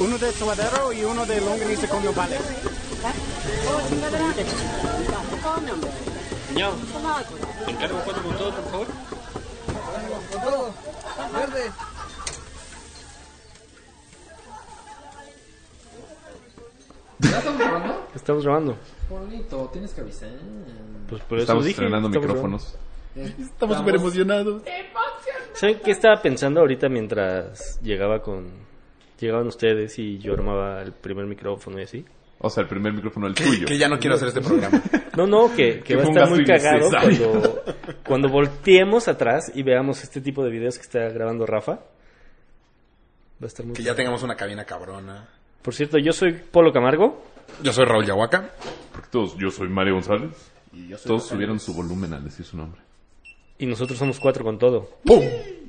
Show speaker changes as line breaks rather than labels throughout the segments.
Uno de suadero y uno de longaniza con nopales.
Ya, encargo cuatro con todo, por favor.
Verde. ¿Ya estamos grabando?
Estamos grabando.
Bonito, tienes que avisar.
Pues por
Estamos
eso dije.
estrenando
estamos
micrófonos.
Estamos súper emocionados.
grabando. ¿Saben qué estaba pensando ahorita mientras llegaba con... Llegaban ustedes y yo armaba el primer micrófono y así.
O sea, el primer micrófono, el tuyo.
Que ya no quiero hacer este programa.
No, no, que, que
Que
va a
fue un
estar muy
gasto
cagado
innecesario.
cuando, cuando volteemos atrás y veamos este tipo de videos que está grabando Rafa. Va a estar muy
Que ya tengamos una cabina cabrona.
Por cierto, yo soy Polo Camargo.
Yo soy Raúl Yahuaca.
Porque todos, yo soy Mario González. Y yo todos subieron su volumen al decir su nombre.
Y nosotros somos cuatro con todo.
¡Pum!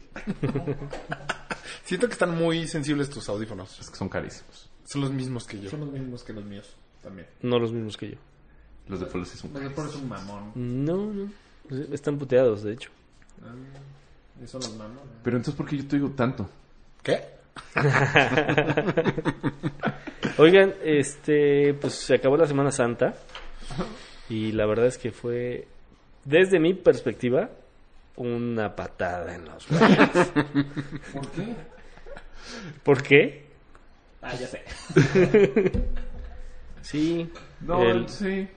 Siento que están muy sensibles tus audífonos.
Es que son carísimos.
Son los mismos que yo.
Son los mismos que los míos también.
No los mismos que yo.
Los de Polo sí son
Los de
carísimos.
por es un mamón.
No, no. Están puteados, de hecho.
Y son los mamones.
Pero entonces, ¿por qué yo te digo tanto?
¿Qué?
Oigan, este, pues se acabó la Semana Santa. Y la verdad es que fue, desde mi perspectiva, una patada en los huevos.
¿Por qué?
¿Por qué?
Ah, ya sé.
Sí. el-
sí.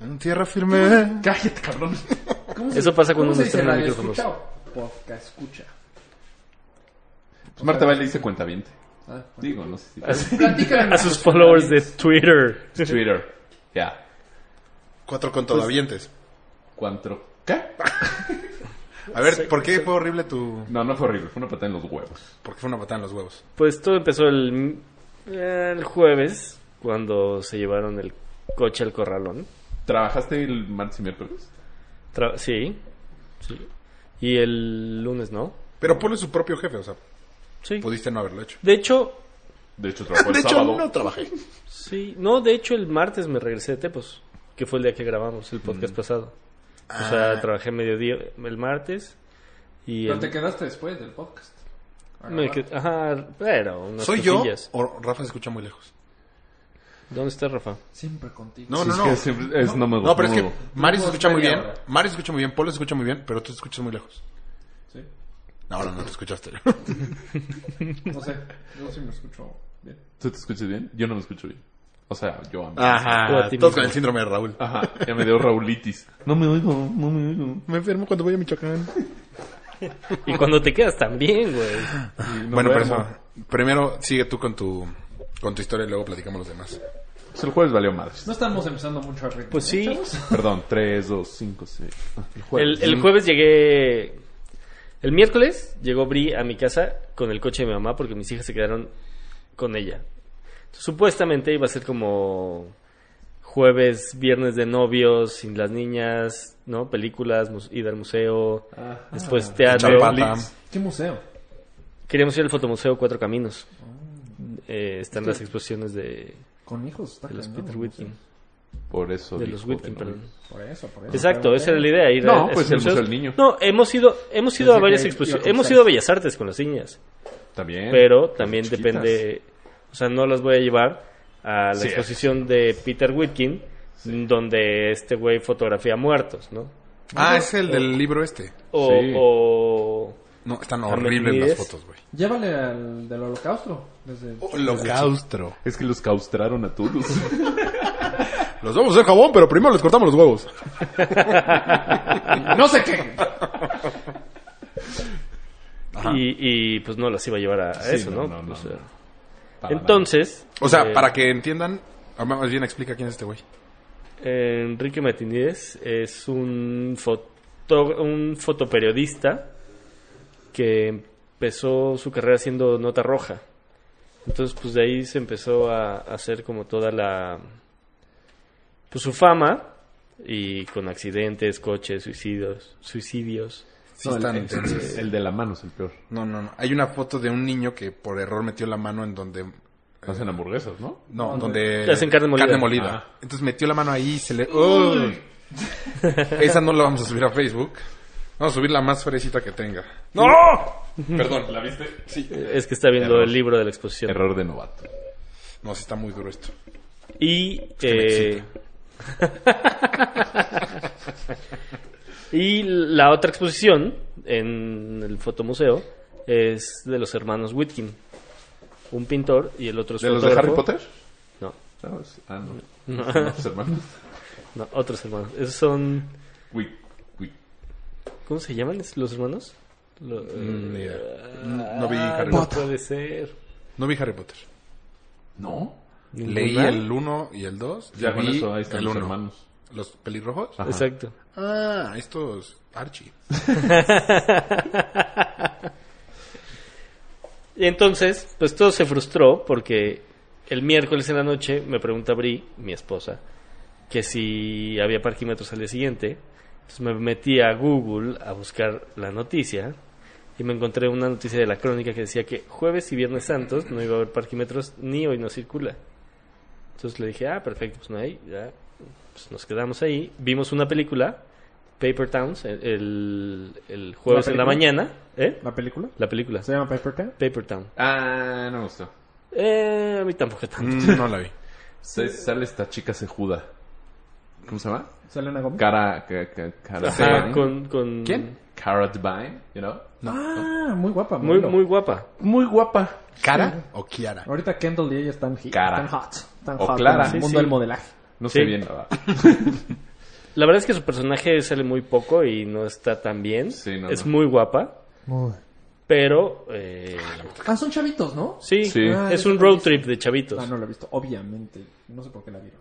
En tierra firme.
Cállate, cabrón.
¿Cómo
Eso pasa cuando
cómo
uno
se dice
estrena
radio
micrófonos.
escucha o Podcast escucha.
Pues Marta Valle le dice cuenta bien.
Ah, bueno.
Digo, no sé si.
Platícale
a sus followers de Twitter.
Twitter. Ya.
Cuatro con todavientes.
¿Cuánto? ¿Qué?
A ver, ¿por qué fue horrible tu...?
No, no fue horrible. Fue una patada en los huevos.
Porque fue una patada en los huevos.
Pues todo empezó el, el jueves, cuando se llevaron el coche al corralón.
¿Trabajaste el martes y miércoles?
Tra- sí, sí. Y el lunes, ¿no?
Pero Polo es su propio jefe, o sea,
Sí.
pudiste no haberlo hecho.
De hecho,
De hecho, trabajó el sábado.
trabajé.
sí. No, de hecho el martes me regresé de Tepos, que fue el día que grabamos el podcast pasado. O sea, trabajé mediodía el martes y...
Pero
el-
te quedaste después del podcast.
me qued- Ajá, pero... unas
¿Soy yo
cosillas.
o Rafa se escucha muy lejos?
¿Dónde está Rafa?
Siempre contigo.
No,
Sí,
no,
es
no.
que siempre es no me
No, pero es que
no me-
Mario se
Somos
escucha muy
media
bien.
hora.
Mario se escucha muy bien, Polo se escucha muy bien, pero tú te escuchas muy lejos.
¿Sí?
No, no, no te escuchaste.
No sé. Yo sí me escucho bien.
¿Tú te escuchas bien? Yo no me escucho bien. O sea, yo a mí.
Tú a
Ajá.
ti
Ah, Todos
mismo.
con el síndrome de Raúl.
Ajá, ya me dio Raulitis. No me oigo, no me oigo.
Me enfermo cuando voy a Michoacán.
Y cuando te quedas también, güey.
bueno, pero eso. Primero sigue tú con tu, con tu historia y luego platicamos los demás.
Pues el jueves valió madres.
No estamos empezando mucho a ritmo.
Pues
¿eh,
sí.
chavos?
Perdón, 3, 2, 5, 6. Ah, El
Pues,
jueves.
mm.
El, el jueves llegué. El miércoles llegó Bri a mi casa con el coche de mi mamá porque mis hijas se quedaron con ella. Supuestamente iba a ser como jueves, viernes de novios, sin las niñas, ¿no? Películas, mus- ir al museo,
Ah,
Ah, después teatro.
Chapata.
¿Qué museo?
Queríamos ir al fotomuseo Cuatro Caminos. Eh, están las exposiciones de,
Con hijos. Está
de los
cañón, Oh.
Peter
no
Whitkin.
sé.
Por eso.
De
dijo
los Whitkin,
que no.
perdón.
Por eso, por eso.
Exacto,
Pero
esa era la
bueno.
idea. Ir
No,
a- a
pues, el
museos.
Museo del Niño.
No, hemos ido, hemos ido a
Pensé
varias
que
exposiciones.
iba a
Hemos
cruzar.
ido a Bellas Artes con las niñas.
También.
Pero también
chiquitas.
depende. O sea, no las voy a llevar a la
Sí.
exposición de Peter Whitkin, donde este güey fotografía muertos, ¿no?
Ah, es el del libro este.
O.
Sí.
o-
No, están
También
horribles las
mides.
fotos, güey.
Llévale al del holocausto. Desde...
Oh,
Oh.
Holocaustro.
Es que los caustraron a todos.
Los vamos a hacer jabón, pero primero les cortamos los huevos.
No sé qué.
y, y, pues no las iba a llevar a, a eso, ¿no?
no, no, no,
O sea,
no. Para
entonces.
O sea,
eh,
para que entiendan, ah, más bien explica quién es este güey.
Enrique Matinides es un, foto, un fotoperiodista que empezó su carrera haciendo nota roja. Entonces, pues de ahí se empezó a, a hacer como toda la... Pues su fama y con accidentes, coches, suicidios, suicidios.
Sí,
No,
están
el,
intensos.
el de la mano es el peor.
No, no, no. Hay una foto de un niño que por error metió la mano en donde.
Hacen hamburguesas, ¿no?
No, donde.
Le hacen carne molida.
Ah.
Entonces metió la mano ahí y se le. ¡Uy! Esa no la vamos a subir a Facebook. Vamos a subir la más fresita que tenga.
¡No!
Perdón.
¿La viste? Sí.
Es que está viendo
Error.
el libro de la exposición.
Error de novato.
No, sí está muy duro esto.
Y.
me
eh, y la otra exposición en el fotomuseo es de los hermanos Whitkin. Un pintor y el otro es
¿De los de
fotógrafo.
Harry Potter?
No,
No, es- Ah, no. Son los hermanos.
no, otros hermanos. Esos son.
Uy, uy.
¿Cómo se llaman es- los hermanos? Lo-
Mm, ni idea.
Ah,
No vi Harry
no
Potter.
puede ser.
No vi Harry Potter.
¿No?
Leí
¿Ninguna?
el 1 y el 2.
Ya
Ya
con
vi
eso ahí están
el
los
1.
hermanos.
¿Los pelirrojos?
Ajá.
Exacto.
Ah, estos Archie.
Y entonces, pues todo se frustró porque el miércoles en la noche me pregunta Bri, mi esposa, que si había parquímetros al día siguiente. Entonces me metí a Google a buscar la noticia y me encontré una noticia de la crónica que decía que jueves y viernes santos no iba a haber parquímetros ni hoy no circula. Entonces le dije, ah, perfecto, pues no hay, ya, pues nos quedamos ahí. Vimos una película, Paper Towns, el- el, el jueves en la
película?
mañana, ¿eh?
¿La película?
La película,
¿Se llama Paper Town?
Paper Town.
Ah, no me gustó.
Eh, a mí tampoco tanto.
Mm, no la vi.
Se- Sale esta chica sejuda. ¿Cómo se llama?
¿Selena Gómez?
Cara, ca- ca- cara,
Ajá,
Delevingne.
con, con...
¿Quién? Cara Delevingne, you know?
ah, muy guapa.
Muy,
modelo.
muy guapa.
Muy guapa.
¿Cara o Kiara?
Ahorita Kendall y ella están, hi-
Cara.
están hot. Están
O
hot
Clara.
en el
Sí,
mundo
sí.
del modelaje.
No
Sí.
sé bien, la verdad.
La verdad es que su personaje sale muy poco y no está tan bien.
Sí, no,
es
no.
muy guapa, pero... eh,
Ah, son chavitos, ¿no?
sí,
Sí.
Ah, es un road trip de chavitos.
Ah, no la he visto. Obviamente. No sé por qué la vieron.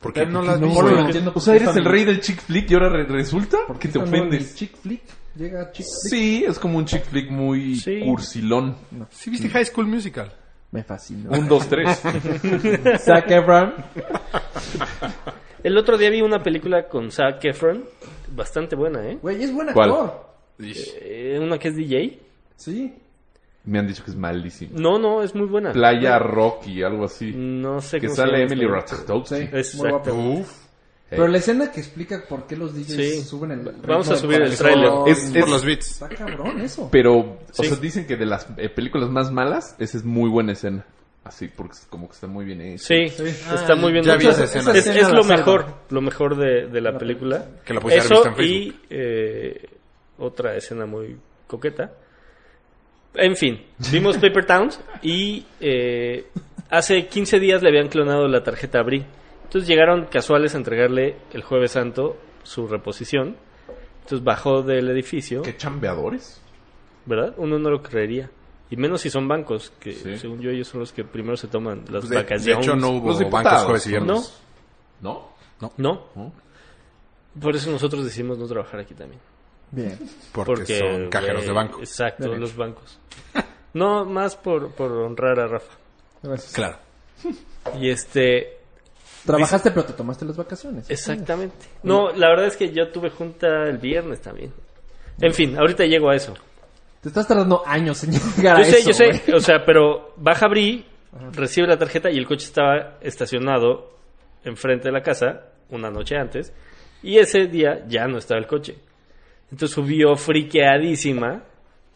¿Por qué no la has
no,
visto?
güey.
güey?
entiendo
o
por
sea,
qué
eres
están-
el rey del chick flick y ahora re- resulta que te
Esta no,
ofendes.
el Chick flick. Llega chick flick.
Sí, es como un chick flick muy
Sí.
cursilón.
¿Sí viste High School Musical?
Me fascinó.
Un, dos, tres.
Zac Efron.
El otro día vi una película con Zac Efron, bastante buena, ¿eh?
Güey, es buen
¿Cuál?
actor.
Eh, Una que es DJ.
Sí.
Me han dicho que es malísimo.
No, no, es muy buena.
Playa Rocky, algo así.
No sé
Que
cómo se llama
sale
esta
Emily
película.
Ratajkowski.
Sí.
Exacto.
Muy guapo.
Uf.
Pero la escena que explica por qué los DJs
Sí.
suben el. ritmo
Vamos a
del
subir el
corazón.
tráiler.
Es,
Es-
por los beats.
Está cabrón eso.
Pero, o
Sí.
sea, dicen que de las eh, películas más malas, esa es muy buena escena. Así, porque es como que está muy bien hecha.
Sí, está muy bien.
Ah, ya vi
hecho.
esa escena.
Es,
Esa
es
escena
lo
la salva.
mejor, lo mejor de, de
Ah,
la película.
Que la puse a
Eso
revista en Facebook.
y eh, otra escena muy coqueta. En fin, vimos Paper Towns y eh, hace 15 días le habían clonado la tarjeta a Bri. Entonces llegaron casuales a entregarle el jueves santo su reposición. Entonces bajó del edificio,
¿Qué chambeadores?
¿verdad? Uno no lo creería. Y menos si son bancos, que
Sí.
según yo ellos son los que primero se toman las
Pues de, de
vacaciones.
hecho, no
Los
hubo
diputados,
bancos jueves y
¿no?
viernes.
¿No?
No,
¿No?
Por eso nosotros decidimos no trabajar aquí también.
Bien.
Porque, son cajeros
güey,
de banco.
Exacto,
De
los bancos. No, más por, por honrar a Rafa.
Gracias.
Claro.
Y este,
Trabajaste, pero te tomaste las vacaciones.
exactamente. No, la verdad es que yo tuve junta el viernes también. En fin, ahorita llego a eso.
Te estás tardando años en llegar
Yo
a
sé,
eso.
yo sé,
güey.
o sea, pero baja Bri, recibe la tarjeta y el coche estaba estacionado enfrente de la casa una noche antes. Y ese día ya no estaba el coche. Entonces subió friqueadísima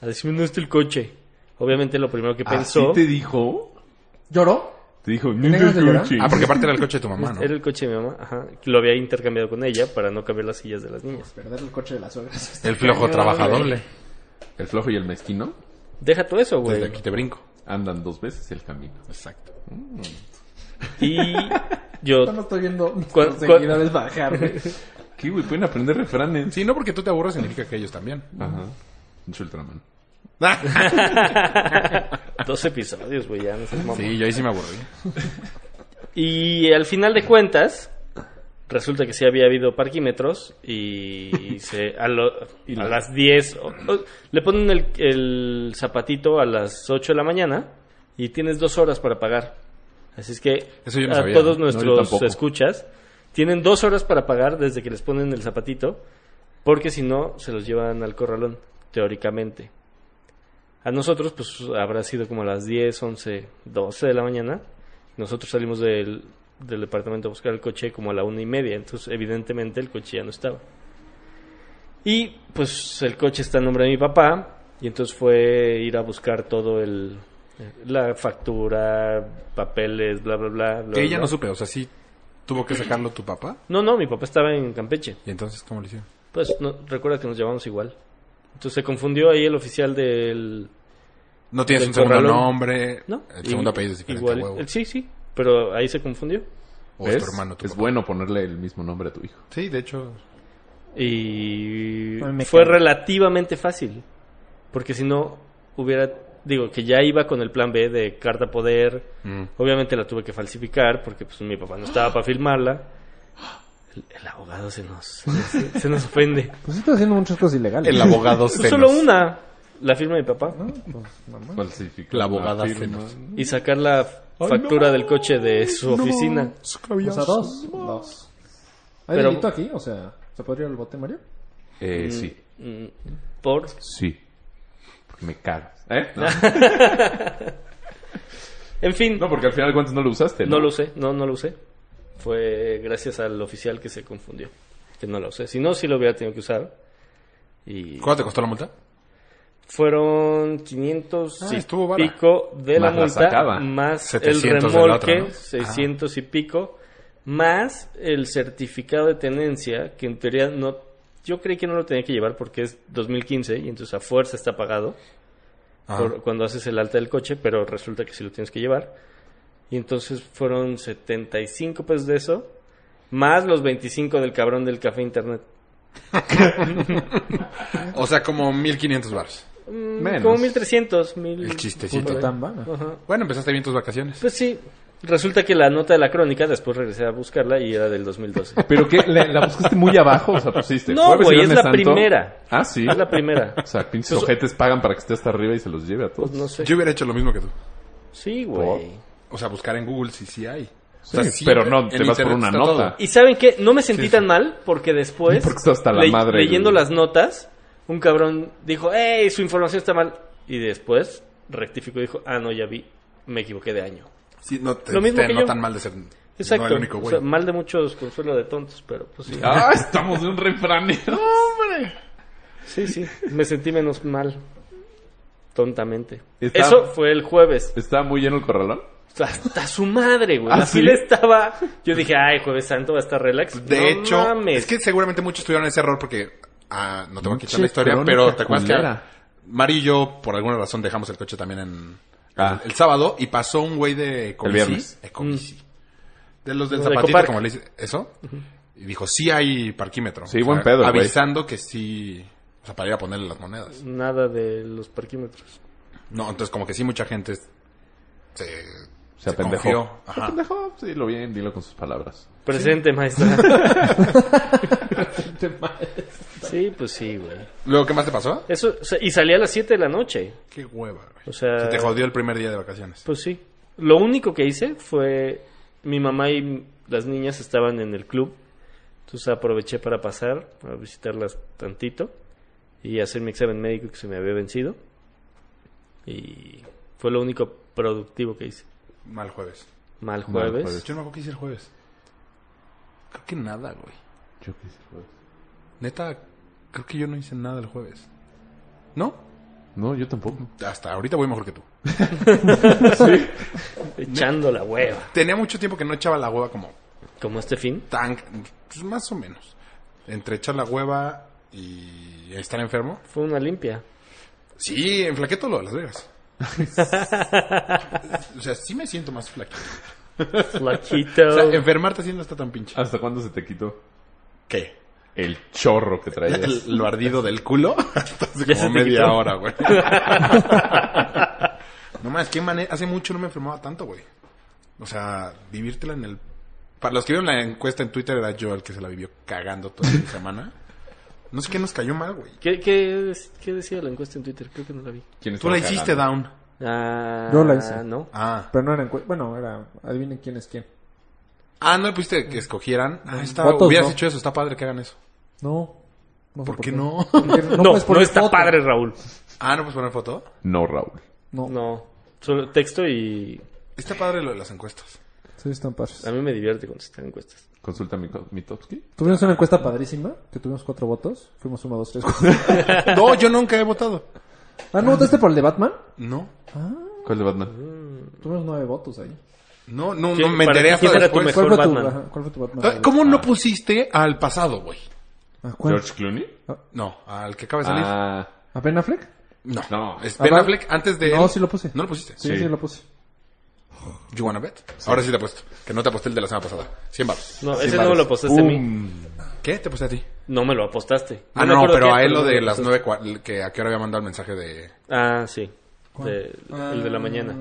a decirme, no está el coche. Obviamente lo primero que pensó
¿Así te dijo?
¿Lloró?
Te dijo, no
ganas de llorar?
escuches".
Ah, porque aparte era el coche de tu mamá, ¿no?
era el coche de mi mamá, ajá, que lo había intercambiado con ella para no cambiar las sillas de las niñas.
Perder el coche de las suegras.
El flojo trabaja doble.
El flojo y el mezquino
Deja todo eso, güey.
Desde aquí te brinco.
andan dos veces el camino.
Exacto.
Y yo,
Yo no estoy viendo
¿Cuál-
los
cuál-
seguidores bajar. güey.
¿Qué, güey? Pueden aprender refranes.
Sí, no porque tú te aburras significa que ellos también.
Ajá. Mucho Ultraman.
dos episodios, güey, ya no seas mamón.
Sí, yo ahí sí me aburrí.
Y al final de cuentas, resulta que sí había habido parquímetros y se, a, lo- a las 10 o- o- le ponen el, el zapatito a las 8 de la mañana y tienes dos horas para pagar. Así es que
Eso yo no
a
sabía.
todos
No,
yo
nuestros
tampoco.
escuchas tienen dos horas para pagar desde que les ponen el zapatito porque si no se los llevan al corralón, teóricamente. A nosotros, pues habrá sido como a las 10, 11, 12 de la mañana. Nosotros salimos del, del departamento a buscar el coche como a la una y media, entonces evidentemente el coche ya no estaba. Y pues el coche está a nombre de mi papá. Y entonces fue ir a buscar todo el. La factura, papeles, bla, bla, bla. bla,
Que ella
bla.
no supe, o sea, sí tuvo que sacarlo tu papá.
No, no, mi papá estaba en Campeche.
¿Y entonces cómo lo hicieron?
Pues no, recuerda que nos llevamos igual. Entonces se confundió ahí el oficial del.
No tienes
Del
un segundo
corralón.
nombre.
¿No?
El segundo
Y-
apellido es diferente.
igual-
huevo.
Sí, sí, pero ahí se confundió.
O es
¿Ves?
tu hermano, tu
es
papá.
bueno ponerle el mismo nombre a tu hijo.
Sí, de hecho.
Y
Ay, me
fue
cae.
relativamente fácil. Porque si no, hubiera. Digo, que ya iba con el plan B de carta poder.
mm.
Obviamente la tuve que falsificar porque pues, mi papá no estaba para filmarla. El, el abogado se nos, se, se nos ofende.
Pues estás haciendo muchas cosas ilegales.
El abogado
Pues
Zenos.
solo una, la firma de mi papá.
¿no? Pues, nada más.
Falsificar.
La abogada
firma.
Zenos.
Y sacar la factura del coche de su oficina.
O sea, dos. Dos. ¿Hay
Pero-
delito aquí? O sea, ¿se podría ir al bote, Mario?
Eh, sí.
Mm, Por.
Sí. Porque me cagas. ¿Eh? No.
En fin,
No, porque al final de cuentas Este, no lo usaste.
no lo usé, no, no lo usé. Fue gracias al oficial que se confundió, que no lo usé. Si no, sí lo hubiera tenido que usar. Y
¿Cuánto te costó la multa?
fueron 500
Ah,
y
estuvo vara.
pico de la
Más la
multa,
sacaba.
más
700 de
el
la
remolque,
otra, ¿no?
600 y pico, más el certificado de tenencia, que en teoría no... Yo creí que no lo tenía que llevar porque es 2015 y entonces a fuerza está pagado
Ajá.
por- cuando haces el alta del coche, pero resulta que sí lo tienes que llevar. Y entonces fueron 75 pesos de eso, más los 25 del cabrón del café internet.
O sea, como 15500 bars.
Mm,
Menos.
Como 1300, mil...
El chistecito.
Punto tan vana.
Ajá.
Bueno, empezaste bien tus vacaciones.
Pues sí, resulta que la nota de la crónica, después regresé a buscarla y era del 2012.
Pero que la, la buscaste muy abajo, o sea, pusiste.
No,
jueves y
güey, es
viernes
la
santo.
primera.
Ah, sí.
Es la primera.
O sea, pinches ojetes pagan para que esté hasta arriba y se los lleve a todos.
Pues no sé.
Yo hubiera hecho lo mismo que tú.
Sí, güey.
O sea, buscar en Google si sí hay. O
Sí,
sea,
pero
en-
no, te
en
vas por
internet
una
está
nota.
todo.
Y ¿saben qué? No me sentí tan mal porque después,
Porque está hasta la madre,
leyendo
güey.
las notas, un cabrón dijo, ¡Ey, su información está mal! Y después rectificó y dijo, ah, no, ya vi, me equivoqué de año.
Sí, no, te,
Lo mismo
te-
que
no
yo.
tan mal de ser
Exacto.
no el único
O
güey.
sea, mal de muchos, consuelo de tontos, pero pues sí.
Ah, estamos de un refranero.
Sí, sí, me sentí menos mal. Tontamente.
Está-
Eso fue el jueves.
¿Está muy lleno el corralón?
Hasta su madre, güey.
¿Ah,
la
sí?
fila estaba. Yo dije, ay, Jueves Santo va a estar relax.
de
No
hecho,
mames.
es que seguramente muchos tuvieron ese error porque... ah, no te voy a quitar
Pinche
la historia,
crónica
pero te acuerdas
culera.
que Mario y yo, por alguna razón, dejamos el coche también en...
Ah.
El, el sábado y pasó un güey de Ecobici.
viernes. Mm.
Ecobici. De los del
Los de
zapatito,
Ecopark.
como le dice. ¿Eso? Y dijo, sí hay parquímetro.
Sí, buen pedo, güey.
Avisando que sí... O sea, para ir a ponerle las monedas.
Nada de los parquímetros.
No, entonces como que sí mucha gente se...
Se apendejó.
confió. Ajá.
Pendejo, sí, lo bien, dilo con sus palabras.
Presente, maestra. sí, pues sí, güey.
Luego, ¿qué más te pasó?
Eso, o sea, y salí a las 7 de la noche.
Qué hueva, güey.
O sea-
Se te jodió el primer día de vacaciones.
Pues sí. Lo único que hice fue. Mi mamá y las niñas estaban en el club. Entonces aproveché para pasar, a visitarlas tantito. Y hacer mi examen médico que se me había vencido. Y fue lo único productivo que hice.
Mal jueves.
Mal
Mal
jueves.
jueves.
Yo no me acuerdo qué hice el jueves. Creo que nada, güey.
Yo qué sé, güey.
Neta, creo que yo no hice nada el jueves. ¿No?
No, yo tampoco.
Hasta ahorita voy mejor que tú.
Echando la hueva.
Tenía mucho tiempo que no echaba la hueva como
Como este fin.
tan... Pues más o menos. Entre echar la hueva y estar enfermo.
Fue una limpia.
Sí, enflaqué todo lo de Las Vegas. o sea, sí me siento más flaquito.
Flaquito.
O sea, enfermarte así no está tan pinche.
¿Hasta cuándo se te quitó
¿Qué?
el chorro que traías?
El- lo ardido del culo hasta hace
Ya se
como
te
media
quitó.
hora, güey. no más, qué manera. Hace mucho no me enfermaba tanto, güey. O sea, vivírtela en el. Para los que vieron la encuesta en Twitter, era yo el que se la vivió cagando toda la semana. No sé qué nos cayó mal, güey.
¿Qué, qué, qué decía la encuesta en Twitter? Creo que no la vi.
¿Quién
Tú la
estaba
hiciste,
jalando?
Down.
Ah,
Yo la hice.
No.
Ah.
Pero no era encuesta. Bueno, era. Adivinen quién es quién.
Ah, no le pusiste que escogieran. Ah, está.
Votos,
Hubieras
no.
hecho eso. Está padre que hagan eso.
No. no sé
¿Por qué no?
Porque
No, no,
puedes poner
está
foto.
padre, Raúl.
Ah, no puedes poner foto.
No, Raúl.
No.
No. Solo texto y
Está padre lo de las encuestas.
Sí, están parches.
A mí me divierte contestar encuestas.
Consulta mi, mi Topsky.
Tuvimos una encuesta padrísima, que tuvimos cuatro votos. Fuimos uno, dos, tres, cuatro.
No, yo nunca he votado.
ah, ¿no votaste por el de Batman?
No.
¿Cuál de Batman?
Tuvimos nueve votos ahí.
No, no, no
¿Quién-
me
para
enteré
ti
hasta
quién era tu
después.
Mejor
¿Cuál fue tu,
Batman.
ajá, ¿Cuál fue tu Batman?
Ah, ¿Cómo no pusiste al pasado, güey?
¿A cuál?
¿George Clooney?
No, al que acaba de salir.
Ah,
¿A Ben Affleck?
no.
no.
Es Ben
Ah, va-
Affleck antes de
No,
él.
sí lo puse.
¿No lo pusiste?
Sí, sí,
Sí.
lo puse.
You wanna bet? Ahora sí te apuesto. Que no te aposté el de la semana pasada. 100 baros.
No, ese no me lo apostaste a mí.
¿Qué? ¿Te aposté a ti?
No me lo apostaste.
Ah,
me
no,
acuerdo
pero
qué,
a él lo
no me
de las
apostaste.
9, cua- que a qué hora había mandado el mensaje de...
Ah, sí. De- el
Ah.
de la mañana.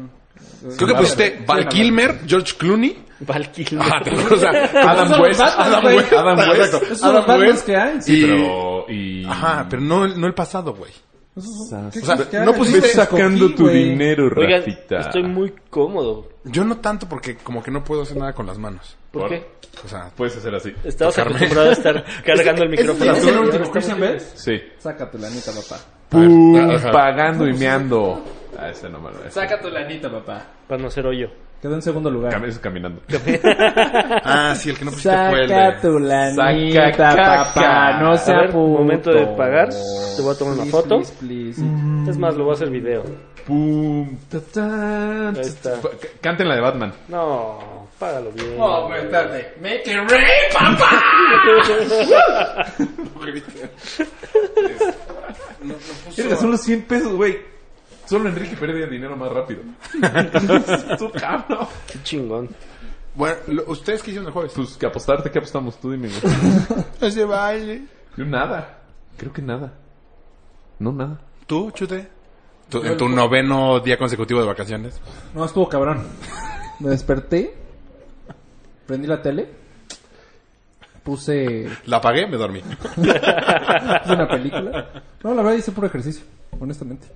Creo que pues pusiste Val Kilmer, George Clooney.
Val Kilmer.
Ah, te- o sea, Adam West. Adam
güey.
West. Adam
Adam
West.
West.
Es uno de los
Adam
Batmans
West.
que hay.
Sí,
y-
pero... Y...
Ajá, pero no, el- no el pasado, güey.
¿Qué
O sea,
quieres que haga?
no pusiste-
Ves sacando
Confí,
tu
güey.
dinero,
Oigan,
ratita.
estoy muy cómodo.
Yo no tanto porque como que no puedo hacer nada con las manos.
¿Por,
¿Por?
qué?
O sea,
Puedes hacer así.
Estabas
Tocarme.
acostumbrado a estar cargando el micrófono.
¿Eres el último Christian Bale?
Sí.
Sácate la neta, papá.
Pum,
ajá.
pagando y meando. Ah, ese no me lo ese-
Sácate la neta, papá.
Para no ser hoyo.
Quedó en segundo lugar.
cam- ese caminando.
ah, sí, el que no pusiste fue el
Saca
de...
tu
Saca
lanita,
caca.
papá. No
A
sea
ver,
puto.
momento de pagar. Te voy a tomar una
Please,
foto.
please, please.
Mm.
Es más, lo voy a hacer video.
Pum. ta, ta,
Ahí está.
ta. C- Canten la de Batman.
No, págalo bien.
Make it rain, papá.
Verga, son los 100 pesos, güey. Solo Enrique pierde dinero más rápido. Tú, cabrón.
Qué chingón.
Bueno, lo- ¿ustedes qué hicieron el jueves?
Pues que apostarte, ¿qué apostamos tú? Dime, güey.
Ese baile.
Yo nada. Creo que nada. No, nada.
¿Tú, Chute? Tu- en tu noveno día consecutivo de vacaciones.
No, estuvo cabrón. Me desperté. Prendí la tele. Puse
La apagué, me dormí.
puse una película. No, la verdad hice puro ejercicio, honestamente.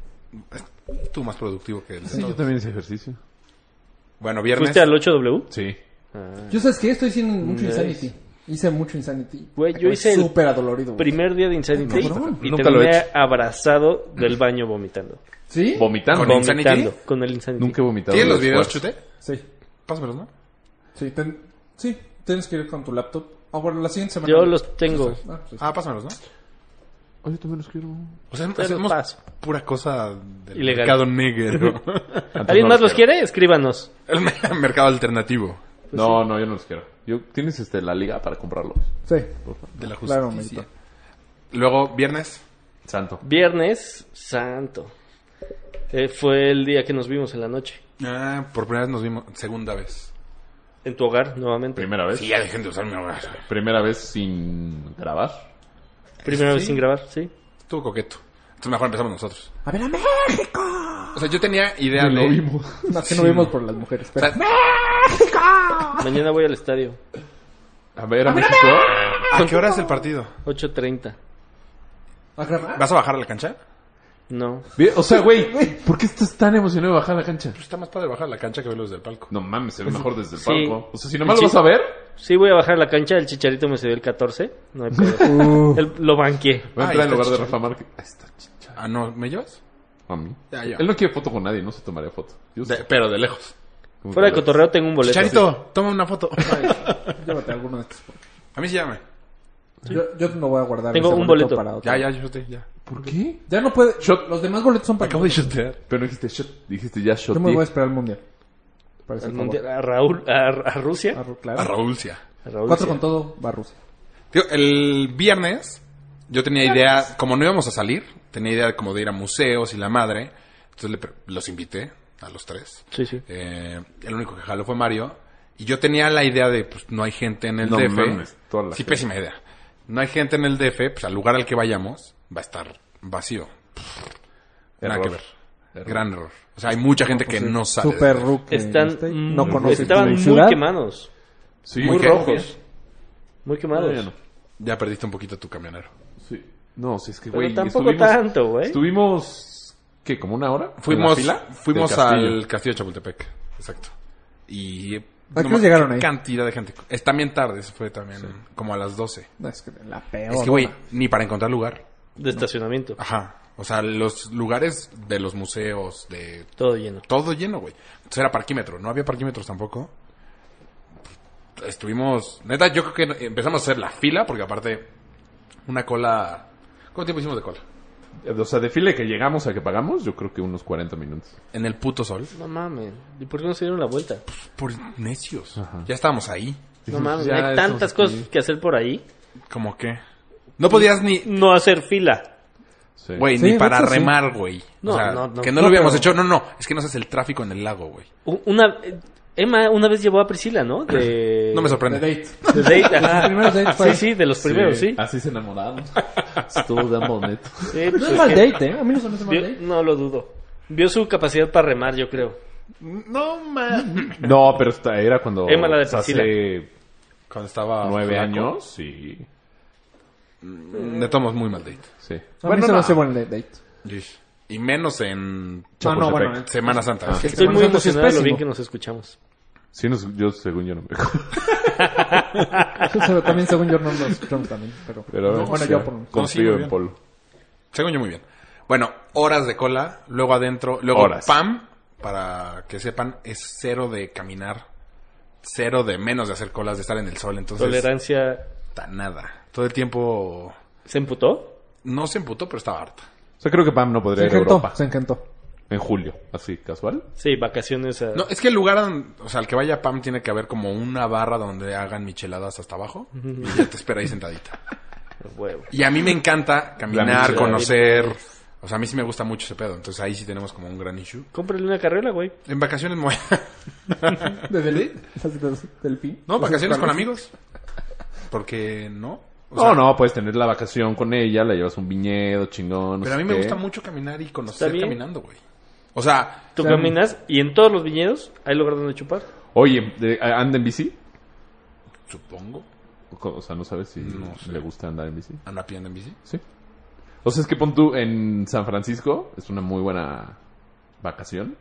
Tú más productivo que él.
Sí, yo también hice ejercicio.
Bueno, viernes.
¿Fuiste al 8W?
Sí.
Yo sabes que estoy haciendo mucho
Nice.
insanity. Hice mucho insanity.
Güey, yo
Acabé
hice el
súper adolorido. güey.
Primer día de Insanity.
Cabrón.
y
Nunca lo he
terminé
hecho.
abrazado del baño vomitando.
¿Sí?
Vomitando.
¿Con
vomitando
Insanity?
con el Insanity.
Nunca he vomitado.
¿Tienes los
después.
videos, Chute?
Sí.
Pásamelos, ¿no?
Sí, ten- sí, tienes que ir con tu laptop. Ah, bueno, la siguiente semana.
Yo los tengo.
Ah, pues,
Ah, pásamelos, ¿no?
Oye, también los quiero.
O sea,
Te los
hacemos
paso.
pura cosa del
Ilegal.
mercado negro.
¿Alguien más los quiere? Escríbanos.
El me- mercado alternativo
No, no, yo no los quiero. Yo, ¿Tienes este, la liga para comprarlos?
sí,
de la justicia.
claro, amiguito.
Luego, viernes.
Santo.
Viernes Santo. Eh, fue el día que nos vimos en la noche.
Ah, por primera vez nos vimos. Segunda vez.
En tu hogar, nuevamente.
Primera vez.
Sí, ya dejen de usar mi hogar.
Primera vez sin grabar.
Primera vez
Sí.
sin grabar, sí.
Estuvo coqueto. Entonces mejor empezamos nosotros.
¡A ver a México!
O sea, yo tenía idea de...
Lo vimos.
No, que no vimos por las mujeres.
O
espera.
sea,
Mañana voy al estadio.
A ver, a México.
¿A qué hora es el partido?
8.30.
¿A grabar?
¿Vas a bajar a la cancha?
No.
Bien, O sea, güey, ¿por qué estás tan emocionado de bajar a la cancha?
Pues está más padre bajar a la cancha que verlos del palco.
No mames, se ve
Pues
mejor desde el
Sí.
palco. O sea, si nomás
Sí.
lo vas a ver,
Sí, voy a bajar a la cancha. El chicharito me subió el 14. No hay problema.
Uh,
El- lo banqué.
va a
Ah,
entrar en
está
lugar de
chichón.
Rafa Márquez. Ahí está chicha.
Ah, ¿no? ¿Me llevas?
A mí.
Ya, ya.
Él no quiere foto con nadie, no se tomaría foto. Yo
De-
sé.
pero de lejos.
Como
Fuera de
que-
cotorreo tengo un boleto.
Charito, toma una foto.
llévate alguno de estos.
A mí sí llame.
Yo, yo no voy a guardar.
Tengo
ese
un boleto.
para otro.
Ya, ya, yo te, ya.
¿Por qué?
Ya no puede. Los demás boletos son para.
Acabo de chutear.
Pero no dijiste shot, dijiste ya shot.
Yo me voy a esperar al mundial. Para ese
Al
favor.
mundial- a Raúl, a, a Rusia.
Ah, ru- claro.
A Raúl Cia.
A Raúl,
Cuatro
sí.
con todo va Rusia.
Tío, el viernes yo tenía idea, como no íbamos a salir, tenía idea como de ir a museos y la madre. Entonces le pre- los invité a los tres.
Sí, sí.
Eh, el único que jaló fue Mario. Y yo tenía la idea de, pues, no hay gente en el
No
DF.
mames, toda la
sí,
gente.
pésima idea. No hay gente en el DF, pues al lugar al que vayamos va a estar vacío. Nada
Error.
que ver. Gran error. O sea, hay mucha gente que no sabe. de
Super
DF.
rookie.
Pues Están,
este,
mm,
no conoce
estaban
tu
muy
ciudad.
quemados.
Sí,
Muy
muy
rojos.
rojos.
Muy quemados.
No, ya no.
Ya perdiste un poquito tu camionero.
Sí. No, sí, es que,
Pero
güey.
tampoco
estuvimos-
tanto, güey.
Estuvimos. ¿Qué? ¿Como una hora?
Fuimos,
¿En la fila?
fuimos
Del castillo.
al Castillo de Chapultepec, exacto. Y eh,
¿A qué
no
horas
ma-
llegaron
qué
ahí?
Cantidad de gente. Es también tarde, eso fue también como a las 12.
No, es que la peor.
es que güey, ni para encontrar lugar.
De estacionamiento.
Ajá. O sea, los lugares de los museos, de
Todo lleno.
todo lleno, güey. Entonces era parquímetro, no había parquímetros tampoco. estuvimos. Neta, yo creo que empezamos a hacer la fila, porque aparte, una cola. ¿Cuánto tiempo hicimos de cola?
O sea, de file que llegamos a que pagamos, yo creo que unos 40 minutos.
En el puto sol.
No mames. ¿Y por qué no se dieron la vuelta?
Por necios. Ya estábamos ahí.
No mames.
ya
Hay tantas
estamos
cosas
aquí.
que hacer por ahí.
¿Cómo qué? No podías ni.
No hacer fila.
Sí.
Güey,
Sí,
ni para
neta, sí.
remar, güey.
No,
o sea,
no, no.
que no,
No,
lo hubiéramos
pero-
hecho. No, no. Es que no haces el tráfico en el lago, güey.
U- Una. Emma una vez llevó a Priscila, ¿no? Eh, De.
No me
The
sorprende.
date.
de date, ajá.
primeros dates fue-
Sí, sí, de los primeros, sí.
Así se enamoraron. Estuvo tan bonito.
Sí, pues
No
es
es mal
que-
date, ¿eh? A mí no se me hace mal
vio-
date.
no lo dudo. Vio su capacidad para remar, yo creo.
No, man.
No, pero esta era cuando...
Emma la de
Hace
Cuando estaba.
nueve
flaco.
años, sí.
De tomos muy mal date.
sí.
A mí se me hace buen date.
Y menos en
No, no, bueno.
Chapultepec.
Semana Santa.
Ah,
Que-
Estoy muy
Bueno, eso sí es
emocionado de lo bien
pésimo.
que nos escuchamos.
Sí, nos- yo según yo no me acuerdo.
Pero también, según yo, no lo escuchamos también. Pero,
Pero
No, bueno,
sí,
yo por lo menos.
No, sí, muy
confío en
bien.
Polo.
Según yo, muy bien. Bueno, horas de cola, luego adentro, luego
Horas.
PAM, para que sepan, es cero de caminar, cero de menos de hacer colas, de estar en el sol, entonces,
Tolerancia.
ta- nada. Todo el tiempo,
¿Se emputó?
no se emputó, pero estaba harta.
O sea, creo que Pam no
Se
podría ir a
encantó,
Europa
se encantó.
en julio. Así, casual.
Sí, vacaciones. a-
No, es que el lugar, don- o sea, al que vaya PAM tiene que haber como una barra donde hagan micheladas hasta abajo y ya te espera ahí sentadita.
Huevo.
Y a mí me encanta
La
caminar,
michelada.
conocer, o sea, a mí sí me gusta mucho ese pedo, entonces ahí sí tenemos como un gran issue.
Cómprale una carriola, güey.
En vacaciones, me voy a-
¿Desde el, desde el fin?
No, vacaciones con amigos. Porque no. O
No,
sea,
Oh, no, puedes tener la vacación con ella, la llevas a un viñedo chingón. no
Pero a
sé
mí me
qué.
gusta mucho caminar y
Está
conocer
bien.
caminando, güey. O sea,
Tú
Claro.
caminas y en todos los viñedos hay lugar donde chupar.
Oye, de- eh, ¿anda en bici?
supongo.
O sea, no sabes si
No sé.
le gusta andar en bici.
Anda pidiendo en bici.
Sí. O sea, es que pon tú en San Francisco, es una muy buena vacación.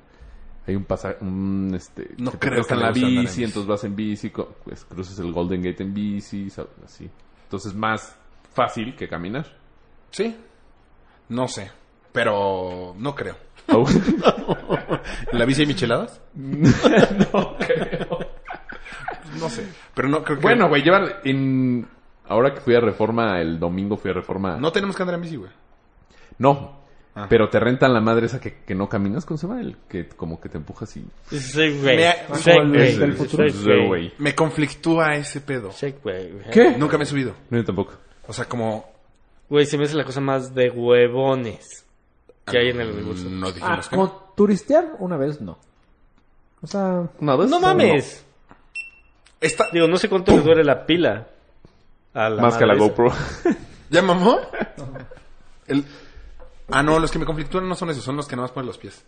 Hay un pasaje, un este.
No
que te
creo
prestan
que le
la
guste andar en
bici,
bici.
entonces vas en bici, co- pues, cruzas el Golden Gate en bici, ¿sabes? así. Entonces, más fácil que caminar.
Sí. No sé. Pero no creo.
Au.
¿En la bici hay micheladas? No sé. Pero no creo que.
bueno, güey, llevan en. Ahora que fui a Reforma, el domingo fui a Reforma.
No tenemos que andar en bici, güey.
No.
Ah.
Pero te rentan la madre esa que, que no caminas con Seba, el que como que te empujas y...
Sí, güey.
Me-
Sí, güey.
Es el futuro.
Sí,
Sí,
güey.
güey.
Me conflictúa ese pedo.
Sí, güey.
¿Qué?
Nunca me he subido.
No, yo tampoco.
O sea, como.
Güey, se me hace la cosa más de huevones que hay en el
Mm,
universo.
No dijimos
Ah,
que.
como turistear una vez, no. O sea,
Pues No mames.
Esta-
Digo, no sé cuánto le duele la pila. a
Más que a la
madre esa.
GoPro.
¿Ya mamó? El- Ah, no, los que me conflictúan no son esos, son los que nada más ponen los pies.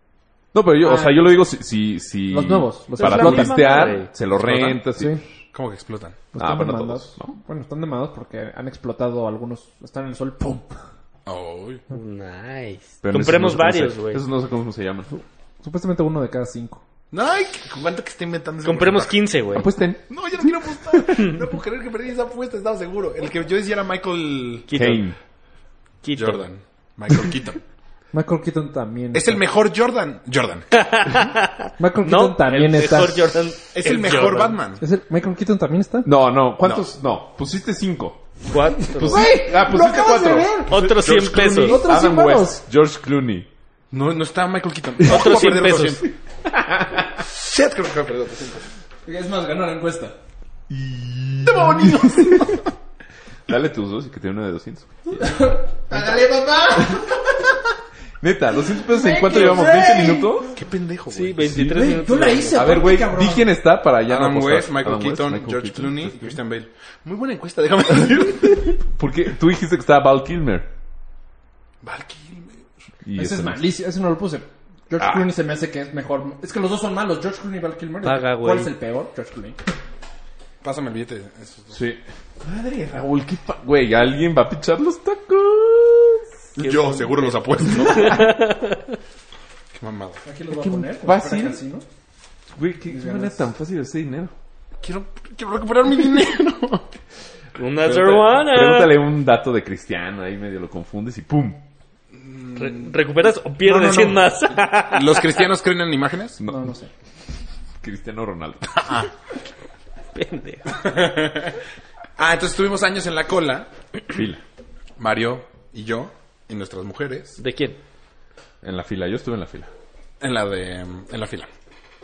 No, pero yo, o sea, yo lo digo si... si, si-
Los nuevos, los
para
que explotan.
turistear,
Madre.
se lo rentas y...
sí.
¿Cómo que explotan?
Pues
Ah,
están
pero no
demandados.
todos, ¿no?
Bueno, están demandados porque han explotado algunos. Están en el sol, ¡pum!
Ay.
Nice.
Pero
Compremos
esos no sé cómo
varios,
se-
güey.
Esos no sé cómo se llaman.
Supuestamente uno de cada cinco.
Ay, ¿cuánto que está inventando? ese
Compremos
porcentaje?
15, güey.
Apuesten.
No, yo no quiero apostar. No puedo creer que perdí esa apuesta, estaba seguro. El que yo decía era Michael
Quito.
Kane.
Quito.
Jordan. Michael Keaton.
Michael Keaton también.
es el mejor Jordan. Jordan.
Michael Keaton
No,
también
el
está.
mejor Jordan.
Es el, mejor
Jordan.
Batman.
Es el Michael Keaton también está.
No, no. ¿Cuántos? No. Pusiste cinco.
Cuatro.
Pusiste, ah, pusiste
acabas de
cuatro.
ver!
Otros 100 pesos.
Otros
Adam
100 varos.
West. George Clooney.
No, no está Michael Keaton.
Otros
Voy a
100
perder
pesos.
200. Shit, creo que voy a perder 200.
Es más, ganó la encuesta.
Dale tus dos y que tiene una de 200.
¡Dale, papá!
Neta, 200 pesos en cuánto llevamos? ¿20 minutos?
¡Qué pendejo,
Sí,
güey!
23
Sí,
minutos.
A ver, güey, di quién está para ya
Adam
no apostar.
West, Michael
Adam West,
Keaton,
Michael
George
Keaton,
Clooney y
George
Christian Bale. Muy buena encuesta, déjame decir.
Porque tú dijiste que estaba Val Kilmer.
Val Kilmer.
Y
Ese
ese
es
no. Ah.
malísimo. Ese no lo puse. George Clooney se me hace que es mejor. Es que los dos son malos. George Clooney y Val Kilmer.
Paga, güey.
¿Cuál es el peor? George Clooney.
Pásame el billete. esos dos.
Sí. Madre, Raúl, qué pa... Güey, alguien va a pichar los tacos.
Yo seguro los apuesto. Qué mamada.
Aquí los voy a poner.
fácil.
Espera, Casino.
Güey, qué manera tan fácil de hacer dinero.
Quiero, quiero recuperar mi dinero.
Another one.
Pregúntale un dato de Cristiano, ahí medio lo confundes y ¡pum!
Re- ¿Recuperas o pierdes 100 más?
¿Los cristianos creen en imágenes?
No, no sé.
Cristiano Ronaldo.
Pendejo.
Ah, entonces estuvimos años en la cola,
Fila.
Mario y yo, y nuestras mujeres,
¿De quién?
En la fila. Yo estuve en la fila.
en la de en la fila.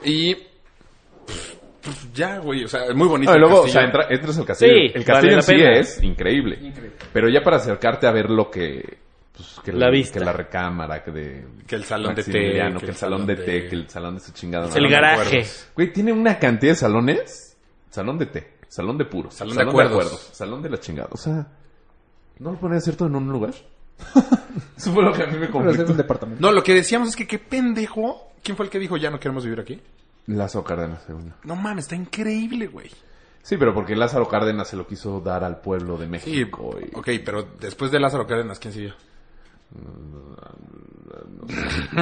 Y pf, pf, ya, güey, o sea, muy bonito.
No, y
el
Ah, luego, o
castillo.
sea, entra- entras al castillo.
Sí,
el castillo
vale la
en sí
pena.
es increíble.
Increíble.
Pero ya para acercarte a ver lo que. pues, que
La vista.
Que la recámara, que, de,
Que el salón de té,
Maximiliano, Que el salón de té, que el salón de su chingada.
el
madre.
garaje.
acuerdos.
Güey, tiene una cantidad de salones. Salón de té, salón de puros,
Salón de acuerdos.
salón de la chingada. O sea, ¿no lo ponen a hacer todo en un lugar? Eso fue lo que a mí me
Pero es un
conflictó.
departamento.
No, lo que decíamos es que qué pendejo. ¿Quién fue el que dijo ya no queremos vivir aquí?
Lázaro Cárdenas, según yo.
No mames, está increíble, güey.
Sí, pero porque Lázaro Cárdenas se lo quiso dar al pueblo de
Sí,
México. y-
ok, pero después de Lázaro Cárdenas, ¿quién siguió?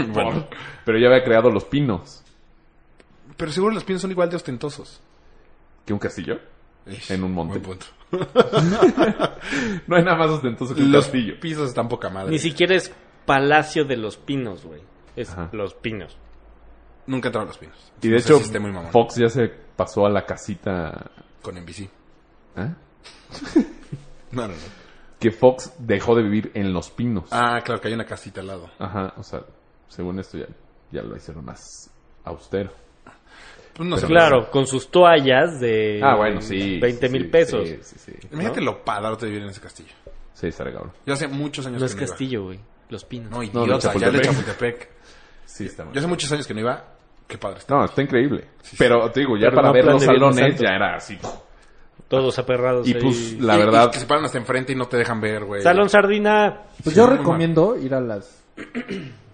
bueno,
Pero ya había creado Los Pinos.
pero seguro los pinos son igual de ostentosos.
¿Que un castillo? En un monte.
Buen punto.
No hay nada más ostentoso que un
Los
castillo.
pisos están poca madre.
Ni siquiera es Palacio de los Pinos, güey. Es
Ajá.
Los Pinos.
Nunca entraron los pinos.
Y de
No sé si
hecho,
esté pues muy mamón.
Fox ya se pasó a la casita...
Con NBC.
¿eh?
No, no, no.
Que Fox dejó de vivir en Los Pinos.
Ah, claro, que hay una casita al lado.
Ajá, o sea, según esto ya, ya lo hicieron más austero.
Pues no sé.
claro, con sus toallas de
Eh,
ah, bueno, sí.
20
sí,
mil
sí,
pesos.
Sí, sí, sí.
Imagínate lo padrote de vivir en ese castillo.
Sí, estará cabrón.
Yo hace muchos años
No
que
es
no iba.
castillo, güey. Los Pinos.
No,
No, de
idiota, ya de
Chapultepec.
Chapultepec.
Sí, está mal.
Yo hace muchos años que no iba. Qué padre está.
No, está increíble. Pero te digo, ya
Pero
para
no
ver
plan
los
de Viernes
salones
Santo.
ya era así.
Todos aperrados
Y
ahí.
pues,
Y-
la
y
verdad,
que se paran hasta enfrente y no te dejan ver, güey.
Salón Sardina.
Pues yo
Sí, muy
recomiendo ir a las...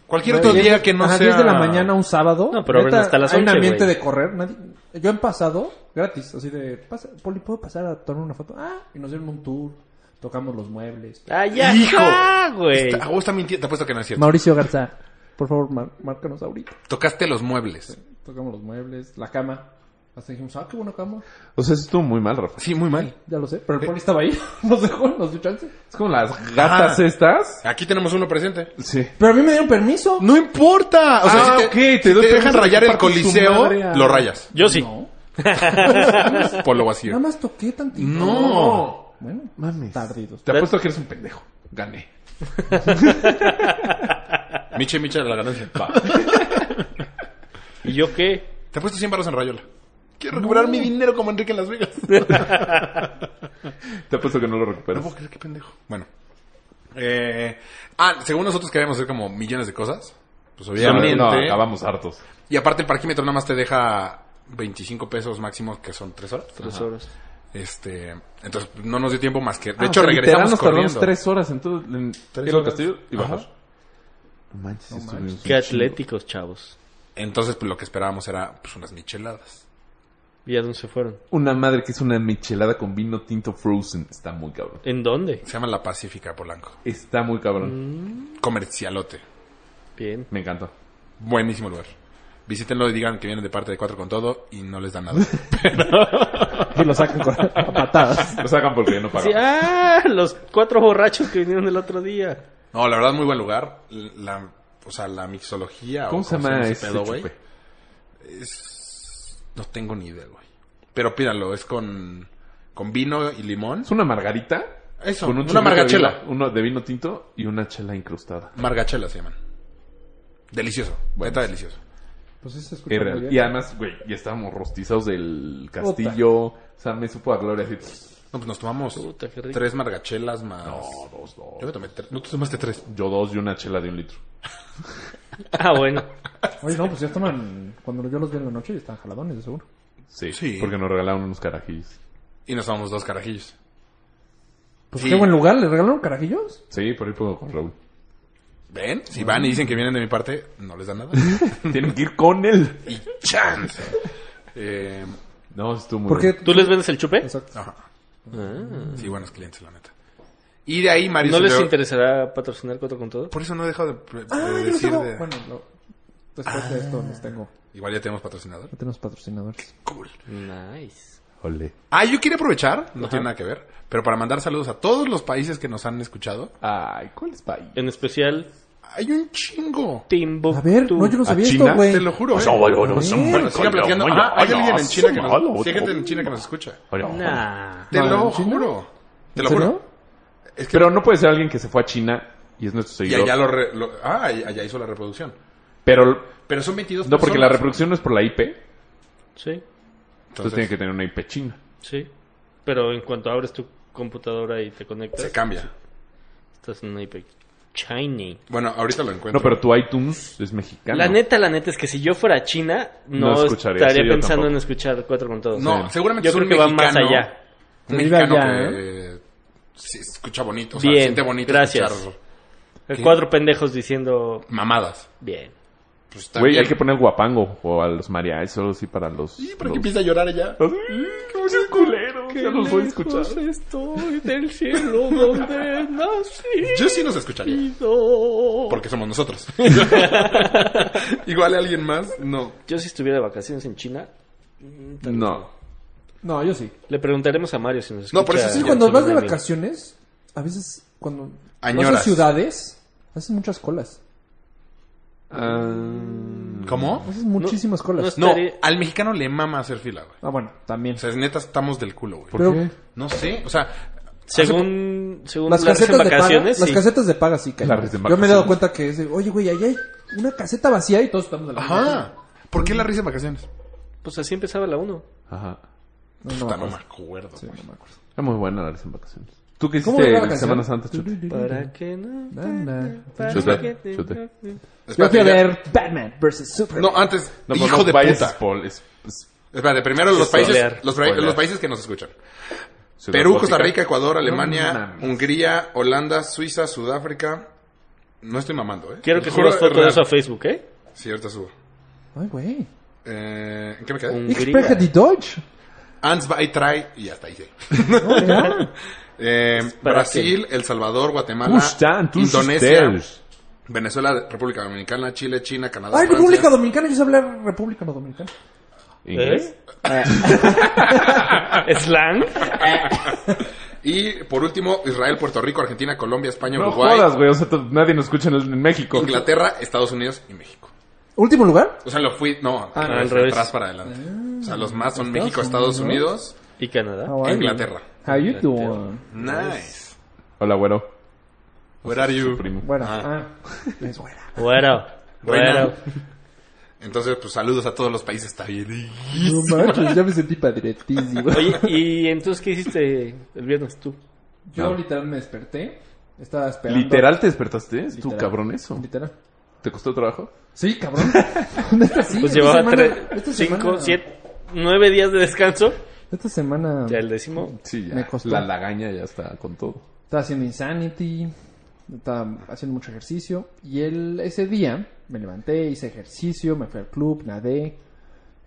Cualquier otro
Diez-
día que no
ajá,
sea...
10 de la mañana un sábado.
No, pero abren hasta las
Hay un
11,
ambiente
güey.
de correr. nadie- Yo en pasado, gratis, así de... Pasa, Poli, ¿puedo pasar a tomar una foto? Ah, y nos dieron un tour. Tocamos los muebles.
¡Ah, ya!
¡Hijo!
está, güey!
Está- a vos también te te apuesto que no es cierto.
Mauricio Garza, por favor, mar- márcanos ahorita.
Tocaste los muebles.
Tocamos los muebles, la cama. Hasta dijimos, ah, qué buena cama.
o sea, eso estuvo muy mal, Rafa.
Sí, muy mal.
Ya lo sé, pero el poli estaba ahí. Nos dejó, nos dio chance.
Es como las gatas
Ah.
estas.
Aquí tenemos uno presente.
Sí.
Pero a mí me dieron permiso.
No importa. O sea, si
Ah,
te,
ok, te
si
doy
te dejan
permiso de
rayar el
parte de tu
coliseo,
madre ah. a-
lo rayas.
Yo sí.
No.
Por lo
Nada
vacío.
más toqué tantito.
No.
Bueno,
Mames.
tarditos.
Te apuesto que eres un pendejo. Gané.
Miche, miche, la ganancia.
¿Y yo qué?
Te he puesto 100 baros en Rayola. Quiero recuperar mi dinero como Enrique en Las Vegas.
Te apuesto que no lo
No
recuperas.
puedo creer, qué pendejo. Bueno. Eh, ah, según nosotros queríamos hacer como millones de cosas. Pues obviamente.
no, acabamos hartos.
y aparte el parquímetro nada más te deja 25 pesos máximo, que son 3 horas.
Tres horas.
Este, entonces no nos dio tiempo más que... De
Ah,
hecho,
o sea, literal
regresamos
nos
corriendo.
tardamos tres horas en todo. En ir al
horas.
castillo y
Ajá.
bajar. No manches, estuvimos un
Qué
chingo.
atléticos, chavos.
Entonces pues, lo que esperábamos era pues, unas micheladas.
¿Y a dónde se fueron?
Una madre que hizo una michelada con vino tinto frozen. Está muy cabrón.
¿En dónde?
Se llama La Pacífica Polanco.
Está muy cabrón.
Comercialote.
Bien.
Me encantó.
Buenísimo lugar. Visítenlo y digan que vienen de parte de Cuatro con todo y no les dan nada.
Y lo sacan con a patadas.
Lo sacan porque ya no
Sí,
pagamos.
¡Ah! Los cuatro borrachos que vinieron el otro día.
No, la verdad, muy buen lugar. La, o sea, la mixología. o
¿Cómo se
como
llama
ese
ese
pedo, güey?
chupe?
Es- No tengo ni idea, güey. Pero pídanlo, es con, con vino y limón.
Es una margarita.
Eso,
con un
una
chorrito de
margachela.
vino- uno de vino tinto y una chela incrustada.
Margachela se llaman. Delicioso. Está delicioso.
Pues eso escucha
Es
muy
real.
bien.
Eh, Y además, güey, ya estábamos rostizados del castillo. O sea, me supo a gloria así.
No, pues nos tomamos
Puta, qué rico.
tres margachelas más.
No, dos,
Yo
dos.
me tomé tres. No, tú tomaste tres.
Yo dos y una chela de un litro.
Ah, bueno.
Oye, no, pues ya toman... Cuando yo los vi en la noche ya están jaladones, de seguro.
Sí,
Sí.
Porque nos regalaron unos carajillos.
Y nos tomamos dos carajillos.
Pues
Sí.
qué buen lugar. ¿Le regalaron carajillos?
Sí, por ahí puedo con Raúl.
¿Ven? Si van y dicen que vienen de mi parte, no les dan nada.
Tienen que ir con él.
y chance. Eh,
No, estuvo muy
¿Por qué?
bueno.
¿Tú les vendes el chupe?
Exacto.
ajá. Sí, buenos clientes, la neta. Y de ahí, Mario.
¿No
se
les
dio-
interesará patrocinar Cuatro con Todo?
Por eso no he dejado de, pre- de
Ah, yo los
decir
tengo.
de-
Bueno, lo- después de esto los tengo.
Igual ya tenemos patrocinador.
No tenemos patrocinadores.
Cool.
Nice.
Ole.
Ah, yo quería aprovechar, no tiene nada que ver, pero para mandar saludos a todos los países que nos han escuchado.
Ay, ¿cuál es país?
En especial
Hay un chingo.
Timbuktu.
A ver, no, yo no
¿A
sabía
China?
esto, güey.
Te lo juro.
O
eh.
sea, bueno, Pues no,
Bueno,
son muy
siga platicando.
coño,
Ah, hay
vaya,
alguien en China que
son
nos,
malo,
sí, hay gente
otro.
en China que nos escucha.
Nah.
Te
No,
lo
¿en China?
juro. Te lo
¿En
juro.
serio?
Es que
Pero no puede ser alguien que se fue a China y es nuestro
y
seguidor.
allá lo, re- lo- ah, allá hizo la reproducción.
Pero
Pero son 22
no, porque la
personas.
reproducción no es por la IP. Entonces,
Sí,
Entonces,
tiene que tener una IP china.
sí. Pero en cuanto abres tu computadora y te conectas,
se cambia.
estás en una IP Chinese.
Bueno, ahorita lo encuentro.
No, pero tu iTunes es mexicano.
La neta, la neta es que si yo fuera China, no,
No escucharía,
estaría
sí, yo
pensando
tampoco.
en escuchar cuatro con todos.
No,
Sí.
seguramente
Yo
es
creo
un
que va más
mexicano.
allá.
Un
Que vive
mexicano
allá,
que se escucha bonito. O sea,
Bien,
siente bonito
gracias.
escuchar
Eh, Cuatro pendejos diciendo,
mamadas.
bien.
Pues está
Güey,
bien.
hay que poner guapango o a los mariachis, solo sí para los.
Sí, para que
los-
empiece a llorar ella.
los- ¡Qué culeros! Ya los voy a escuchar.
estoy del cielo donde nací.
Yo sí nos escucharía. Porque somos nosotros. Igual a alguien más, no.
Yo si estuviera de vacaciones en China, mm, tal vez
No.
No, yo sí.
Le preguntaremos a Mario si nos escucha.
No, por eso sí,
Sí,
Ya,
cuando vas de
Tsunami.
vacaciones, a veces cuando
Añoras.
vas a ciudades, haces muchas colas.
¿Cómo?
Haces muchísimas colas.
no
No,
Estaría-
al mexicano le mama hacer fila, güey.
Ah, bueno, también.
O sea, es neta, estamos del culo, güey.
¿Por
Pero-
qué?
No sé, o sea,
Según, según
Las
Lars en
casetas, de paga,
vacaciones,
las
sí.
casetas de paga sí caen.
Las de
Yo me he dado
vacaciones.
cuenta que es de, oye, güey, allá hay una caseta vacía y todos estamos de la
ajá. ¿Por qué la risa en vacaciones?
pues así empezaba la 1.
Ajá.
No, no,
Puta,
me
no me
acuerdo.
acuerdo.
pues, Sí, no me acuerdo.
Era muy buena la en vacaciones. ¿Tú qué
¿Cómo va
hiciste
la
la
canción?
Este, Semana Santa, Chuy?
Para que no...
Na, na.
Chute,
que te-
chute.
Yo
Espérate,
fui
ya-
a ver Batman vs. Superman.
No, antes,
No, pues,
hijo
no
de
vayas
puta.
spoil- es- es-
Espérate, primero los
Spoiler.
países, los, pra-
Spoiler.
los países que nos escuchan.
Ciudad
Perú,
Gótica.
Costa Rica, Ecuador, Alemania,
mames.
Hungría, Holanda, Suiza, Sudáfrica. No estoy mamando, ¿eh?
Quiero que
Juro,
subas fotos
real.
de eso a Facebook, ¿eh?
Sí, ahorita subo.
Ay, güey.
Eh, ¿En qué me quedé?
Un-
Ich
Hungría.
spreche die Deutsch.
Ans by try y hasta ahí. sí.
No, ya.
Eh,
para
Brasil, El Salvador, Guatemala,
Tú están, tú
Indonesia,
ustedes.
Venezuela, República Dominicana, Chile, China, Canadá.
Ah,
Ay,
Francia.
República Dominicana. Yo sé hablar República no Dominicana.
¿Inglés?
¿Eh? ¿Slang?
Y por último, Israel, Puerto Rico, Argentina, Colombia, España,
No
Uruguay,
jodas, güey. O sea, t- nadie nos escucha en, el- en México.
Inglaterra, Estados Unidos y México.
¿Último lugar?
O sea, lo fui, no,
Ah,
al
no,
revés,
al
de
revés.
atrás para adelante. O sea, los más son
Estados
México, Estados Unidos,
¿Y Canadá?
Oh,
e
ay,
Inglaterra.
How you doing?
Nice.
Hola, güero.
Where are you?
Primo.
Bueno, ah.
Ah.
Es buena.
Bueno,
Buena.
bueno.
Entonces, pues saludos a todos los países, está bien.
No manches, ya me sentí padretísimo.
Oye, ¿y entonces qué hiciste el viernes tú?
Yo
No.
literal me desperté. Estaba esperando.
¿Literal te despertaste? Es tu
Literal.
cabrón eso.
Literal.
¿Te costó trabajo?
Sí, cabrón. Neta, sí,
Pues
esta
llevaba
semana-
tres,
esta
cinco,
semana-
siete, nueve días de descanso.
Esta semana
Ya el décimo.
Sí, ya.
Me costó.
La lagaña ya está con todo.
estaba haciendo Insanity. Estaba haciendo mucho ejercicio. Y él, ese día me levanté, hice ejercicio, me fui al club, nadé.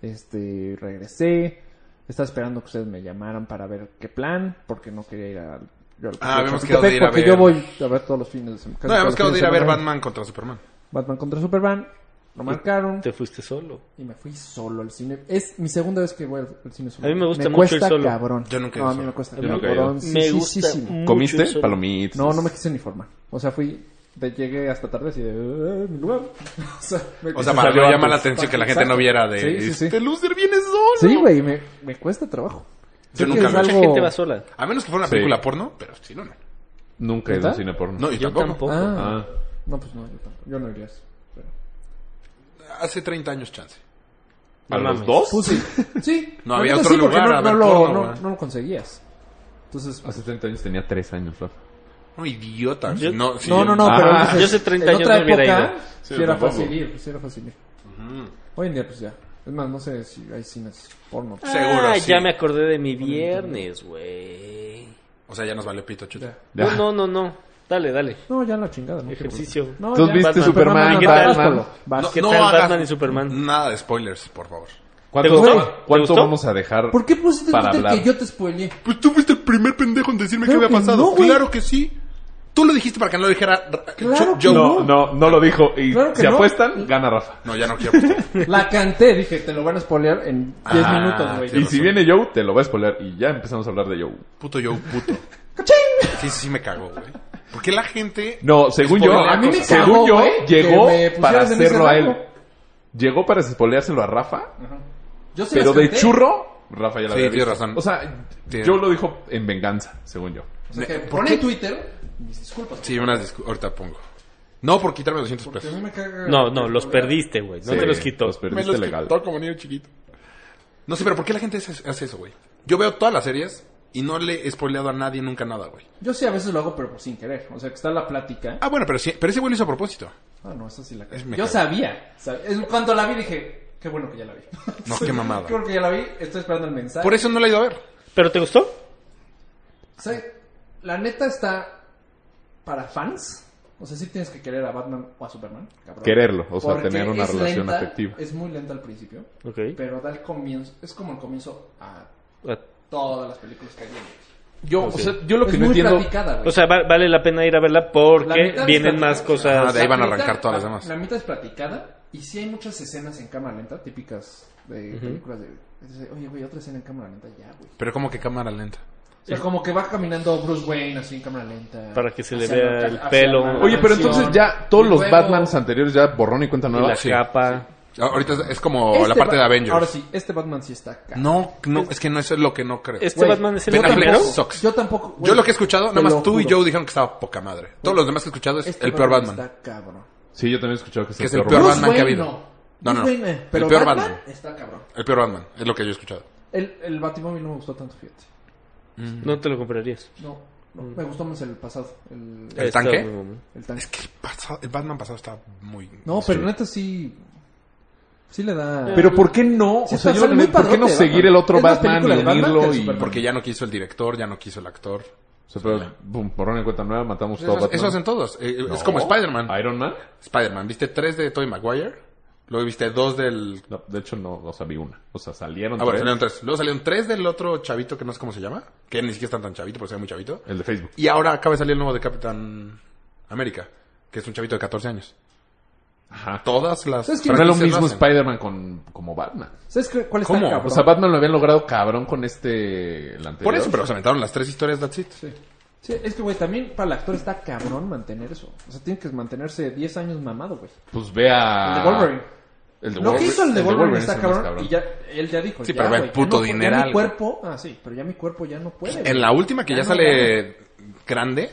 Este, regresé. Estaba esperando que ustedes me llamaran para ver qué plan, porque no quería ir al. yo al-
Ah, habíamos quedado de ir a
porque
ver-
yo voy a ver todos los fines de semana.
No, hemos
que
quedado de ir a ver Batman contra Superman.
Batman contra Superman. Lo marcaron.
Te fuiste solo.
Y me fui solo al cine. Es mi segunda vez que voy al al cine solo.
A mí me gusta mucho
cuesta
ir solo.
cabrón.
Yo nunca he
No,
ido
a mí me
solo.
cuesta
Yo nunca he
cabrón.
ido.
Sí,
Me
sí,
gusta
sí, sí.
mucho
¿Comiste?
ir solo.
Palomitas.
No, no me quise ni formar. O sea, fui... de- llegué hasta tarde así de... "Ah, mi lugar. O sea, me-
O sea, para
salió
no llamar la
antes.
atención que la
Exacto.
gente no viera de...
Sí, sí, sí.
Este loser viene solo.
Sí, güey, me, me cuesta trabajo.
Yo
Creo
nunca
que
lo he
es
hecho.
Mucha
algo-
gente va sola.
A menos que fuera una
Sí.
película porno, pero si no, no.
Nunca he ido a
¿Neta?
un cine porno.
No, y
Yo
tampoco.
tampoco.
Ah.
Ah.
No, pues no, yo, tampoco. yo no iría a eso. Pero-
Hace 30 años chance.
¿A
No
los
mames.
dos?
Pues sí. Sí.
No
La
había
neta
otro
sí, porque
lugar
no,
a
no
ver
lo,
porno,
no-
güey.
no lo conseguías. Entonces...
Hace 30 años tenía 3 años, Rafa.
No, idiota.
Yo-
No, sí,
No, no, no,
Ah.
pero entonces,
Yo hace 30
en
años
otra
no hubiera
época,
ido.
Sí,
Sí,
era
tampoco.
fácil ir, sí era fácil ir. Hoy en día, pues ya. Es más, no sé si hay cines porno.
Seguro,
ah,
sí.
ya me acordé de mi viernes, güey.
O sea, ya nos valió pito, chuta.
No, no, no, no. Dale, dale.
No, ya la chingada. No
Ejercicio.
No,
Tú
ya.
viste
Batman.
Superman,
¿Qué
Batman,
tal?
Batman.
Batman. Vas.
¿Qué tal Batman y Superman?
Nada de spoilers, por favor.
¿Cuánto,
gustó?
cuánto-
¿Te
cuánto
gustó?
vamos a dejar?
¿Por qué pusiste en
Para
Twitter
hablar.
que yo te spoileé?
Pues tú fuiste el primer pendejo en decirme
Claro
qué había
que
pasado.
no, güey.
claro que sí. Tú lo dijiste para que no lo dijera r-
Claro
Cho-
que
Joe.
No, no, no lo dijo. Y
Claro que
si
no.
apuestan, gana Rafa.
No, ya no quiero. apostar.
La canté, dije, te lo van a spoilear en 10
Ah,
minutos, güey.
sí.
Y si
razón.
viene Joe, te lo va a spoiler. Y ya empezamos a hablar de Joe.
puto Joe, puto. Sí, sí, sí me cagó, güey. ¿Por qué la gente...
No, según yo,
Spoiler, a mí me
según
cagó,
yo,
güey, que
llegó
me pusieras
para
en ese
hacerlo a
rango.
él. Llegó para spoileárselo a Rafa,
Yo sí
pero
las
de
canté.
churro, Rafa ya la
Sí,
había
tienes
visto.
razón.
O sea,
Tienes-
yo lo dijo en venganza, según yo.
O sea, que
¿Por
pon
qué?
en Twitter. Mis disculpas.
Sí, unas discu- ahorita pongo. No por quitarme 200
Porque a
pesos.
mí me caga...
No, no, los perdiste, güey. No
Sí,
te los quitó.
Los
Me
perdiste
los
legal.
quitó como niño chiquito. No sé, pero ¿por qué la gente hace hace eso, güey? Yo veo todas las series y no le he spoileado a nadie nunca nada, güey.
Yo sí a veces lo hago, pero por sin querer. O sea, que está la plática.
Ah, bueno, pero, sí- pero ese güey lo hizo a propósito.
Ah, no, eso sí la
Es
cagué.
me
Yo
cago.
sabía. sab- es- Cuando la vi dije, qué bueno que ya la vi.
No, qué mamada.
Qué bueno que ya la vi. Estoy esperando el mensaje.
Por eso no la he ido a ver.
¿Pero te gustó?
O sea, la neta está para fans. O sea, sí tienes que querer a Batman o a Superman. Cabrón.
Quererlo, o sea,
Porque
tener una
es
relación
lenta,
afectiva.
Es muy lenta al principio,
Ok.
pero da el comienzo. Es como el comienzo a
Ah,
todas las películas que hay.
Yo, o sea, yo lo que
Pues es
no
muy
entiendo.
platicada, güey.
O sea, va- vale la pena ir a verla
La
porque
mitad es
vienen
platicada.
más
Ah,
cosas.
de ahí
La
van a
mitad-
arrancar todas las
la-
demás.
La mitad es platicada y sí hay muchas escenas en cámara lenta, típicas de películas de... dices, Oye, güey, otra escena en cámara lenta, ya, güey.
Pero como que cámara lenta.
O sea, como que va caminando Bruce Wayne así en cámara lenta.
Para que se le
hacia
vea
la-
el
hacia
pelo.
la
Oye, pero
mansión.
entonces ya todos
Y
los
luego-
Batmans anteriores ya borrón y cuenta
Y la
nueva.
sí.
capa.
Ah, Ahorita es- es como la
Este
parte de
Ba-
Avengers.
Ahora sí, este Batman sí está acá.
No, no, es que no eso es lo que no creo.
¿Este
Güey,
Batman es el
Ben Affleck
primero?
sucks.
Yo tampoco. güey,
Yo lo que he escuchado,
te
nada más
lo
tú y
juro.
Joe dijeron que estaba poca madre. Todos los demás que he escuchado es
Este
el peor Batman.
Está cabrón.
Sí, yo también he escuchado que,
Que es el peor
Bruce
Batman que ha
Wayne,
habido. No, no,
No, Bruce
no.
Wayne, eh, pero
el peor
Batman,
Batman.
está cabrón.
El peor Batman, es lo que yo he escuchado.
El, el Batimóvil no me gustó tanto, fíjate.
No te lo comprarías.
No, no, me gustó más el pasado. El,
¿El
Está
tanque?
muy bueno.
el tanque.
Es que el, pasado- el Batman pasado está muy...
No, pero neta sí. Sí le da.
Pero ¿por qué no?
Sí,
o sea,
está-
yo
sale muy
¿por qué no
padrote,
seguir
Batman?
el otro
Es más
Batman
película de
y
Batman que de
unirlo y
Superman.
Porque ya no quiso el director, ya no quiso el actor.
O sea, pero, boom, borrón y cuenta nueva, matamos todo
Eso,
Batman.
eso hacen todos. Eh, eh, Es
No.
como Spider-Man.
Iron Man.
Spider-Man, viste tres de Tobey Maguire, luego viste dos del...
No, de hecho, no, o sea, vi una. O sea, salieron.
Ah, bueno,
tres.
salieron tres. Luego salieron tres del otro chavito que no sé cómo se llama, que ni siquiera están tan chavito, pero se ve muy chavito.
El de Facebook.
Y ahora acaba de salir el nuevo de Capitán América, que es un chavito de 14 años.
Ajá.
Todas las...
¿Sabes quién
Pero no es lo
franquicias
mismo
hacen.
Spider-Man con, como Batman.
¿Sabes qué- cuál está
¿Cómo?
cabrón?
O sea, Batman lo habían logrado cabrón con este. El anterior.
Por eso, pero se aventaron las tres historias, that's it.
Sí, es que, güey, también para el actor está cabrón mantener eso. O sea, tiene que mantenerse 10 años mamado, güey.
Pues vea.
El de Wolverine.
El de
Lo que
Wolverine-
hizo el de
el
Wolverine
es
está
el más
cabrón, y ya él ya dijo.
Sí,
ya,
pero ve,
güey, ya
puto
no- ya
dineral, güey.
Mi cuerpo, ah, sí, pero ya mi cuerpo ya no puede. güey.
En la última que
Ya
ya,
no
sale grande,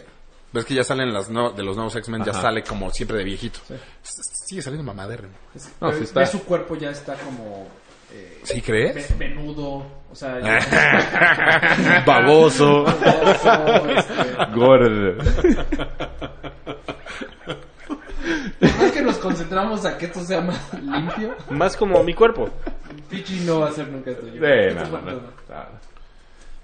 ves que ya salen las no- de los nuevos X-Men, ya
Ajá.
sale como siempre de viejito. S- Sigue saliendo mamadero.
Es-
No,
pero
sí está.
ve su cuerpo ya está como eh,
¿Sí crees?
ve- venudo, o sea, ya-
Baboso.
oso, este,
Gordo.
por más que nos concentramos a que esto sea más limpio,
Más como mi cuerpo.
Pichi no va a ser nunca esto. yo-
Sí,
esto
no,
es
no,
bueno,
no.
todo.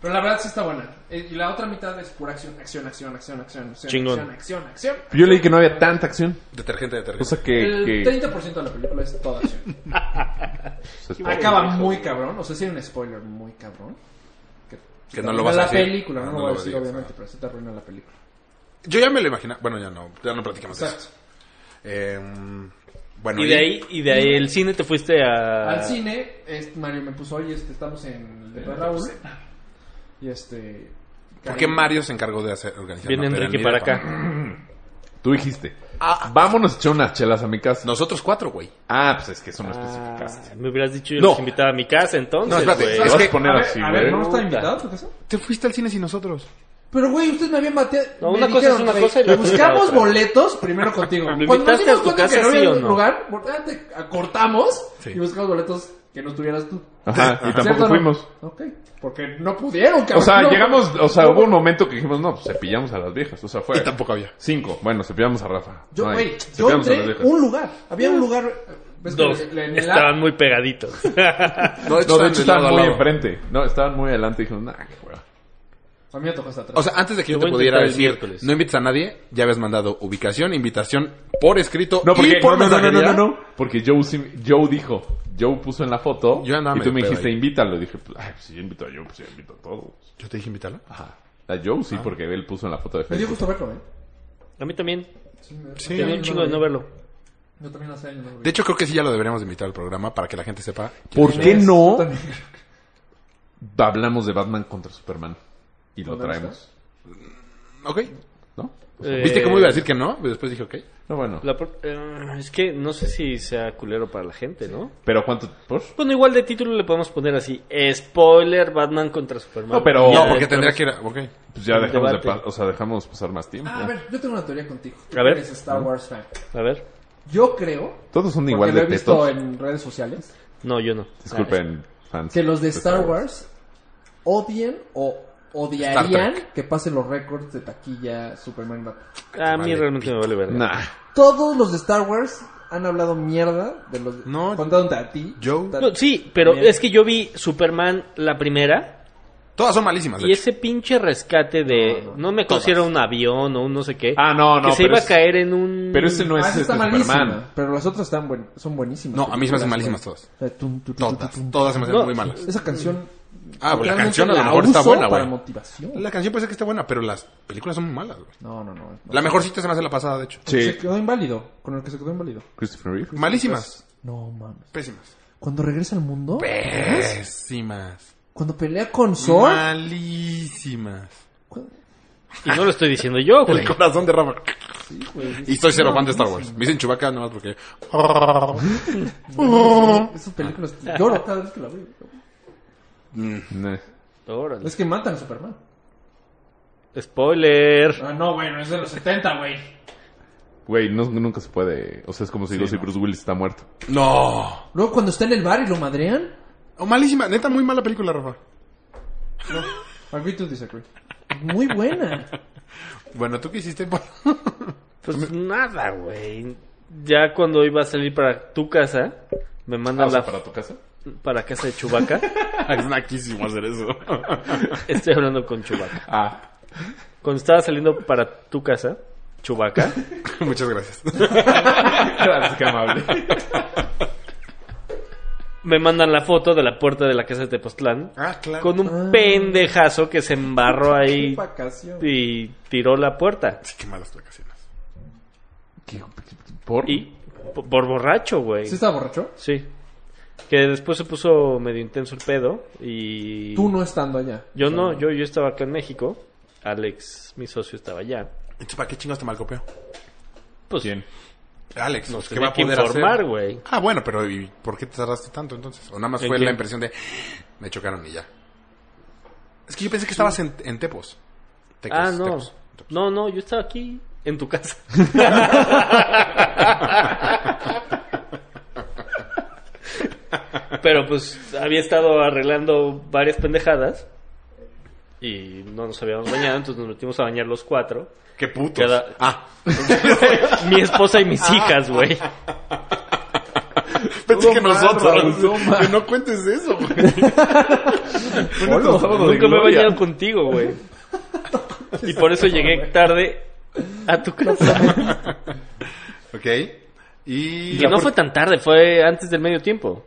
Pero la verdad sí está buena. Eh, Y la otra mitad es pura acción, acción, acción, acción, acción, acción,
Chingón.
acción, acción, acción.
Yo leí que no había tanta acción.
Detergente, detergente.
Cosa que. que-
El 30% de la película es toda acción.
se espera.
Acaba muy cabrón, o sea, sí hay un spoiler muy cabrón. Que,
Que
te
no lo
arruina
vas a
la
decir.
película, no,
Ah,
lo
no
voy a
lo
decir
digas,
obviamente,
ah.
pero sí te arruina la película.
Yo ya me lo imaginaba. Bueno, ya no, ya no platicamos de
Exacto.
eso. Eh, bueno,
Y de ahí, y de ahí el cine te fuiste a...
Al cine, este, Mario me puso, oye, este, estamos en el de Raúl. Y este...
¿Por qué Mario se encargó de hacer organizar?
Viene
una
Enrique para
pirámide
acá.
Tú dijiste. Vámonos a echar unas chelas a mi casa.
Nosotros cuatro, güey.
Ah, pues es que eso no especificaste.
Ah, Me hubieras dicho yo
No.
los invitaba a mi casa
No,
entonces,
espérate,
güey.
Te
Es
vas
que-
a poner
A ver,
así,
a ver,
güey.
¿no
Puta.
está invitado a tu casa?
Te fuiste al cine sin nosotros.
Pero, güey, ustedes me habían bateado.
No,
me
una cosa es una
güey,
cosa y la otra es la
Buscamos
otra.
boletos primero contigo.
¿Lo
Cuando nos
invitaste a
dimos
tu
cuenta que
casa,
no
sí
había
o
un
no?
lugar, volteate, acortamos
Sí.
y buscamos boletos que no tuvieras tú.
Ajá, y
¿Cierto
tampoco
o no?
fuimos.
Ok, porque no pudieron, cabrón.
O sea,
No,
llegamos, o sea,
no,
hubo un momento que dijimos, no, pues cepillamos a las viejas. O sea, fue.
Pues.
Y tampoco había.
Cinco. Bueno, cepillamos a Rafa.
Yo,
No hay.
güey, yo
Cepillamos a las
entré
viejas.
un lugar. Había un lugar. eh, ¿Ves que
Dos.
le- le- en el app?
Estaban muy pegaditos.
No,
No, de hecho
estaban
estaban
lado a
muy
lado.
enfrente. No, estaban muy adelante. Dijimos, nah, qué hueva.
A mí me tocó hasta atrás.
O sea, antes de que yo
Lo
te
voy a
pudiera
intentar el
decir,
miércoles.
no invites a nadie, ya habías mandado ubicación, invitación por escrito
No, porque
y por
no, no, no, no,
mensajería.
no, no, porque Joe, sí- Joe dijo, Joe puso en la foto
Yo andaba
y tú
medio
me
pedo
dijiste
ahí.
invítalo. Dije, pues, ay, pues si yo invito a Joe, pues yo invito a todos.
Yo te dije invitarla.
Ajá. A Joe sí, porque él puso en la foto de
me dio
Facebook.
gusto verlo, ¿eh?
A mí también.
Sí, me-
Sí.
Tenía un chingo de no verlo.
Yo también hace años no lo vi.
De hecho, creo que sí ya lo deberíamos de invitar al programa para que la gente sepa.
¿Por qué
Es-
no
también.
hablamos de Batman contra Superman? Y lo
este? ¿Dónde
traemos,
Ok.
¿no?
¿Viste
Eh,
cómo iba a decir que no? Pero después dije, ok.
No, bueno.
la pro- eh, es que no sé si sea culero para la gente, ¿no?
Pero ¿cuánto? ¿Por?
Bueno, igual de título le podemos poner así: Spoiler Batman contra Superman.
No,
No,
pero-
Ya,
porque
entramos-
tendría que ir a... Ok.
Pues ya
El
dejamos de
debate.
pa- o sea, dejamos pasar más tiempo.
Ah, a ver, yo tengo una teoría contigo. Tú
A ver.
que eres Star Wars fan.
A ver.
Yo creo,
Todos son
porque
igual
lo
de
he visto
tetos.
en redes sociales,
No, yo no.
Disculpen, fans.
que los de
Pues,
Star Wars odian o odiarían que pasen los récords de taquilla Superman y Batman.
A mí
Vale,
realmente me vale ver.
Nah.
Todos los de Star Wars han hablado mierda de los...
No.
Contándote a ti.
Joe.
Ta-
No, sí, pero
Bien.
es que yo vi Superman la primera.
Todas son malísimas. de
Y
hecho.
ese pinche rescate de. No, me considero un avión o un no sé qué.
Ah, no, no.
que se
pero
iba a
es-
caer en un.
Pero ese no
Ah,
es
esa
este
está
Superman.
malísima, pero las otras están buen- son buenísimas.
No, a mí se me hacen malísimas
Películas,
todas.
güey. O sea, tum, tu, tu, tu,
Todas.
tu, tu.
Todas se me hacen
No.
muy malas.
Esa canción...
Ah, pues la
realmente
canción a lo
la
mejor está
uso
buena,
para
güey.
motivación.
La canción parece que está buena, pero las películas son muy malas, güey.
No, no, no. no.
La mejorcita se me hace la pasada, de hecho.
Se
Sí.
quedó inválido. Con el que se quedó inválido.
Christopher Reeve.
Malísimas.
No, mames.
Pésimas.
Cuando regresa al mundo...
Pésimas.
Cuando pelea con Zor...
Malísimas.
cu-
Y no lo estoy diciendo yo, güey.
El corazón de Rafa.
Sí, güey.
Y soy cero fan de Star Wars. Me dicen Chewbacca nomás porque...
Esas películas... Lloro cada vez que la veo.
Nah.
Órale.
Es que matan a Superman.
Spoiler.
Ah, no, bueno, es de los 70, güey.
Güey, no- nunca se puede. O sea, es como si digo si Bruce Willis está muerto.
No.
Luego cuando está en el bar y lo madrean...
Oh, malísima. Neta, muy mala película, Rafa.
Agree to disagree. Muy buena.
Bueno, ¿tú qué hiciste?
Pues nada, güey. Ya cuando iba a salir para tu casa, me mandan la.
¿Para tu casa?
para casa de Chubaca.
es naquísimo hacer eso.
Estoy hablando con Chubaca.
Ah.
Cuando estaba saliendo para tu casa, Chubaca.
Muchas gracias.
Gracias, qué amable.
me mandan la foto de la puerta de la casa de Tepoztlán.
Ah, claro.
Con un
Ah.
pendejazo que se embarró ahí
Qué vacación.
y tiró la puerta.
Sí, qué malas vacaciones.
¿Qué- ¿Por?
Y po- por borracho, güey.
¿Sí estaba borracho?
Sí. Que después se puso medio intenso el pedo y...
Tú no estando allá.
Yo no, yo, yo estaba acá en México. Alex, mi socio, estaba allá.
Entonces, ¿para qué chingos te malcopió?
Pues
¿Quién?
Alex, pues, ¿qué va
tenía
a
que
poder
informar,
hacer?
güey.
Ah, bueno, pero ¿y por qué te tardaste tanto entonces? O nada más
¿En
fue
qué?
la impresión de... Me chocaron y ya. Es que yo pensé que estabas en, en Tepos. Tecos,
Ah, no.
Tecos.
No, no, yo estaba aquí en tu casa. Pero pues había estado arreglando varias pendejadas y no nos habíamos bañado, entonces nos metimos a bañar los cuatro.
Qué putos.
Cada-
Ah,
Mi esposa y mis hijas, güey.
pensé que
mal,
nosotros.
Raúl, todo
que no cuentes eso, güey.
Hola, sábado de
Nunca me he
gloria.
bañado contigo, güey. Y por eso llegué tarde a tu casa.
ok. Y...
Que no fue tan tarde, fue antes del medio tiempo.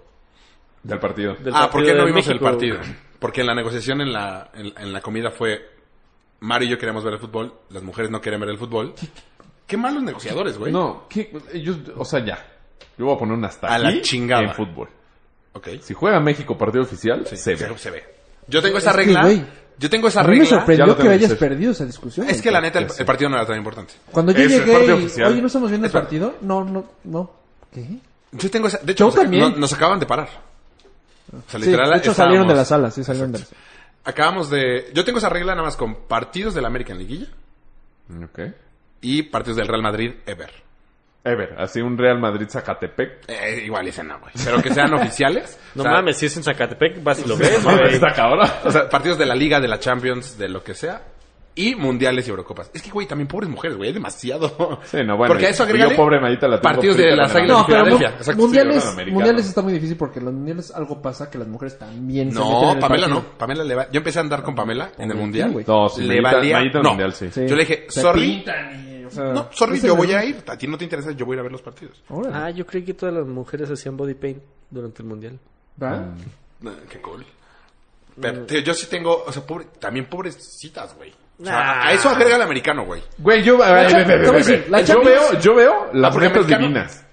Del partido.
del
ah, ¿por qué
partido
no
de
vimos el
México.
partido? Porque en la negociación, en la, en, en la comida fue... Mario y yo queríamos ver el fútbol, las mujeres no querían ver el fútbol. Qué malos negociadores, güey.
No, ¿qué? Ellos, o sea, ya. Yo voy a poner una hasta
A la
aquí
chingada.
en fútbol.
Ok.
Si juega México partido oficial, se ve.
Se, se ve. Yo tengo esa
Es que,
regla.
güey,
yo tengo esa
A mí me
regla.
ya lo
sorprendió que
tengo que
hayas
hacer.
perdido esa discusión.
Es que la
güey.
neta, el,
Ya sé.
el partido no era tan importante.
Cuando yo
Ese es
llegué
parte
y,
oficial.
Oye, ¿no estamos viendo el partido? No, no, no. ¿Qué?
Yo tengo esa. De hecho,
Yo
nos, ac-
también.
no- nos acaban de parar. O sea,
Sí,
literal,
de hecho
estábamos-
salieron de la sala, sí salieron de la sala.
Acabamos de. Yo tengo esa regla nada más con partidos del American Liguilla
Ok.
y partidos del Real Madrid Ever.
Ever, así un Real Madrid Zacatepec.
Eh, igual ese no, güey. Pero que sean oficiales.
No
O sea,
mames, si es en Zacatepec, vas y lo ves, güey.
Está cabrón.
O sea, partidos de la Liga, de la Champions, de lo que sea. Y mundiales y Eurocopas. Es que, güey, también pobres mujeres, güey. Es demasiado.
Sí, no, bueno,
Porque a eso
y- y
agrégale
yo, pobre Mayita, la tengo
partidos
frita
de
con
las
el
Águilas
No,
de
pero mu-
Filadelfia. Exacto, sí,
mundiales,
ganaron americano.
mundiales está muy difícil porque en los mundiales algo pasa que las mujeres también se meten en
No,
el
Pamela
partido.
no. Pamela le va... Yo empecé a andar con Pamela en el
Hombre,
mundial.
sí, güey.
No, sí,
le
Mayita-
valía.
Mayita
no.
mundial, sí.
Sí.
Yo le dije,
Se
sorry.
pintan y, o sea,
No, sorry,
ese
yo
me
voy a
gusta.
ir. A ti no te interesa, yo voy a ir a ver los partidos.
Órale.
Ah, yo creí que todas las mujeres hacían body paint durante el mundial.
¿Va?
Ah, Qué cool. Pero te- yo sí tengo, o sea, pobre, también pobrecitas, güey. O sea,
Nah.
a eso agrega el americano, güey.
Güey, yo, a ver,
cha-
ve, ve,
te voy a
ve,
decir,
ve.
la
yo
Champions-
veo, yo veo las
porque
mujeres
mexicano-
divinas.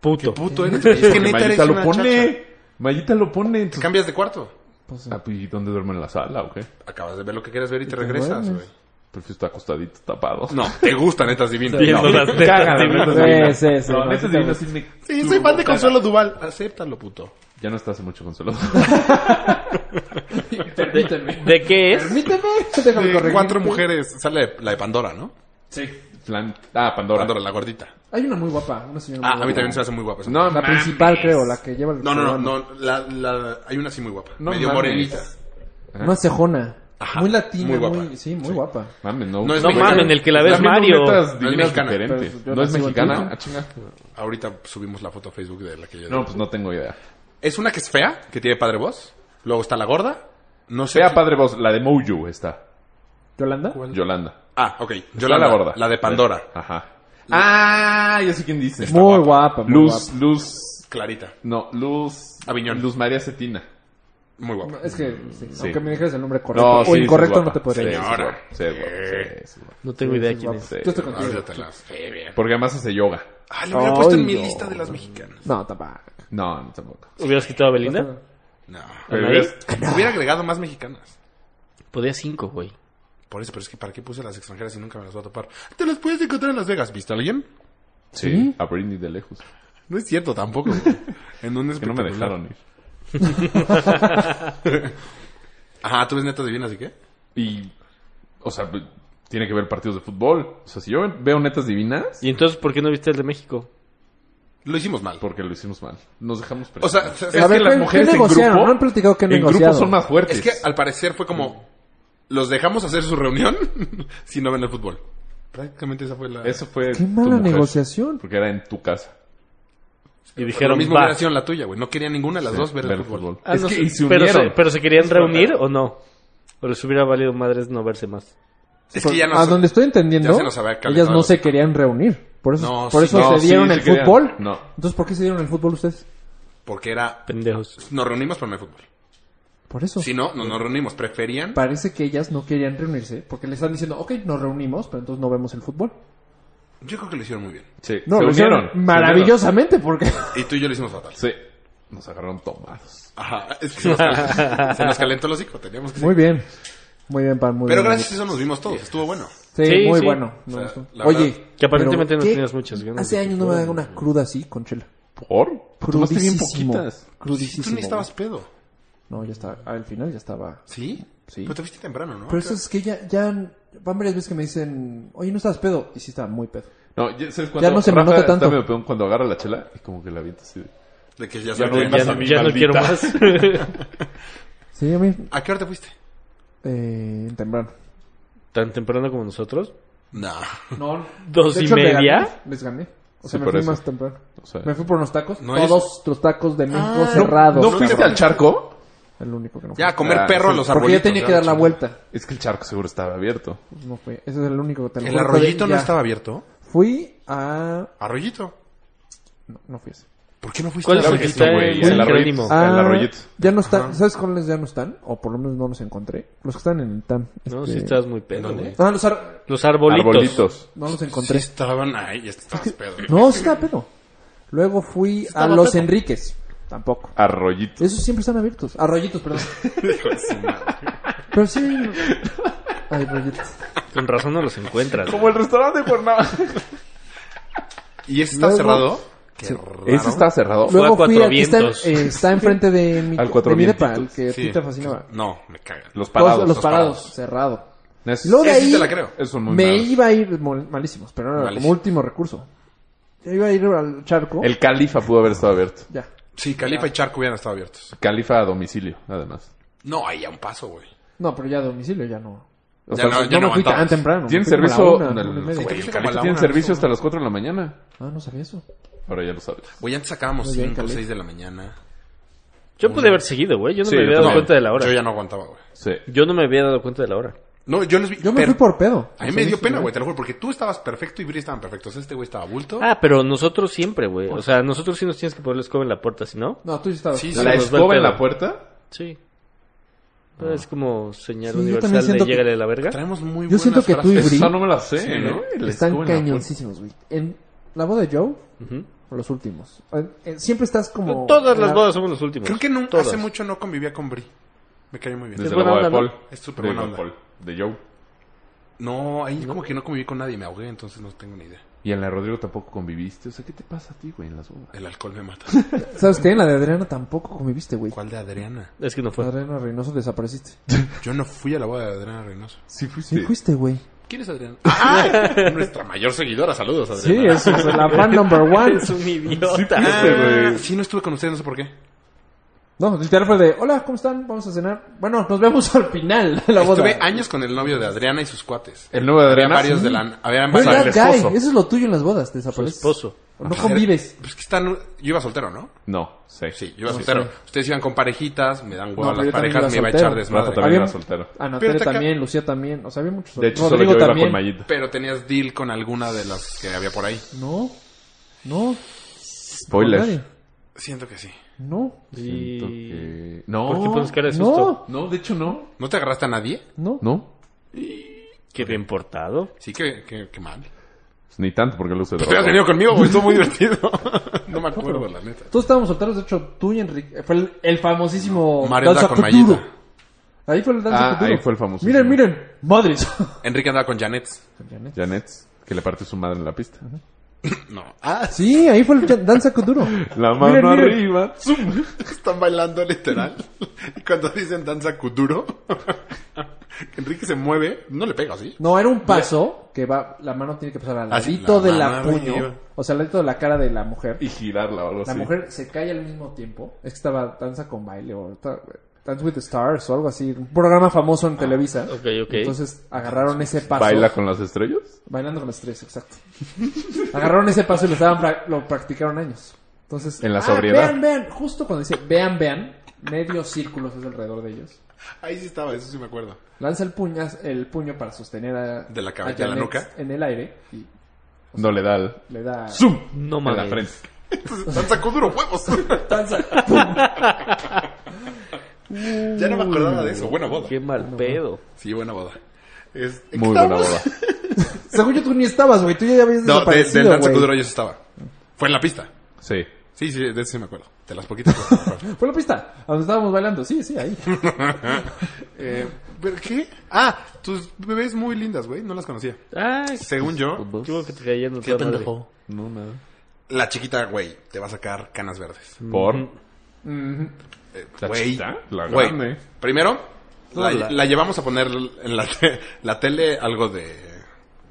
Puto.
Puto eres. Es que
Porque
neta eres
Mayita lo
una
pone.
chacha.
Mayita lo pone. en
Te
sus-
cambias de cuarto.
Pues,
Ah, pues, ¿y dónde duerme en la sala o qué?
Acabas de ver lo que quieres ver y te regresas,
duermes.
güey.
Prefiero estar acostadito, tapado.
No, te gustan estas divinas.
Viendo las tetas
cágame,
divinas.
no,
Sí, sí, sí.
No,
no,
neta
sí
es divino,
estamos-
sí me-
Sí, soy fan de Consuelo Duval. Acéptalo, puto.
Ya no está hace mucho consuelo.
Permíteme.
¿De qué es?
Permíteme. Déjame
De
corregir.
cuatro mujeres. Sale la de Pandora, ¿no?
Flan- Ah, Pandora.
Pandora, la gordita.
Hay una muy guapa. Una señora muy
Ah, a
guapa.
mí también se me hace muy guapa. esa.
No,
La
mames.
principal, creo, la que lleva el.
no, no, no. no, la, la- hay una sí muy guapa.
No
Medio
mames.
morenita.
Una cejona.
Ajá,
Muy latina.
muy
Muy
guapa.
Sí, muy guapa.
Mames, no.
No es
No
mexicana.
mames, en el que la ves
Están viendo
Mario.
netas
No es
divinas
mexicana.
diferentes.
Pero Pues yo
no es
nací en
mexicana.
Tulum.
Ah, chinga.
Ahorita subimos la foto a Facebook de la que yo...
No, pues no tengo idea.
Es una que es fea, que tiene padre voz. Luego está la gorda. No sé.
Sea
si-
padre vos, la de Moju está.
¿Yolanda?
Yolanda.
Ah, ok. Yo
Está
la,
la gorda.
La de Pandora.
Ajá. Ah, ya sé quién dice.
Muy guapa. muy
Luz,
guapa.
Luz.
Clarita.
No, Luz.
Aviñón.
Luz María Cetina.
Muy guapa.
Es que, sí,
Sí.
aunque me dijeras el nombre correcto o incorrecto, no te podría
decir.
decir.
Señora.
Sí, es guapa, sí, es guapa.
No tengo idea quién es.
Guapo. Yo estoy contigo.
Ahorita te las... Eh, bien.
Porque además hace yoga.
Ah, lo hubiera puesto en
Ay,
mi
no.
lista de las mexicanas.
No, tampoco.
No, no tampoco.
¿Hubieras quitado a Belinda?
No.
Pero
Anaí.
ves,
Hubiera agregado más mexicanas.
Podía cinco, güey.
Por eso, pero es que ¿para qué puse las extranjeras si nunca me las voy a topar? Te las puedes encontrar en Las Vegas. ¿Viste a alguien?
sí, a Britney de lejos.
No es cierto tampoco. güey. en un
Que no me
espectacular.
dejaron ir.
Ajá, tú ves netas divinas y qué?
Y, o sea, tiene que ver partidos de fútbol. O sea, si yo veo netas divinas,
¿Y entonces por qué no viste el de México?
Lo hicimos mal.
porque lo hicimos mal. Nos dejamos
O sea,
presionar.
¿sabes
ver,
qué?
¿qué- qué negociaron? No han platicado qué
en
negociaron.
grupo son más fuertes.
es que al parecer fue como los dejamos hacer su reunión si no ven el fútbol. Prácticamente esa fue la
Eso fue
Qué
tu
mala
mujer,
negociación.
Porque era en tu casa.
Y
lo
dijeron,
mismo
va.
hubiera sido en la tuya, güey. No quería ninguna de las dos ver, el fútbol.
Ah,
es
no
que
sé,
y se
pero,
unieron.
se, pero se querían reunir o no. O les hubiera valido madres no verse más.
Es que ya no
Pues, a
sé.
donde estoy
ya
entendiendo,
se nos había calentado
ellas no
los-
se querían reunir. Por eso,
No,
por
sí.
eso
No,
se dieron
sí,
el
se querían.
fútbol.
No.
Entonces, ¿por qué se dieron el fútbol ustedes?
porque era
Pendejos.
nos reunimos para ver fútbol.
Por eso.
Si no, no nos reunimos, preferían
Parece que ellas no querían reunirse porque le están diciendo, ok, nos reunimos, pero entonces no vemos el fútbol.
Yo creo que lo hicieron muy bien.
Sí,
No,
se
lo hicieron
unieron. se
maravillosamente porque...
Y tú y yo lo hicimos fatal.
unieron. Sí. Nos agarraron tomados.
Ajá, es que se nos, cal- se nos calentó el hocico, teníamos que
Muy bien. Muy bien, Pan, muy
Pero
bien.
gracias a eso nos vimos todos, estuvo bueno.
Sí,
Sí,
muy
sí.
bueno. me
sea,
gustó.
la verdad,
Oye,
que aparentemente
pero
no
¿qué?
tenías muchas ganas
Hace
de
años
que
no me
fueran,
da una
güey.
cruda así con chela.
¿Por? Tomaste bien
Crudísimo.
poquitas.
Sí,
Crudísimo.
tú ni estabas pedo.
No, ya estaba. Al final ya estaba.
¿Sí?
Sí.
Pero te viste temprano, ¿no?
Pero eso es que ya, ya van varias veces que me dicen, oye, no estabas pedo. Y sí estaba muy pedo.
No, ya, ¿sabes cuando
no se me
Rafa
nota
está
tanto.
medio peón cuando agarra la chela y como que la avienta así de...
De que ya
Ya
se
no-
me
Ya,
a
no-
mí,
ya no
maldita.
quiero más.
Sí, a mí,
¿A qué hora te fuiste?
eh, temprano.
Tan temprano como nosotros.
No.
No,
¿Dos y media?
Les gané. O
Sí,
sea, me
por
fui
eso.
más temprano.
O sea,
Me fui por unos tacos.
No,
Todos los tacos de México
Ah.
cerrados.
¿No fuiste
cabrón.
al charco?
El único que no fue.
Ya, a comer
Ah,
perro
sí.
a los arbolitos.
Porque ya tenía que
ya,
dar la
chingada.
vuelta.
Es que el charco seguro estaba abierto.
Pues no fue. Ese es el único que te lo
¿El
juro,
arroyito no
ya.
estaba abierto?
Fui a...
¿Arroyito?
No, no fui a ese.
¿Por qué no fuiste
¿Cuál es
al
el que
arroyito,
está
güey,
en
el
San
arroyito.
Jerónimo?
Ah, el arroyito.
Ya no están, ¿sabes cuáles ya no están? O por lo menos no los encontré. Los que están en el TAM.
No,
este-
si estabas muy pedo,
¿Dónde?
güey.
Ah, los ar-
Los arbolitos.
Arbolitos.
no los
Sí
encontré.
estaban ahí, ya estabas pedo.
No, sí estaba pedo. Luego fui a
estaba
Los
pedo.
Enríquez. Tampoco.
Arroyitos.
Esos siempre están abiertos. Arroyitos, perdón.
Hijo de su madre.
Pero sí... Ay, rollitos.
Con razón no los encuentras. güey.
Como el restaurante de Cuernavaca.
¿Y ese está
Luego-
cerrado? Qué raro.
Ese está cerrado.
Fue
Luego
a
fui
Cuatro
al que está, en-
Vientos.
eh, está enfrente de mi,
Al Cuatro
de mi depa,
Vientitos.
el que a
Sí.
ti te fascinaba.
No, me cagan.
Los
Todos
parados.
los
los
parados,
parados.
cerrado.
Esos-
Luego de
Ese sí
ahí
te la creo.
esos son muy
me
malos.
iba a ir mol- malísimos, pero no, como
Malísimo.
último recurso. Yo iba a ir al charco.
El califa pudo haber estado abierto.
Ya.
Sí, Califa y Charco hubieran estado abiertos.
Califa a domicilio, además.
No, ahí a un paso, güey.
No, pero ya a domicilio ya no.
O
Ya
sea,
no,
los-
ya no
me fui tan
aguantabas.
temprano. me
tienen
fui como a la
servicio.
una,
no,
una y
no,
media.
güey,
Sí,
el
como
Califa
a la
tienen
una,
servicio
¿no?
hasta las 4 de la mañana.
Ah, no sabía eso.
Ahora ya lo sabes.
Güey, antes acabábamos
Muy bien,
5 o
Califa.
6 de la mañana.
Yo pude haber seguido, güey. Yo no
Sí,
me
yo
había dado
también.
cuenta de la hora.
Yo ya no aguantaba, güey.
Sí.
Yo no me había dado cuenta de la hora.
No, yo les vi.
Yo me
per-
fui por ¿eh? pedo.
A mí me dio pena, güey, te lo juro, porque tú estabas perfecto y Bri estaban perfectos. Este güey estaba bulto.
Ah, pero nosotros siempre, güey. O sea, nosotros sí nos tienes que poner la escoba en la puerta, si no.
No, tú ya estabas.
Sí, sí.
Sí,
La
nos va el
escoba en
pedo.
la puerta.
Sí. Pero Ah, Es como señal
Sí, yo también
universal de
siento que-
llégale a la verga.
Traemos muy
Yo
buenas
siento que tú y
frases.
Bri
Esa no me la sé,
eh,
¿no? La
están
escoba en la
cañoncísimos, güey. En la boda de Joe,
Ujú.
los últimos. En- en- siempre estás como.
Todas las
la-
bodas somos los últimos.
Creo que no,
Todas.
hace mucho no convivía con Bri. Me cayó muy
puerta.
bien.
Desde
buena
la boda de
onda, ¿no?
Paul.
Es súper
De
buena
Paul. De Joe.
No, ahí como que no conviví con nadie, me ahogué, entonces no tengo ni idea.
Y en la Rodrigo tampoco conviviste. O sea, ¿qué te pasa a ti, güey, en las obras?
El alcohol me mata.
¿Sabes qué? En la de Adriana tampoco conviviste, güey.
¿Cuál de Adriana?
Es que no fue.
Adriana Reynoso desapareciste.
Yo no fui a la boda de Adriana Reynoso.
Sí, fuiste.
Sí, fuiste, güey.
¿Quién es Adriana? ¡Ah! Nuestra mayor seguidora, saludos,
Sí,
Adriana.
es, es la fan number one.
Es un idiota.
Ah, sí, no estuve con ustedes, no sé por qué.
No, literal fue de, hola, ¿cómo están? Vamos a cenar. Bueno, nos vemos al final de la boda.
Estuve años con el novio de Adriana y sus cuates.
El nuevo de
Había
Adriana.
varios
sí.
de la... Había
Güey,
varios-
that
el esposo.
guy, Eso es lo tuyo en las bodas,
Su
desapareces.
esposo.
No convives.
Pues que están... Yo iba soltero, ¿no?
No, sí.
Sí, yo iba soltero. Ustedes iban con parejitas, me dan hueva
No, pero
las
yo también iba
parejas, me iba a
soltero.
echar
Rafa
desmadre.
también
Había-
era soltero.
Pero
Anatolia
te ca-
Ah, también, Lucía también. O sea, había muchos.
De hecho, solo
Rodrigo
yo iba
también.
con Mayita.
Pero tenías deal con alguna de las que había por ahí.
No, no. con nadie.
Spoiler.
Siento que sí.
No,
Y...
Siento que- No.
¿Por qué pones cara de
no,
susto?
No, de hecho no.
¿No te agarraste a nadie?
no.
No.
Qué bien portado.
Sí, que, que, que mal.
Pues ni tanto porque lo se
Te has
drogó.
venido conmigo, güey. Estuvo muy divertido. no me acuerdo, la neta.
Todos estábamos solteros. De hecho, tú y Enrique. Fue el, el famosísimo.
Mario
Danza
andaba con
Futuro.
Mayita.
Ahí fue el danza
Ah,
Futuro.
ahí fue el famosísimo.
Miren, miren. Madres.
Enrique andaba con Janet.
Janet, que le parte su madre en la pista.
No. Ah,
sí, ahí fue el ya- danza Futuro.
La mano
Miren, miren.
arriba.
están bailando literal. Y cuando dicen danza kuduro, Enrique se mueve, no le pega, ¿sí?
No, era un paso que va. La mano tiene que pasar al
Ah, sí,
ladito
la
de la
mano
puño.
arriba.
O sea, al ladito de la cara de la mujer.
Y girarla o algo
Pues
La
así.
mujer se cae al mismo tiempo. Es que estaba Danza con Baile o ta- Dance with the Stars o algo así. Un programa famoso
Ah,
en Televisa.
ok, ok.
Entonces agarraron ese paso.
¿Baila con las estrellas?
Bailando con las tres, exacto. agarraron ese paso y lo, estaban pra- lo practicaron años. Entonces,
En la
ah,
sobriedad.
vean, vean. Justo cuando dice vean, vean. Medio círculo es alrededor de ellos.
Ahí sí estaba, eso sí me acuerdo.
Lanza el puño, el puño para sostener a,
De la cabeza a la
Janet
nuca.
en el aire y
No le da al...
le da
¡Zum!
No
En la
mames.
frente.
Danza kuduro, huevos.
danza.
ya no me acordaba de eso. Buena boda.
Qué mal pedo.
Sí, buena boda. Es, ¿en
Muy
qué
buena
estábamos?
boda.
Según yo tú ni estabas, güey, tú ya habías
No, de-
desaparecido,
del danza
güey.
kuduro yo sí estaba. Fue en la pista.
Sí.
Sí, sí, de eso sí me acuerdo. De las poquitas cosas que me acuerdo.
Fue la pista, a donde estábamos bailando, sí, sí, ahí.
Eh, ¿Pero qué? Ah, tus bebés muy lindas, güey. No las conocía.
Ay,
Según yo,
qué bueno que te cayeron toda madre.
No, nada.
la chiquita, güey, te va a sacar canas verdes.
¿Por?
Eh,
¿La
Güey,
chiquita? La
güey,
grande.
Primero, la,
la-
la llevamos a poner en la, te- la tele algo de.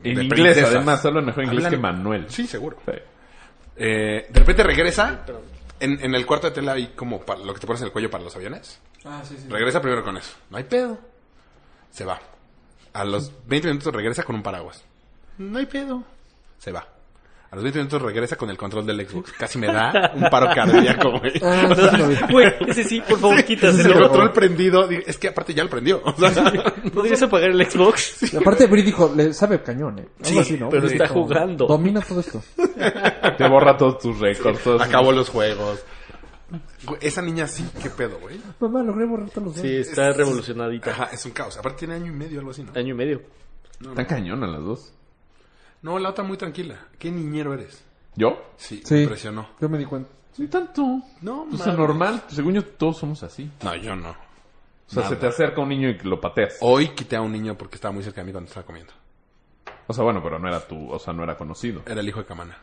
En
de
inglés,
princesas.
además. Hablan mejor inglés
Hablan-
que Manuel.
Sí, seguro.
Sí.
Eh, de repente regresa. En, en el cuarto de tele hay como pa- lo que te pones en el cuello para los aviones.
Ah, sí, sí.
Regresa primero con eso. No hay pedo. Se va. A los 20 minutos regresa con un paraguas. No hay pedo. Se va. A los 20 minutos regresa con el control del Xbox. Casi me da un paro cardíaco, güey.
Ah, sí, sí, lo vi.
Güey, ese sí, por favor,
El
quítaselo.
control prendido. di- Es que aparte ya lo prendió. O sea,
¿Podrías apagar el Xbox?
Y aparte Brie dijo, le sabe cañón, eh. Algo
Sí,
así, ¿no?
pero
Brie
está
dijo,
jugando.
Domina todo esto.
Te borra todos tus récords. todos-
acabó los juegos. Güey, Esa niña sí, qué pedo, güey.
Mamá, logré borrar todos los
Sí,
dedos.
está revolucionadita.
Ajá, es un caos. Aparte tiene año y medio, algo así, ¿no?
Año y medio.
Están cañonas las dos.
No, la otra muy tranquila. ¿Qué niñero eres?
¿Yo?
Sí,
Sí.
me impresionó.
Yo me di cuenta.
Sí, tanto.
No,
O sea,
mames.
normal. Según yo, todos somos así.
No, yo no.
O sea, se te acerca un niño y lo pateas.
Hoy quité a un niño porque estaba muy cerca de mí cuando estaba comiendo.
O sea, bueno, pero no era tu... O sea, no era conocido.
Era el hijo de Camana.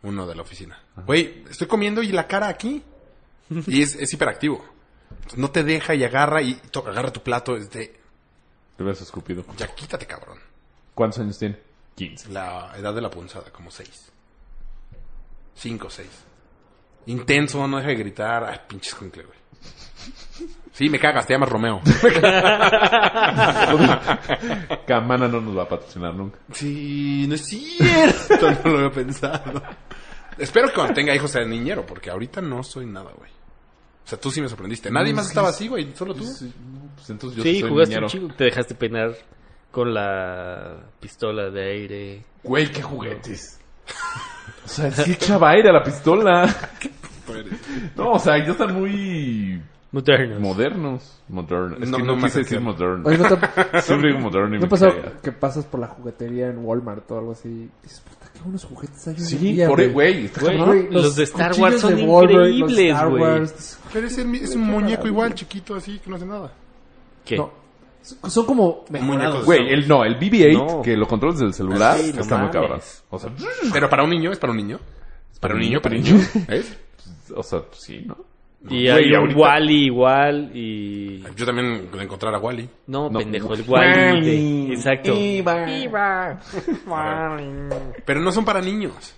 Uno de la oficina. Güey, estoy comiendo y la cara aquí. Y es, es hiperactivo. No te deja y agarra y to- agarra tu plato. Es de,
Te hubieras escupido.
ya quítate, cabrón.
¿Cuántos años tiene? 15.
La edad de la punzada, como seis. Cinco, seis. Intenso, no deja de gritar. Ay, pinches cuincle, güey. Sí, me cagas, te llamas Romeo.
Camana no nos va a patrocinar nunca.
Sí, no es cierto, no lo había pensado. Espero que cuando tenga hijos sea niñero, porque ahorita no soy nada, güey. O sea, tú sí me sorprendiste. Nadie más estaba así, güey, solo tú.
Sí, no, pues entonces yo
sí,
soy
jugaste
niñero.
un chingo. Te dejaste peinar con la pistola de aire.
Güey, qué juguetes. O sea, sí echaba aire a la pistola. No, o sea, ya están muy
Modernos.
modernos. Modernos. Es
No,
que
no
no,
más
quise decir
acción.
moderno.
Oye, ¿no te,
Siempre digo moderno y
no
me
ha pasado
caga.
que pasas por la juguetería en Walmart o algo así? y Dices, puta, qué buenos juguetes hay hoy en
Sí,
día,
por e, güey. está
Güey,
cabrón.
Güey,
los de Star
cuchillos
Wars son
de Wolverine, los
increíbles,
Star
güey.
Wars.
Pero es, el mi- es un muñeco igual, chiquito, así, que no hace nada.
¿Qué?
No, Son son como
Muñecos.
mejorados.
Güey, el, no, el BB-8
No.
que lo controlas del celular
Sí, no
está muy
mames.
cabrón. O sea,
Pero para un niño, es para un niño. Es para un niño, para un niño. ¿Eh?
o sea, pues sí, ¿no?
Güey,
Y hay un
ahorita-
Wally igual y...
Yo también le encontrar a Wally.
No,
No.
pendejo, el Wally. de-
Wall-E.
Exacto.
Pero no son para niños.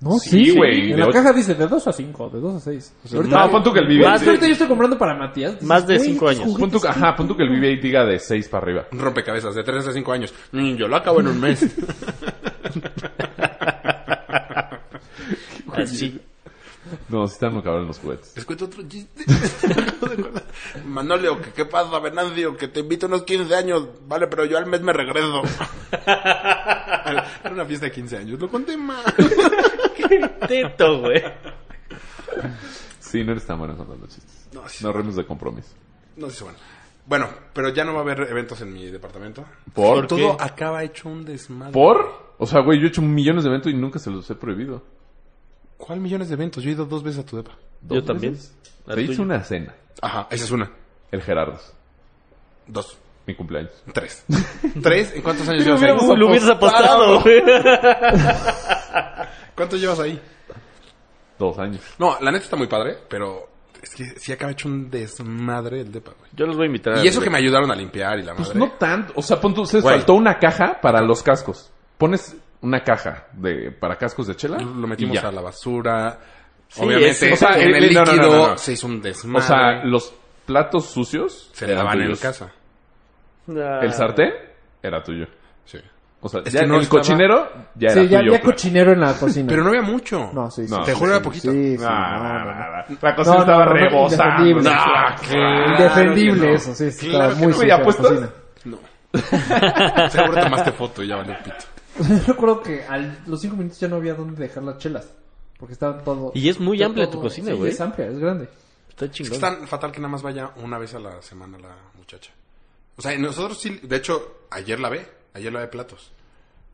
No,
Sí, güey, de
En la
ocho-
caja dice de 2 a 5, de 2 a 6.
no, pon tú que el
Más de-
Ahorita
BB-8...
yo estoy comprando para Matías. Dices,
Más de
güey,
cinco
estos
años.
Pon
juguetes
tú, ajá, pon tú que el BB-8 diga de 6 para arriba.
Un rompecabezas de 3 a 5 años. Mm, yo lo acabo en un mes.
Así.
No, sí están muy cabrón los juguetes.
Les cuento otro chiste. Manolio, que qué pasa, Venancio, que te invito a unos 15 años. Vale, pero yo al mes me regreso. Era una fiesta de 15 años. Lo conté mal.
Teto, güey.
Sí, no eres tan bueno contando chistes.
No, sí,
No remes de compromiso.
no sé, bueno. Bueno, pero ya no va a haber eventos en mi departamento.
¿Por?
Todo acaba hecho un desmadre.
¿Por? O sea, güey, yo he hecho millones de eventos y nunca se los he prohibido.
¿Cuál millones de eventos? Yo he ido dos veces a tu depa.
¿Dos
Yo también.
veces?
La
Te hice
tuya.
una cena.
Ajá, esa es una.
El Gerardo's.
Dos.
Mi cumpleaños.
Tres. ¿Tres? ¿En cuántos años llevas ahí?
Uh, lo hubieras apostado, güey.
¿Cuántos llevas ahí?
Dos años.
No, la neta está muy padre, pero es que sí acaba hecho un desmadre el depa, güey.
Yo los voy a invitar. a-
Y eso que me ayudaron a limpiar y la madre.
Pues no tanto. O sea, pon tú, se
Güey.
faltó una caja para los cascos. Pones una caja de para cascos de chela.
Lo
y
metimos
ya.
a la basura.
Sí,
Obviamente,
ese-
o sea,
en el,
el- no, no,
líquido
no, no.
se hizo un
O
desmadre.
sea, los platos sucios
se
eran
lavaban en
tuyos.
casa.
Ah.
El sartén era tuyo.
Sí.
O sea,
Es
ya
que no
el
estaba-
cochinero ya era
Sí, ya
tuyo.
había
claro.
cochinero en la cocina.
Pero no había mucho.
No, sí, sí.
No,
Te
sí,
juro,
sí,
era poquito.
Sí, sí,
No,
no,
no, no,
no.
no. La cocina
No,
estaba
no, no,
rebosando.
indefendible.
No, claro.
Indefendible
que no.
eso, sí. sí,
Claro
estaba
que no.
Güey,
muy sucia la
¿apuestas?
cocina.
No. Seguro tomaste foto y ya valió pito.
Yo recuerdo que a los cinco minutos ya no había dónde dejar las chelas. Porque estaban todo.
Y es muy
todo-
amplia tu cocina,
sí,
güey.
es amplia, es grande.
Está
Es que
chingón.
es tan fatal que nada más vaya una vez a la semana la muchacha. O sea, nosotros sí. De hecho, ayer la ve. Ayer la ve platos.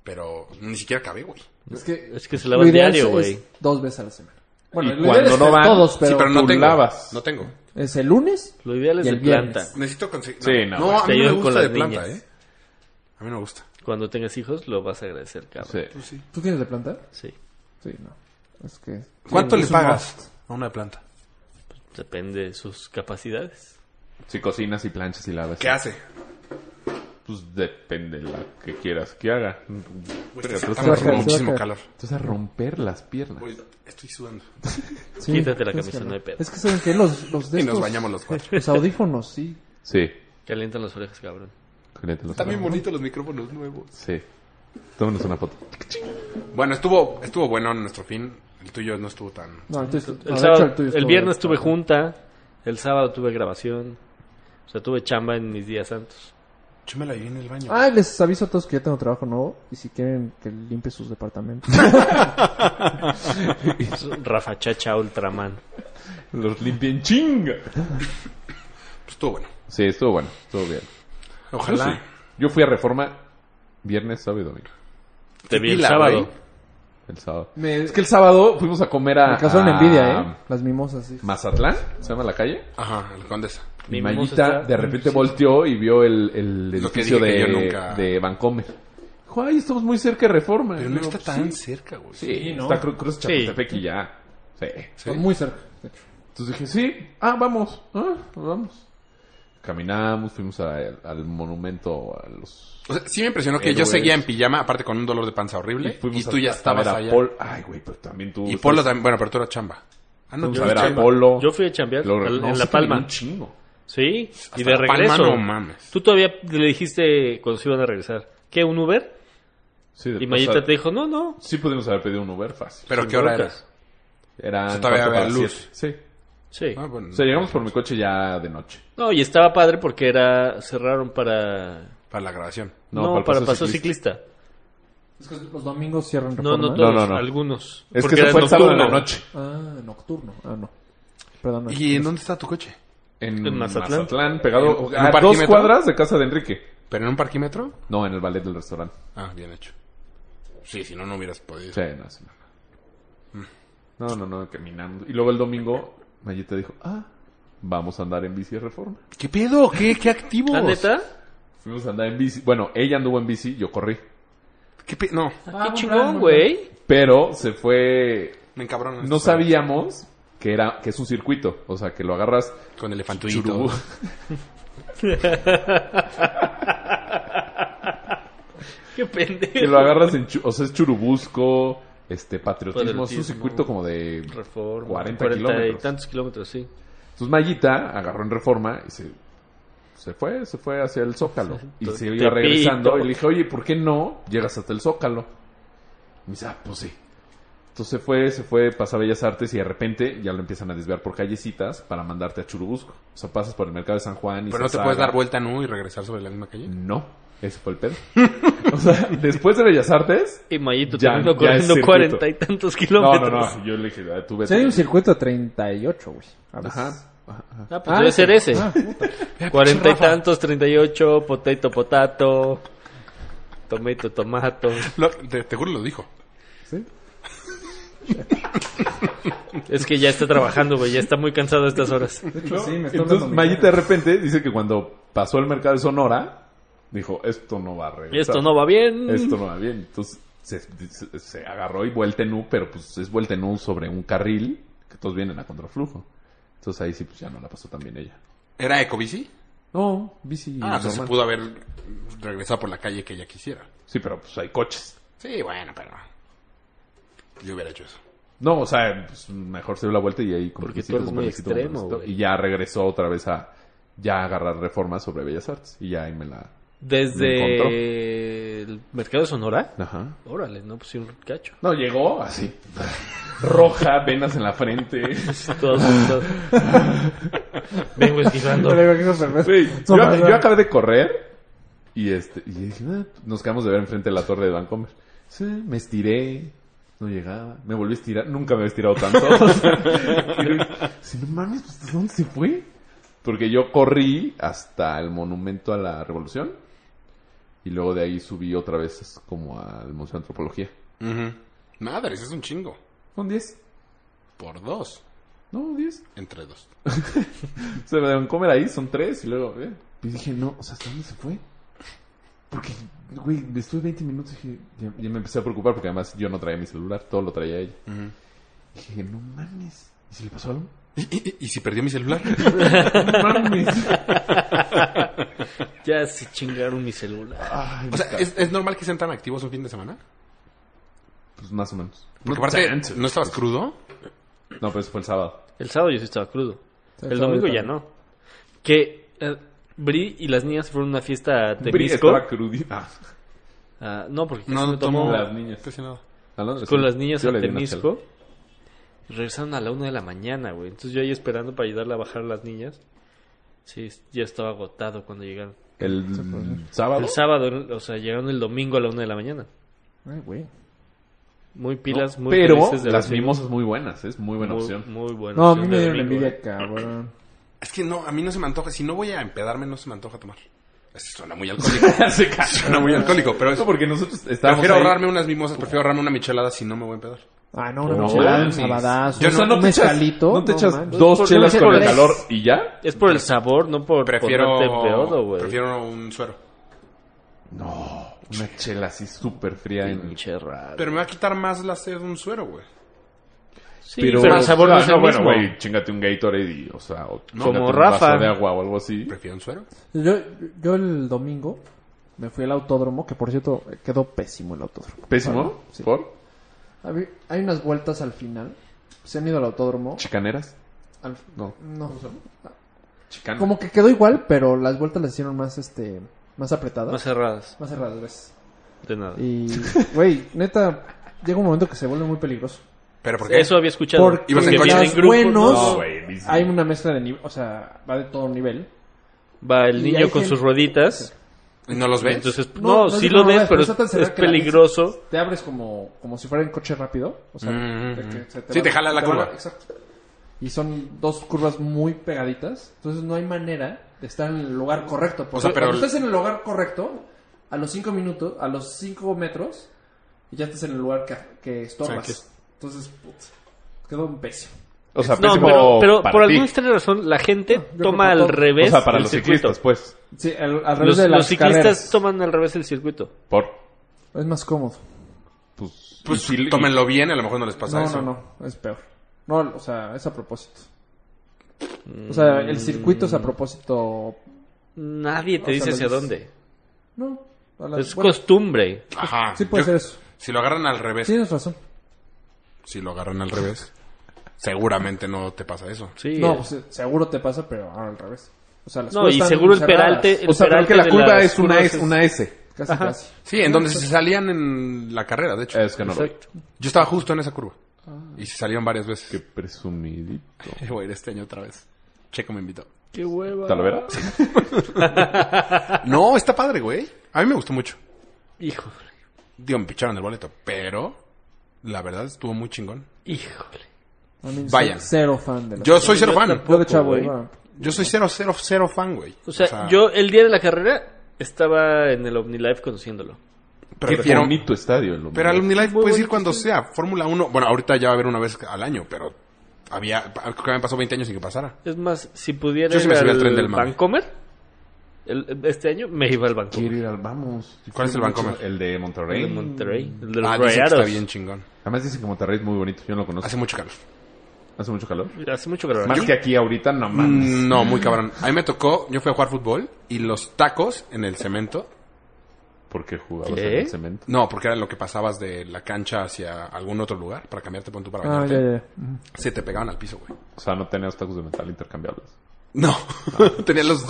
Pero ni siquiera cabé, güey.
Es que,
Es que se
lo
lavan
ideal
diario,
es-
güey.
es Dos veces a la semana.
Bueno,
lo
y
ideal
cuando
es
no
que
van...
todos, pero
sí, pero no
tú
tengo.
lavas.
No tengo.
es el lunes.
Lo ideal es
y
de
el viernes.
planta.
Necesito conseguir.
Sí,
no,
no,
a
te
mí no me
ayudan con
gusta de
las
planta,
niñas.
¿eh? A mí no me gusta.
Cuando tengas hijos, lo vas a agradecer, cabrón.
Sí.
¿Tú tienes de planta?
Sí.
Sí, no. Es que.
¿Cuánto
es
le
un
pagas a una de planta?
Depende de sus capacidades.
Si cocinas y planchas y lavas.
¿Qué hace?
Pues depende la que quieras que haga. Pero
Pues Está haciendo
tú estás
saca,
rom-
muchísimo
saca.
calor.
tú estás a romper las piernas.
Uy, estoy sudando.
must. Sí,
Quítate la
tienes
camisa,
que-
no hay pedo.
Es que saben que los, los de
Y nos
estos-
bañamos los cuatro.
Los audífonos, sí.
Sí.
Calientan las orejas, cabrón.
Ah,
Cógete los
Están bien
ojos.
bonitos los micrófonos nuevos.
Sí. Tómanos una foto.
Bueno, estuvo, estuvo bueno nuestro fin. El tuyo no estuvo tan.
No, entonces. no, de
El,
hecho,
sábado,
tuyo
el
estuvo-
viernes tuve junta. El sábado tuve grabación. O sea, tuve chamba en mis días santos.
Yo me la viví en el baño.
Ah, les aviso a todos que ya tengo trabajo nuevo y si quieren que limpie sus departamentos.
Es un Rafa Chacha Ultraman.
Los limpien chinga.
Pues estuvo bueno.
Sí, estuvo bueno. Estuvo bien.
Ojalá.
Yo sí. Yo fui a Reforma viernes, sábado y domingo.
Te vi el
Pila,
sábado.
güey.
El sábado.
Me,
Es que el sábado fuimos a comer a...
me causaron
a
envidia,
Ah.
¿eh? Las mimosas, sí.
Mazatlán, se llama la calle.
Ajá, el condesa.
Mi
Mi
Mayita
mimosa está-
de repente volteó y vio el, el
Lo que
edificio
dije que
de,
yo nunca-
de Vancomer. Dijo, ay, estamos muy cerca de Reforma.
Pero
Y
no
yo,
está tan cerca, güey.
pues Sí,
Sí, ¿no?
está cru- Cruz
Sí.
Chapultepec y ya. Sí.
Sí.
Muy cerca. de hecho.
Entonces dije, sí, ah, vamos, ah, pues vamos. Caminamos, fuimos a- al monumento a los...
O sea, sí me impresionó que yo
Héroes.
seguía en pijama, aparte con un dolor de panza horrible. Y,
fuimos
tú
a-
ya
a
estabas
ver a
allá.
Pol- Ay, güey, pero también tú...
y
estás-
Polo también. Bueno, pero tú eras chamba. Ah, no,
fuimos
tú
a
eras
ver a
chamba.
Polo.
Yo fui a chambear
Luego-
al-
no,
en
sí
La
caminé
Palma.
un chingo.
Sí, y
Hasta
de
La Palma,
regreso.
no mames.
Tú todavía le dijiste cuando se iban a regresar. ¿Qué? ¿Un Uber?
Sí,
Y
o
Mayita
sea,
te dijo, no, no.
Sí pudimos haber pedido un Uber fácil.
Pero
sin
¿qué hora
broncas.
eras?
Eran
O sea, todavía
cuarto
había
para
luz.
siete.
Sí.
Ah, bueno.
Sí. O sea, llegamos por mi coche ya de noche.
No, y estaba padre porque era cerraron para...
Para la grabación.
No,
para el
para
paseo
paseo
ciclista.
ciclista.
Es que los domingos cierran
No,
reforma. ¿eh?
no todos,
No, no, no.
algunos.
Es
Porque
que
era
eso fue el sábado en la
nocturno.
noche.
Ah, nocturno. Ah, no. Perdón. no.
¿Y en dónde está tu coche?
En,
En Mazatlán.
Mazatlán. pegado
¿En- en un
a dos
parquímetro?
cuadras de casa de Enrique.
¿Pero en un parquímetro?
No, en el ballet del restaurante.
Ah, bien hecho. Sí, si no, no hubieras podido.
Sí, no, sí, no. No, no, no, caminando. Y luego el domingo, Mayita dijo, ah, vamos a andar en bici de reforma.
¿Qué pedo? ¿Qué, qué activos?
¿Ah, neta?
Fuimos a andar en bici. Bueno, ella anduvo en bici, yo corrí.
¿Qué pi- no,
Ah, qué chingón, güey.
Pero se fue.
me encabronan.
No
estos padres.
sabíamos que era que es un circuito. O sea, que lo agarras
Con elefantuito.
churubú.
Qué
que
pendejo.
lo agarras en. chu- O sea, es churubusco, este, patriotismo. Es un
Patriotismo.
circuito como de.
Reforma.
40
y
kilómetros.
tantos kilómetros, sí.
Entonces Mayita agarró en reforma y se, se fue, se fue hacia el Zócalo. Y se iba
Tepito.
regresando y le dije, oye, ¿por qué no llegas hasta el Zócalo? Y me dice, ah, pues sí. Entonces se fue, se fue, pasa a Bellas Artes y de repente ya lo empiezan a desviar por callecitas para mandarte a Churubusco. O sea, pasas por el mercado de San Juan y
Pero no te
Sasaga.
puedes dar vuelta, ¿no? Y regresar sobre la misma calle.
No, ese fue el pedo. o sea, después de Bellas Artes...
Y Mayito
Ya,
terminó
ya es
corriendo
circuito.
40 y tantos
No,
kilómetros.
no, no, yo le dije, "Ah, tú
Sí,
vete".
hay un circuito de 38, güey. A veces.
Ajá, ajá, ajá.
Ah, pues
Ah,
debe
ese.
ser ese.
Ah, puta.
40 y tantos, 38, potato, potato, tomato, tomato.
Lo- te, te juro lo dijo.
Sí.
Es que ya está trabajando, güey, ya está muy cansado a estas horas.
De hecho, sí, me está
Entonces
hablando mi
Mayita de repente dice que cuando pasó el mercado de Sonora, dijo, esto no va a regresar.
Esto no va bien.
Esto no va bien. Entonces se, se- se agarró y vuelta en U, pero pues es vuelta en U sobre un carril, que todos vienen a contraflujo. Entonces ahí sí, pues ya no la pasó tan bien ella.
¿Era ecobici?
No, bici
Ah, o sea, se
normal.
pudo haber regresado por la calle que ella quisiera.
Sí, pero pues hay coches.
Sí, bueno, pero... Yo hubiera hecho eso.
No, o sea, pues, mejor se dio la vuelta y ahí como
Porque
que
tú
sí,
eres
como
muy
parecito, como
extremo,
parecito.
güey.
Y ya regresó otra vez a ya agarrar reformas sobre Bellas Artes. Y ya ahí me la... Me encontró.
Desde el mercado de Sonora.
Ajá.
Órale, no, pues sí, un cacho.
No, llegó así. Roja, venas en la frente.
Todo asustado. Vengo esquivando.
Pero creo que eso es
Güey,
perverso.
yo,
Toma,
yo
toma.
acabé de correr y este y dije, "Ah, nos quedamos de ver enfrente de la torre de Vancomer. Sí, me estiré, no llegaba, me volví a estirar, nunca me había estirado tanto. Y luego, sí, no mames, pues, ¿dónde se fue? Porque yo corrí hasta el monumento a la revolución y luego de ahí subí otra vez como al Museo de Antropología.
Ujú. Madres, es un chingo.
Con 10,
Por dos.
no, 10.
Entre dos.
Se me deben comer ahí, son tres, y luego, eh. Y dije, no, o sea, ¿hasta dónde se fue? Porque, güey, me estuve 20 minutos y dije, ya, ya me empecé a preocupar porque además yo no traía mi celular, todo lo traía ella.
Ujú.
Dije, no mames. ¿Y si le pasó algo?
¿Y, y- y- y si perdió mi celular?
No mames.
Ya se chingaron mi celular.
Ay,
O sea,
está.
¿es, es normal que sean tan activos un fin de semana?
Pues más o menos.
Porque aparte,
Chance.
¿no estabas crudo?
No, pero eso fue el sábado.
El sábado yo sí estaba crudo. El,
El sábado
domingo
yo
ya
también.
no. Que eh, Bri y las niñas fueron a una fiesta de
Bri
disco.
estaba crudita.
Ah, no, porque casi
No, no tomó.
tomó.
Las niñas.
Casi nada.
Hablando de
con
eso,
las niñas
yo
a
le di una chela.
Temisco. y Regresaron a la una de la mañana, güey. Entonces yo ahí esperando para ayudarle a bajar a las niñas. Sí, es- ya estaba agotado cuando llegaron.
El mm, sábado.
El sábado, o sea, llegaron el domingo a la una de la mañana.
Ay, güey.
Muy pilas, muy
pero
felices de
las
recibir-
mimosas muy buenas, es muy buena
muy,
opción.
Muy buena
No, a
opción
mí me
de
dieron
domingo, eh. güey.
envidia, cabrón.
Es que no, a mí no se me antoja. Si no voy a empedarme, no se me antoja tomar. Es- Suena muy alcohólico.
Se cayó.
suena muy alcohólico, pero es...
Eso porque nosotros estábamos
Prefiero
ahí.
ahorrarme unas mimosas, prefiero ahorrarme una michelada si no me voy a empedar.
Ah, no, una
No,
michelada, un
mames.
sabadazo,
Yo no,
un
no te echas,
mezcalito,
no te echas
manches.
dos
Por-
chelas
no me
con el
acuerdo.
calor y ya.
Es por el sabor, Pues no por ponerte
Prefiero...
pedo, güey.
prefiero un suero.
No, una chela así súper fría. En...
Pinche raro.
Pero me va a quitar más la sed un suero, güey.
Sí, pero, el sabor no,
Ah,
es el
bueno,
mismo.
güey, chingate un Gatorade y, o sea, o
No,
chíngate
como
un
Rafa.
vaso de agua o algo así.
Prefiero un suero.
Yo, yo el domingo me fui al autódromo, que por cierto quedó pésimo el autódromo.
Pésimo,
Sí.
por
A ver, Hay unas vueltas al final. Se han ido al autódromo.
chicaneras.
Al-
No,
No.
chicana.
Como que quedó igual, pero las vueltas las hicieron más, este, más apretadas.
Más
Más, Ah.
cerradas,
cerradas, gracias.
de nada.
Y, güey, neta, llega un momento que se vuelve muy peligroso.
¿Pero por qué?
Eso había escuchado.
Porque
ibas en
vienen
coche.
los buenos
¿no?
No, güey, dice-
hay una mezcla de nivel, o sea, va de todo nivel.
Va el
Y
niño
hay
con
gente-
sus rueditas.
¿Y no los ves?
Entonces, no,
No, pues no
sí
sé
lo
cómo
ves, pero
ves, pero
es,
está tan
es
cerrada que la
peligroso.
Te abres como, como si fuera en coche rápido. O sea,
Mm,
de
mm,
que
mm.
se
Sí,
va-
te jala la
va-
curva.
exacto. Y son dos curvas muy pegaditas. Entonces no hay manera de estar en el lugar correcto. Porque
O sea, pero-
cuando estás en el lugar correcto, a los cinco minutos, a los cinco metros, ya estás en el lugar que, que estorbas.
O sea,
Entonces, putz, quedó un pésimo.
O sea,
No,
pésimo
pero, pero
para
por
ti.
alguna extraña razón la gente
yo
toma
creo que
al
todo-
revés
O sea, para
el
los
circuito.
ciclistas, pues.
Sí, al, al revés
Los,
de las
los ciclistas
carreras.
toman al revés el circuito.
Por.
Es más cómodo.
Pues,
Pues
y si- y-
tómenlo bien, a lo mejor no les pasa
No,
eso.
no, no, es peor. No, o sea, es a propósito. O sea,
Mm.
el circuito es a propósito.
Nadie te
O sea,
dice
los-
hacia dónde.
No, a la-
Pues Es
bueno,
costumbre.
Ajá.
Sí puede
Yo-
ser eso.
Si lo agarran al revés,
tienes razón.
si lo agarran al revés, seguramente no te pasa eso.
Sí.
No,
es-
pues, eh, seguro te pasa, pero ahora al revés. O sea, las
No,
curvas
y
están
seguro el
cerradas.
peralte-
O sea, creo que
Esperante
la
de
curva
las
es una
curvas
S,
es-
una S.
Casi, casi.
Sí, en donde se salían en la carrera, de hecho.
Es que no lo vi.
Exacto.
Yo estaba justo en esa curva. Y se salieron varias veces.
Qué presumidito.
Eh, Voy a ir este año otra vez. Checo me invitó.
Qué hueva.
¿Talavera?
No, está padre, güey. A mí me gustó mucho.
Híjole.
Digo, me picharon el boleto, pero la verdad estuvo muy chingón.
Híjole.
A mí soy
Vayan.
Cero fan de la
Yo soy cero fan.
Yo de chavo
güey.
iba.
Yo soy cero, cero, cero fan, güey.
O sea, yo el día de la carrera estaba en el OmniLife conociéndolo.
Qué
prefiero...
bonito estadio. lo
Pero al
mío.
OmniLife puedes ir cuando sea. Fórmula 1... Bueno, ahorita ya va a haber una vez al año, pero... Había... Creo que me pasó 20 años sin que pasara.
Es más, si pudiera
Yo sí
ir
me subí al
al
tren del mame.
Vancomer, el- este año me iba al Vancomer.
Quiero ir al... Vamos.
¿Cuál es el Vancomer?
El de
El
Monterrey.
de Monterrey. El de los
Ah, dicen que está
Rayados.
bien chingón.
Además dicen que Monterrey es muy bonito. Yo no lo conozco.
Hace
Hace,
mucho calor.
mucho calor.
Hace mucho calor.
Más
Yo-
que aquí ahorita, no mames.
Mm, No, muy cabrón. A mí me tocó... Yo fui a jugar fútbol y los tacos en el cemento...
Porque jugabas
¿Qué?
en el cemento.
No, porque era lo que pasabas de la cancha hacia algún otro lugar para cambiarte punto para
Ah,
bañarte.
ya, ya.
Se te pegaban al piso, güey.
O sea, no tenías tacos de metal intercambiables.
No, tenía los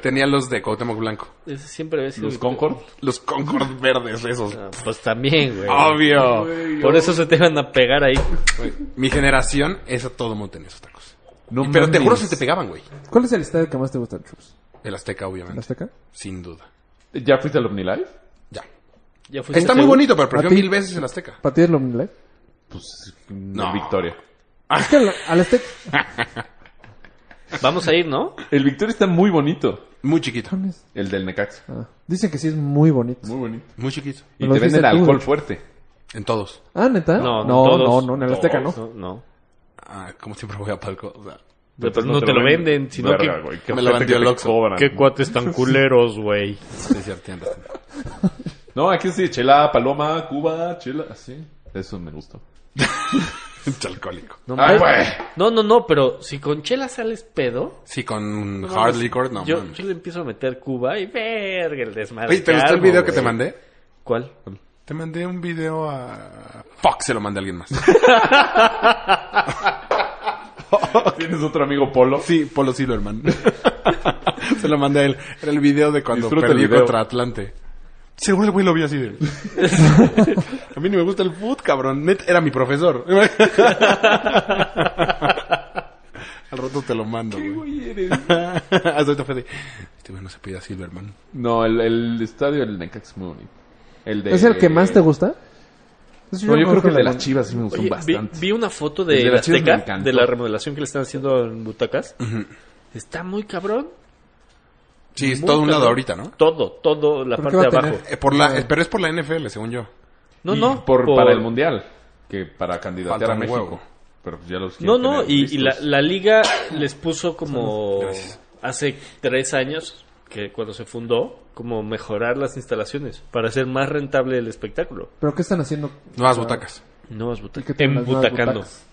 tenía los de Cuauhtémoc Blanco.
Ese siempre había sido.
¿Los Concord?
Los Concord verdes esos.
Ah, Pues también, güey.
Ah,
Ah.
Obvio.
Por eso se te van a pegar ahí.
Güey, Mi generación, eso todo el mundo tenía esos tacos.
No
Y- pero te
mames.
juro se te pegaban, güey.
¿Cuál es el estadio que más te gusta, Chus?
El Azteca,
¿El
obviamente.
Azteca?
Sin duda.
¿Ya fuiste al OmniLife?
Ya.
Ya fuiste
Está muy
seguro.
bonito, pero prefiero
¿A ti?
mil veces el Azteca.
¿Para ti es lo OmniLife?
Pues
No.
no. Victoria. Ah.
Es que al, al Azteca...
Vamos a ir, ¿no?
El Victoria está muy bonito.
Muy chiquito.
¿Dónde es?
El del Necax.
Ah, dicen que sí es muy bonito.
Muy bonito.
Muy chiquito.
Y
Lo
te venden
dijiste tú,
alcohol
güey.
fuerte.
En todos.
Ah, ¿neta?
No,
no,
todos,
no, no, en el Azteca no.
No, no.
Ah, como siempre voy a palco. o sea,
Pero no te lo venden, sino
Verga,
que.
güey, qué
me lo
ojete
vendió
que
el
te
Oxxo.
cobran.
Qué cuates tan culeros, güey.
sí, sí, tienes razón.
No, aquí sí, chela, paloma, Cuba, chela, así. Eso me gustó.
Es alcohólico.
No, mames.
Ay, güey.
no, no, no, pero si con chela sales pedo.
Sí, con un
no
hard
mames,
liquor, no
yo,
mames.
yo le empiezo a meter Cuba y verga el desmadre.
Oye, ¿te
que
gustó el
armo,
video que te
güey.
mandé?
¿Cuál?
Te mandé un video a... Fuck, se lo mandé a alguien más.
Tienes otro amigo Polo.
Sí, Polo sí lo hermano. Se lo mandé a él. Era el video de cuando
Disfruta el
perdí
video.
contra Atlante. Seguro el güey lo vio así de... a mí ni me gusta el foot, cabrón. Net era mi profesor. Al rato te lo mando, güey. Hasta ahorita fue de... Este güey no se pide a Silverman.
No, el, el estadio del Necax es muy bonito. El de...
¿Es el que más te gusta? Pues
No, yo creo
conozco
que el de las
banda.
chivas sí me gustó
Oye, vi,
bastante.
vi una foto
El
de,
de
la
las chivas me
Azteca,
encantó.
de la remodelación que le están haciendo en Butacas. Está muy cabrón.
Sí, es
Muy
todo un lado
cabrón.
ahorita, ¿no?
Todo, todo, la
¿Pero
parte
qué
de
va a
abajo.
tener?
Eh, por la, eh, pero es por la NFL, según yo.
No,
Y
no.
Por,
por-
Para el Mundial. Que para candidatear
Falta
a
un
México.
huevo.
Pero pues ya los
No,
quieren
no,
tener
y, y la,
listos.
la liga les puso como
Gracias.
hace tres años, que cuando se fundó, como mejorar las instalaciones para hacer más rentable el espectáculo.
¿Pero qué están haciendo?
Nuevas
O sea,
butacas.
Nuevas
¿y qué
butacas.
tienen las nuevas
Embutacando.
butacas?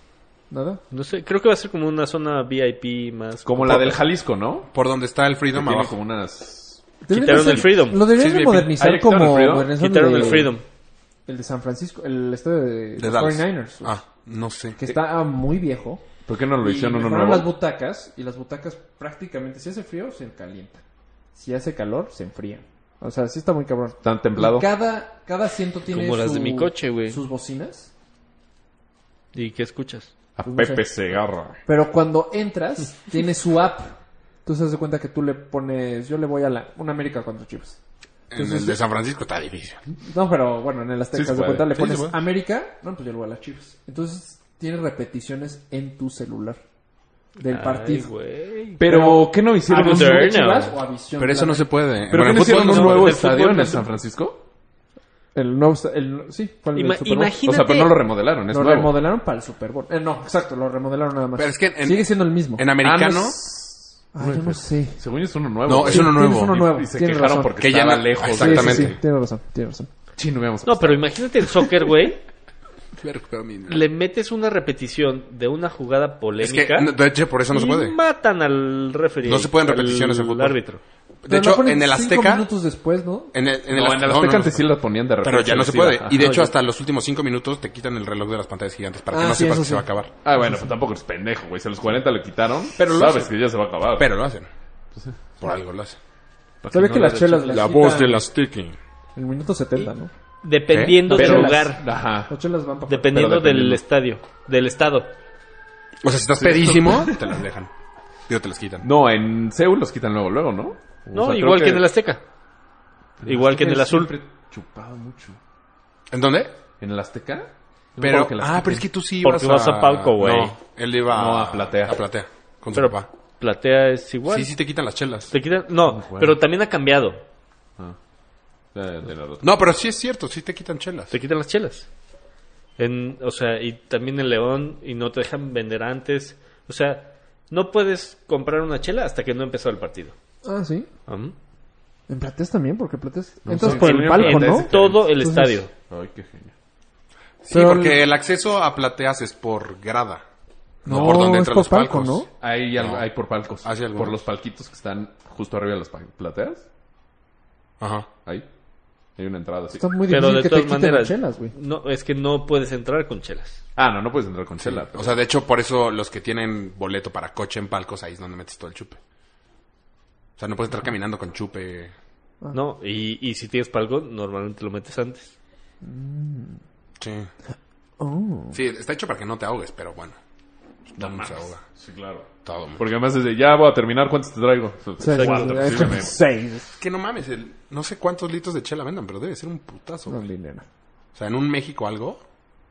¿Nada?
No sé, creo que va a ser como una zona VIP más.
Como la del Jalisco, ¿no?
Por donde está el
Que
Freedom
tiene
abajo.
como unas...
Deberían
Quitaron
hacer-
el Freedom.
Lo deberían
Sí,
de
sí,
¿Ah,
modernizar
ya quitaron
como...
el Freedom?
modernizaron
Quitaron
de-
el Freedom.
El de San Francisco, el estadio de,
De
los
Dallas.
49ers.
Ah, no sé.
Que está ah, muy viejo.
¿Por qué no lo
Y
hicieron uno
mejoraron
nuevo?
las butacas y las butacas prácticamente, si hace frío, se calientan. Si hace calor, se enfrían. O sea, sí está muy cabrón.
Tan templado.
Y cada, cada asiento tiene
Como las de mi coche, güey.
sus bocinas.
¿Y qué escuchas?
A
Pues no
Pepe
sé.
Segarra.
Pero cuando entras, tiene su app. Entonces, haz de cuenta que tú le pones. Yo le voy a la, una América contra Chivas.
En el de San Francisco está difícil.
No, pero bueno, en el Azteca,
Sí se
haz de cuenta,
puede.
le
Sí se
pones
puede.
América. No, pues yo le voy a las Chivas. Entonces, tiene repeticiones en tu celular del
Ay,
partido.
güey.
Pero, ¿qué no hicieron?
Ah,
un-
no sé.
¿Visión de
Moderno.
Chivas o a visión
Pero eso no
plana?
se puede.
¿Pero
Bueno,
qué
en
no
fútbol
hicieron un
no se
nuevo
puede.
estadio
fútbol
en
no
el
se-
San Francisco?
El no, el, sí, fue el
Ima-
del Super Bowl.
imagínate-
O sea, pero no lo remodelaron, es
Lo
nuevo.
remodelaron para el Super Bowl. Eh, no, exacto, lo remodelaron nada más.
Pero es que en-
Sigue siendo el mismo.
En americano,
Ah, no
Ah, yo no sé.
Según yo es uno nuevo.
No,
güey.
es uno
Sí,
nuevo.
tienes uno nuevo.
Y se
tienes
quejaron
razón.
porque
Que ya
estaba
no-
lejos.
Sí, sí,
Exactamente.
sí, tienes razón, tienes razón.
Chino, veamos.
No, pero imagínate el soccer, güey.
Ver, pero a mí no.
Le metes una repetición de una jugada
es que,
polémica.
no, de hecho, por eso no se
y
puede.
matan al referee.
No se pueden
al
repeticiones en fútbol.
árbitro.
De
Pero la
hecho,
ponen
en el
cinco
Azteca.
minutos después, ¿no?
En el, en el
No,
Az-
en el
no,
Azteca
no,
antes
no.
sí la ponían de repente.
Pero ya no se
les iba.
puede. Y de
No,
hecho,
ya-
hasta los últimos cinco minutos te quitan el reloj de las pantallas gigantes para que
Ah,
no
sí,
sepas
eso
que se
sí.
va a acabar.
Ah, bueno, pues tampoco es pendejo, güey. Si a los 40 le quitaron,
Pero lo
sabes
hacen.
que ya se va a acabar.
Pero lo hacen. Por algo lo hacen.
Para
Se ve
no
que
le
las
dé
chelas
chance.
las
La
quitan
voz del Azteca.
En el minuto 70, ¿no?
Dependiendo
¿Eh?
del
Pero-
lugar.
Ajá.
Las chelas van para...
Dependiendo
Pero
del
dependiendo.
estadio. Del estado.
O sea, si estás pedísimo, te las dejan. Digo, te las quitan.
No, en Seúl los quitan luego, luego, ¿no?
No, igual que... en el Azteca. Igual que en el azul.
Siempre chupado mucho.
¿En dónde?
¿En el Azteca? Yo me
Pero,
acuerdo que el
ah,
Azteca-
pero es que tú sí
Porque
ibas
vas a palco, güey.
No, él iba
No, a platea.
A platea. Con su
Pero
papá.
platea es igual.
Sí, sí te quitan las chelas.
Te quitan- No,
Bueno.
pero también ha cambiado.
De- de la rota.
No, pero sí es cierto, sí te quitan chelas.
Te quitan las chelas. En, o sea, y también en León, y no te dejan vender antes. O sea, no puedes comprar una chela hasta que no empezó el partido.
Ah, sí.
Ujú.
En Plateas también, porque Plateas... Entras
sé,
por
sí,
el
en
palco,
En este,
¿no?
Plateas.
todo el
Entonces-
estadio.
Ay, qué genio.
Sí,
Pero-
porque el acceso a plateas es por grada. No,
No,
por donde
es
entran
por
los palcos.
palco, ¿no?
Hay, algo-
No.
hay por palcos.
Ah, sí, algunos.
por los palquitos que están justo arriba de las pa- plateas.
Ajá.
Ahí. Hay una entrada así.
Está muy
Pero
difícil
de
que te
todas
quiten las
maneras,
chelas, güey.
no, es que no puedes entrar con chelas.
Ah, no, no puedes entrar con chela.
O sea, de hecho, por eso los que tienen boleto para coche en palcos, ahí es donde metes todo el chupe. O sea, no puedes estar caminando con chupe.
Ah.
No, y, y si tienes palco, normalmente lo metes antes.
Sí.
Oh.
Sí, está hecho para que no te ahogues, pero bueno. No se ahoga.
Sí, claro.
Todo mundo.
Porque además es de, ya voy a terminar, ¿cuántos te traigo? Cuatro,
Seis.
sí, me-
Seis. Seis.
Que no mames, el- no sé cuántos litros de chela vendan, pero debe ser un putazo.
No,
güey.
dinero.
O sea, en un México algo.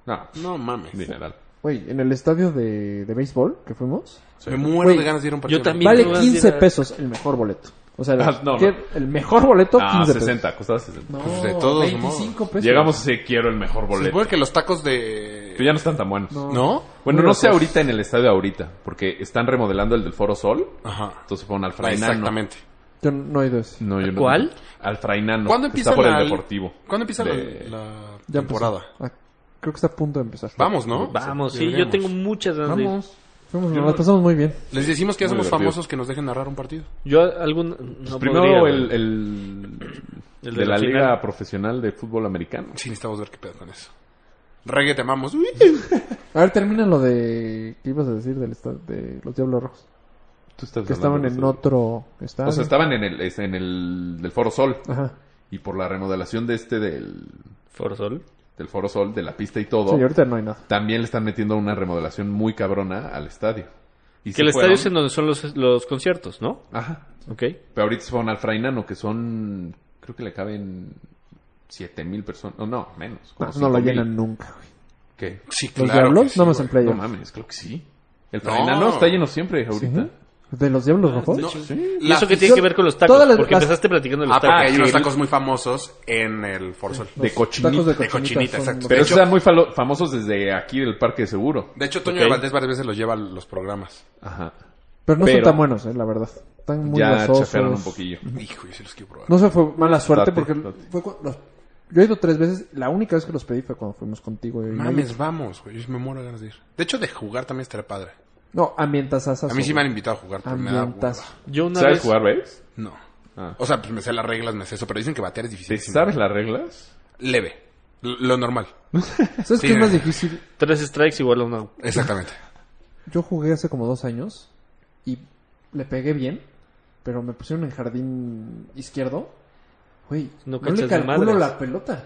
No,
No mames.
dineral.
Güey, en el estadio de, de béisbol que fuimos,
Me muero de
Güey,
ganas de ir a un partido.
yo también.
vale
no vas a
15
llegar.
pesos el mejor boleto. O sea,
Ah, no,
¿qué-
no.
el mejor boleto,
Ah,
15 pesos.
60, costaba 60.
No,
Pues de todos
25 pesos.
Llegamos así, quiero el mejor
Se
boleto.
supone que los tacos
Que
de...
ya no están tan buenos.
No. pues-
¿No?
Bueno,
Muy
no sé
locos.
ahorita en el estadio ahorita, porque están remodelando el del Foro Sol.
Ajá.
Entonces fueron al
Ah,
Frainano.
exactamente.
Yo no he ido a ese.
No, yo no.
¿Cuál?
Al Frainano.
¿Cuándo
que
empieza
Está por
la-
el Deportivo.
¿Cuándo empieza la-
De-
la,
Ya empezó.
temporada?
Ah, creo que está a punto de empezar.
Vamos, ¿no?
Vamos, sí, yo
Deberíamos.
tengo muchas ganas de ir.
Fuimos, nos pasamos muy bien.
Les decimos que ya
Muy
somos
divertido.
famosos que nos dejen narrar un partido.
Yo algún... no
Pues Primero
podría, güey.
el, el,
El
de,
de
la,
la final.
Liga Profesional de Fútbol Americano.
Sí, necesitamos ver qué pedo con eso. Reggae te amamos. Uy.
A ver, termina lo de... ¿Qué ibas a decir del esta- de los Diablos Rojos?
Tú estás hablando
Que estaban
de
en
Pues eso.
otro estadio.
O sea, estaban en el, es- en el del Foro Sol.
Ajá.
Y por la remodelación de este del,
Forzol.
del Foro Sol, de la pista y todo,
Sí, ahorita no hay nada.
también le están metiendo una remodelación muy cabrona al estadio. Y
Que el estadio es en donde son los, los conciertos, ¿no?
Ajá.
Ok.
Pero ahorita se fueron al Frainano, que son... Creo que le caben... Siete mil personas. No, no, menos.
No,
como
no lo
5,000.
llenan nunca, güey.
¿Qué?
Sí,
¿Los
claro.
Diablos?
que sí,
no más
güey.
en playoff.
No mames, creo que sí. El
No.
Frainano está lleno siempre ahorita. Ah,
¿Sí? ¿De los Diablos Rojos?
No,
¿Y
la-
eso qué tiene que ver con los tacos?
todas las-
Porque
las-
empezaste platicando de los
Ah, porque hay
tacos.
unos tacos muy famosos en el Forzol.
De cochinita.
Tacos de
De
cochinita.
cochinita,
son
exacto.
los-
Pero
De
esos
hecho-
eran muy falo- famosos desde aquí del Parque de Seguro.
De hecho, Toño
Ok.
de Valdés varias veces los lleva a los programas.
Ajá.
Pero no
Pero-
son tan buenos, eh, la verdad. Están muy
ya
grasosos.
chafaron un poquillo.
Hijo, yo sí los quiero probar.
No se fue mala suerte
Date,
porque
date.
fue cu- los- yo he ido tres veces. La única vez que los pedí fue cuando fuimos contigo. y
Mames, vamos, güey. Yo me muero de ganas de ir. De hecho, de jugar también estaría padre.
No, ambientasasas.
A mí sí me han invitado a jugar, pero me da hueva.
Ambientas.
Yo una
¿Sabes
vez...
jugar béis?
No.
Ah.
O sea, pues me sé las reglas, me sé eso, pero dicen que batear es
¿Te
difícil.
sabes las reglas?
Leve. L- Lo normal.
¿Sabes
Sí,
qué es
no.
más difícil?
Tres strikes igual a una...
Exactamente.
Yo jugué hace como dos años y le pegué bien, pero me pusieron en jardín izquierdo. Güey,
No
no,
cachas
le
de
calculo
madres.
la pelota.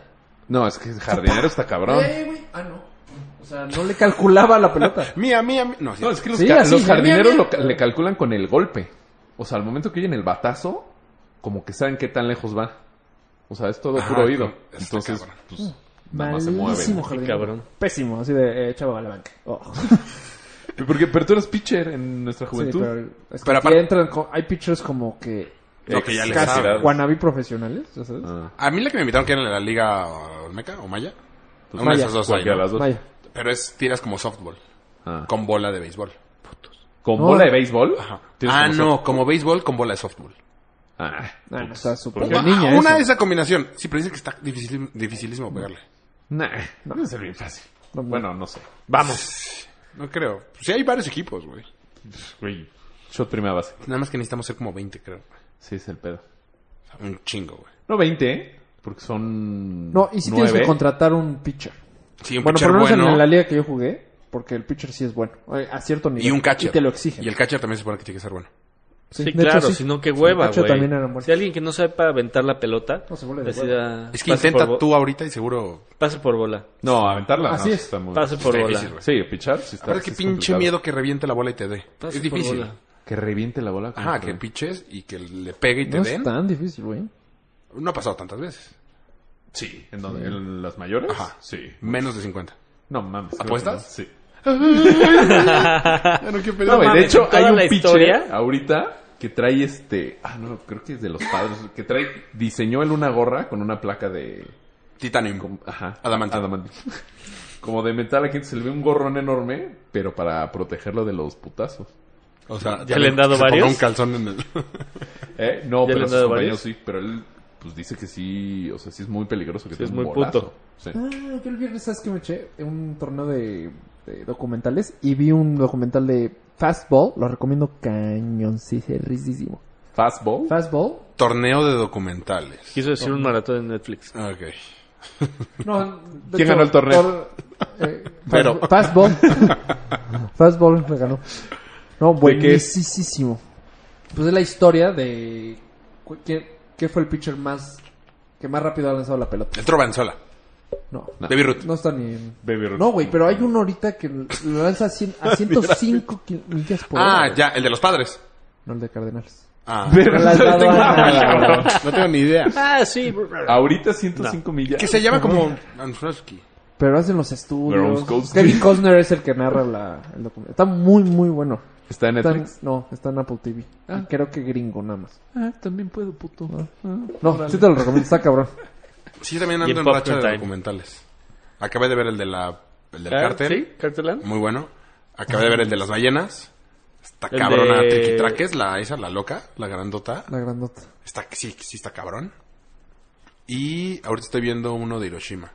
No, es que el jardinero está cabrón.
Eh, güey, Ah, no. O sea, no le calculaba la pelota.
Mía, mía, mía. No, sí.
No, es que los,
Sí,
ca-
así,
los jardineros
bien, bien.
lo ca- le calculan con el golpe. O sea, al momento que oyen el batazo, como que saben qué tan lejos va. O sea, es todo
Ajá,
puro oído.
está
Entonces,
cabrón.
pues, nada más se
Malísimo
mueve.
jardín.
cabrón.
Pésimo, así de eh, chavo a la banca. Oh.
Porque, pero tú eras pitcher en nuestra
Sí,
juventud.
pero es que
Pero
aquí
aparte-
entran co- hay pitchers como que
No, que ya le
Casi.
sabe.
Wannabe profesionales, ya sabes.
Ah,
A mí la que me invitaron que era la Liga Olmeca o Maya.
pues,
Una de
vaya,
esas dos ahí,
cualquiera
¿no?
de las dos.
Vaya.
Pero es tiras como softball.
Ah.
Con bola de béisbol.
¿Con
No.
bola de béisbol?
Ajá.
¿Tienes
Ah,
como
no,
soft-
como béisbol con bola de softball.
Ah,
Ah, no, está súper
Ah,
niña
una
esa.
de esa combinación. Sí, pero dicen que está difícil, dificilísimo pegarle.
nah, no va a ser bien fácil.
No, no.
bueno, no sé.
Vamos. No creo. Sí, hay varios equipos, güey.
Güey, shot primera base.
Nada más que necesitamos ser como 20, creo.
Sí, es el pedo.
Un chingo, güey.
No, 20, ¿eh? Porque son.
No, y si tienes que
nueve.
contratar un pitcher.
Sí, un
bueno,
pitcher
por lo menos
bueno.
en la liga que yo jugué, porque el pitcher sí es bueno, eh, a cierto nivel.
Y un catcher.
Y te lo exigen.
Y el catcher también se supone que tiene que ser bueno.
Sí,
de hecho,
claro,
sí.
si no, qué hueva,
De hecho,
güey.
también eran buenos.
si alguien que no sabe para aventar la pelota,
No se vuelve de
decida,
Es que
pase
intenta
por bo-
tú ahorita y seguro.
Pase por bola.
No, aventarla.
Así
no,
es.
está muy-
Pase por
Está
bola.
difícil, güey.
Sí, pichar. Sí está,
A ver qué
sí es
pinche
complicado.
miedo que reviente la bola y te dé.
Pase
es
por
difícil.
bola.
Que reviente la bola.
Ajá,
¿cómo se
que
llama?
piches y que le pegue y te
No es
den.
tan difícil, güey.
No ha pasado tantas veces.
Sí, ¿en, dónde? ¿En las mayores?
Ajá.
Sí.
Menos de 50.
No mames. creo que
¿Apuestas?
no. Sí.
No
No, güey, de
mames,
hecho,
toda
hay un
la
pitcher
historia.
ahorita que trae este. Ah, no, creo que es de los padres. Que trae. Diseñó él una gorra con una placa de.
Titanium.
como- ajá.
Adamantium.
adamantium. Como de metal, aquí se le ve un gorrón enorme, pero para protegerlo de los putazos.
O sea,
¿Ya le han dado
se ponga
varios?
un calzón en el.
¿Eh? No,
¿Ya le
pero
han
sus
dado
compañeros
varios?
sí, pero él pues dice que sí, o sea, sí es muy peligroso que
Sí, es
tenga un
muy
bolazo.
puto.
Sí.
Ah, yo el viernes, ¿sabes qué me eché? Un torneo de, de documentales y vi un documental de Fastball. Lo recomiendo cañoncísimo.
Fastball.
Fastball.
Torneo de documentales.
Quiso decir un maratón en Netflix.
Ok.
No, de
¿Quién ganó el torneo?
por- eh,
Pero.
fast- Fastball. fastball le ganó. No,
¿De qué es?
buenísimo. Pues es la historia de cu- quién, qué fue el pitcher más que más rápido ha lanzado la pelota.
El Trobanzola.
No,
No.
Baby Ruth.
no está ni en...
Baby Ruth.
No, güey, pero hay uno ahorita que lo lanza a, cien- a 105 kil- millas por hora.
Ah,
güey.
ya, el de los padres.
No, el de Cardenales.
Ah.
No le has dado a nada, güey.
No tengo ni idea.
Ah, sí.
Ahorita 105 millas.
Que se llama como Anfrosky.
Pero hacen los
Gronkowski.
estudios. Kevin Costner es el que narra la, el documental. Está muy, muy bueno.
Está en
Está en-
Netflix.
no, está en Apple TV. Y creo que gringo nada más.
Ah, también puedo, puto.
No, sí te lo recomiendo, está cabrón.
Sí, también
Y en
ando en racha
Popcorn
de
Time.
documentales. Acabé de ver el de la el del
Ah,
cártel.
¿Sí? ¿Cartelán?
Muy bueno. Acabé de ver el de las ballenas. Está
El
cabrona
de-
Triquitraques, la esa, la loca, la grandota.
La grandota.
Está, sí, sí está cabrón. Y ahorita estoy viendo uno de Hiroshima.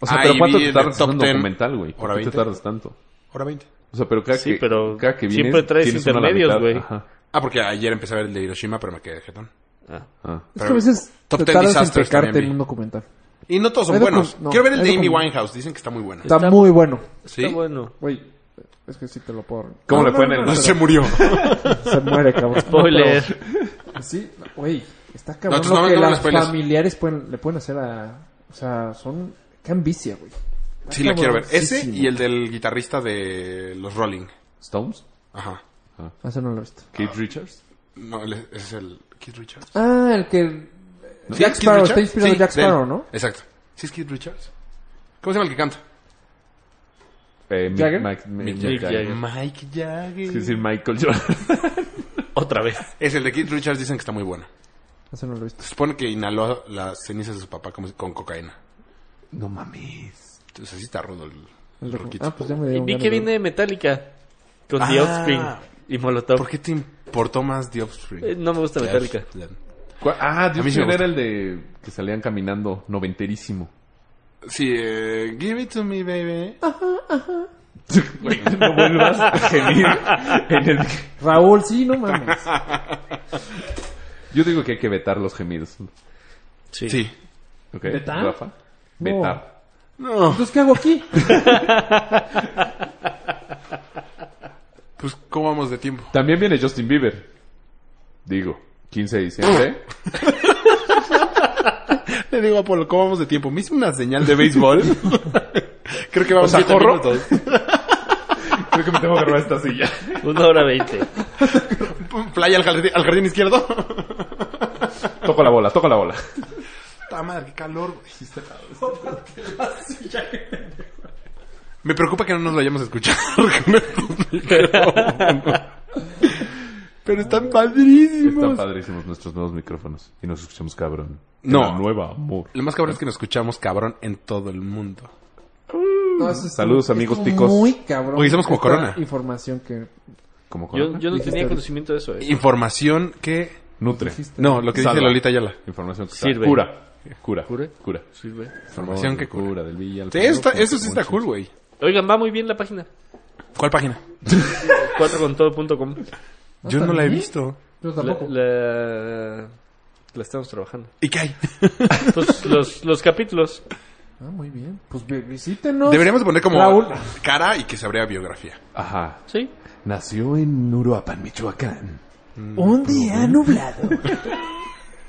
O sea,
Ah,
pero
y
¿cuánto
vi
te
el
tardas
top
en un
10,
documental, güey?
hora
¿Por qué
20.
te tardas tanto?
Hora 20.
O sea, pero cada
Sí,
que,
pero
cada que vienes,
siempre traes
tienes uno a la
intermedios,
mitad.
güey.
Ajá.
Ah, porque ayer empecé a ver el de Hiroshima, pero me quedé jetón.
Ah.
Es que a
Pero
veces
Top
te
Ten
tardas en
Disasters
pecarte
también
en
vi.
un documental.
Y no todos son
Hay docu-
buenos.
no,
Quiero ver el
hay
de Amy
docu-
Winehouse. Dicen que está muy bueno.
Está,
Está-
muy bueno.
¿Sí?
Está bueno.
Güey, es que sí te lo puedo...
¿Cómo
No,
le fue
no,
en el-
no,
Se murió.
Se muere, cabrón.
Spoiler.
No, pero- sí, no, güey, está cabrón
No,
lo
no, no,
que
no, no,
las
spoilers.
familiares pueden, le pueden hacer a... O sea, son... Qué ambicia, güey. Está
Sí, la quiero ver. Ese
cabroncísimo.
y el del guitarrista de los Rolling.
¿Stones?
Ajá.
Ah, ese no lo he visto.
¿Keith Richards?
No, él es- ese es el Keith Richards.
Ah, el que...
¿Sí, es
Jack
Keith
Sparrow,
Richards?
está inspirado
Sí,
en Jack
de él.
Sparrow, ¿no?
Exacto. ¿Sí es Keith Richards? ¿Cómo se llama el que canta?
Eh, Mick-
¿Jagger?
Mike- Mick
Mick Jagger.
Jagger.
Mike
Es
Jagger.
decir, Michael Jordan.
Otra vez.
Es el de Keith Richards, dicen que está muy bueno.
Ese no lo he visto.
Se supone que inhaló las cenizas de su papá como- con, cocaína.
No mames.
Entonces sí está rudo el, el
El docu-
roquito.
Ah, pues ya me
Y
dieron
vi
ganas
que
de
viene de Metallica. Con The
Ah.
Offspring y Molotov.
¿Por qué te importó más The
Eh,
Offspring?
no me gusta Metallica.
¿Cuál- Ah,
A mí
Dios
sí me
mío,
gusta.
era el de que salían caminando, noventerísimo.
Sí, eh, Give It To Me, Baby.
Güey, no vuelvas a gemir en el...
ver. Raúl, sí, no mames.
Ah.
Yo digo que hay que vetar los gemidos.
Sí.
Sí.
Ok,
¿Vetar?
Rafa.
No.
Vetar.
No.
Entonces, ¿qué hago aquí?
Pues, ¿cómo vamos de tiempo?
También viene Justin Bieber. Digo, 15 de diciembre.
Le digo a Polo, ¿cómo vamos de tiempo? Me hizo una señal de béisbol. Creo que vamos
O sea,
siete
¿corro?
minutos.
Creo que me tengo que robar esta silla.
Una hora veinte.
Playa al jardín, al jardín izquierdo.
Toco la bola, toco la bola.
¡Ta madre, qué calor! güey! Me preocupa que no nos vayamos a escuchar. con estos micrófonos. Pero están padrísimos.
Están padrísimos nuestros nuevos micrófonos. Y nos escuchamos cabrón.
No.
La nueva amor.
Lo más cabrón es que nos escuchamos cabrón en todo el mundo.
No, eso estuvo-
Saludos, amigos
estuvo
ticos.
Muy cabrón.
Oye, somos como
esta
Corona.
Información que
Como con...
Yo, yo no
Dijiste
tenía
ahorita.
conocimiento de eso, eh.
Información que...
Nutre.
No, lo que dice
Salva.
Lolita Ayala.
Información que
Sirve.
Cura. Cura.
¿Cure?
Cura.
Sirve.
Información que cura.
del Villa. al
Sí, eso, está-
Pablo,
eso sí está cool, güey.
Oigan, va muy bien la página.
¿Cuál página?
4contodo.com.
Yo no la he
¿también?
visto.
yo
La,
tampoco.
la, la estamos trabajando.
¿Y qué hay?
Pues los, los capítulos.
Ah, muy bien. Pues vi- visítenos.
Deberíamos poner como
Raúl.
cara y que se abría biografía.
Ajá.
Sí.
Nació en Uruapan, Michoacán.
Mm,
Un día nublado.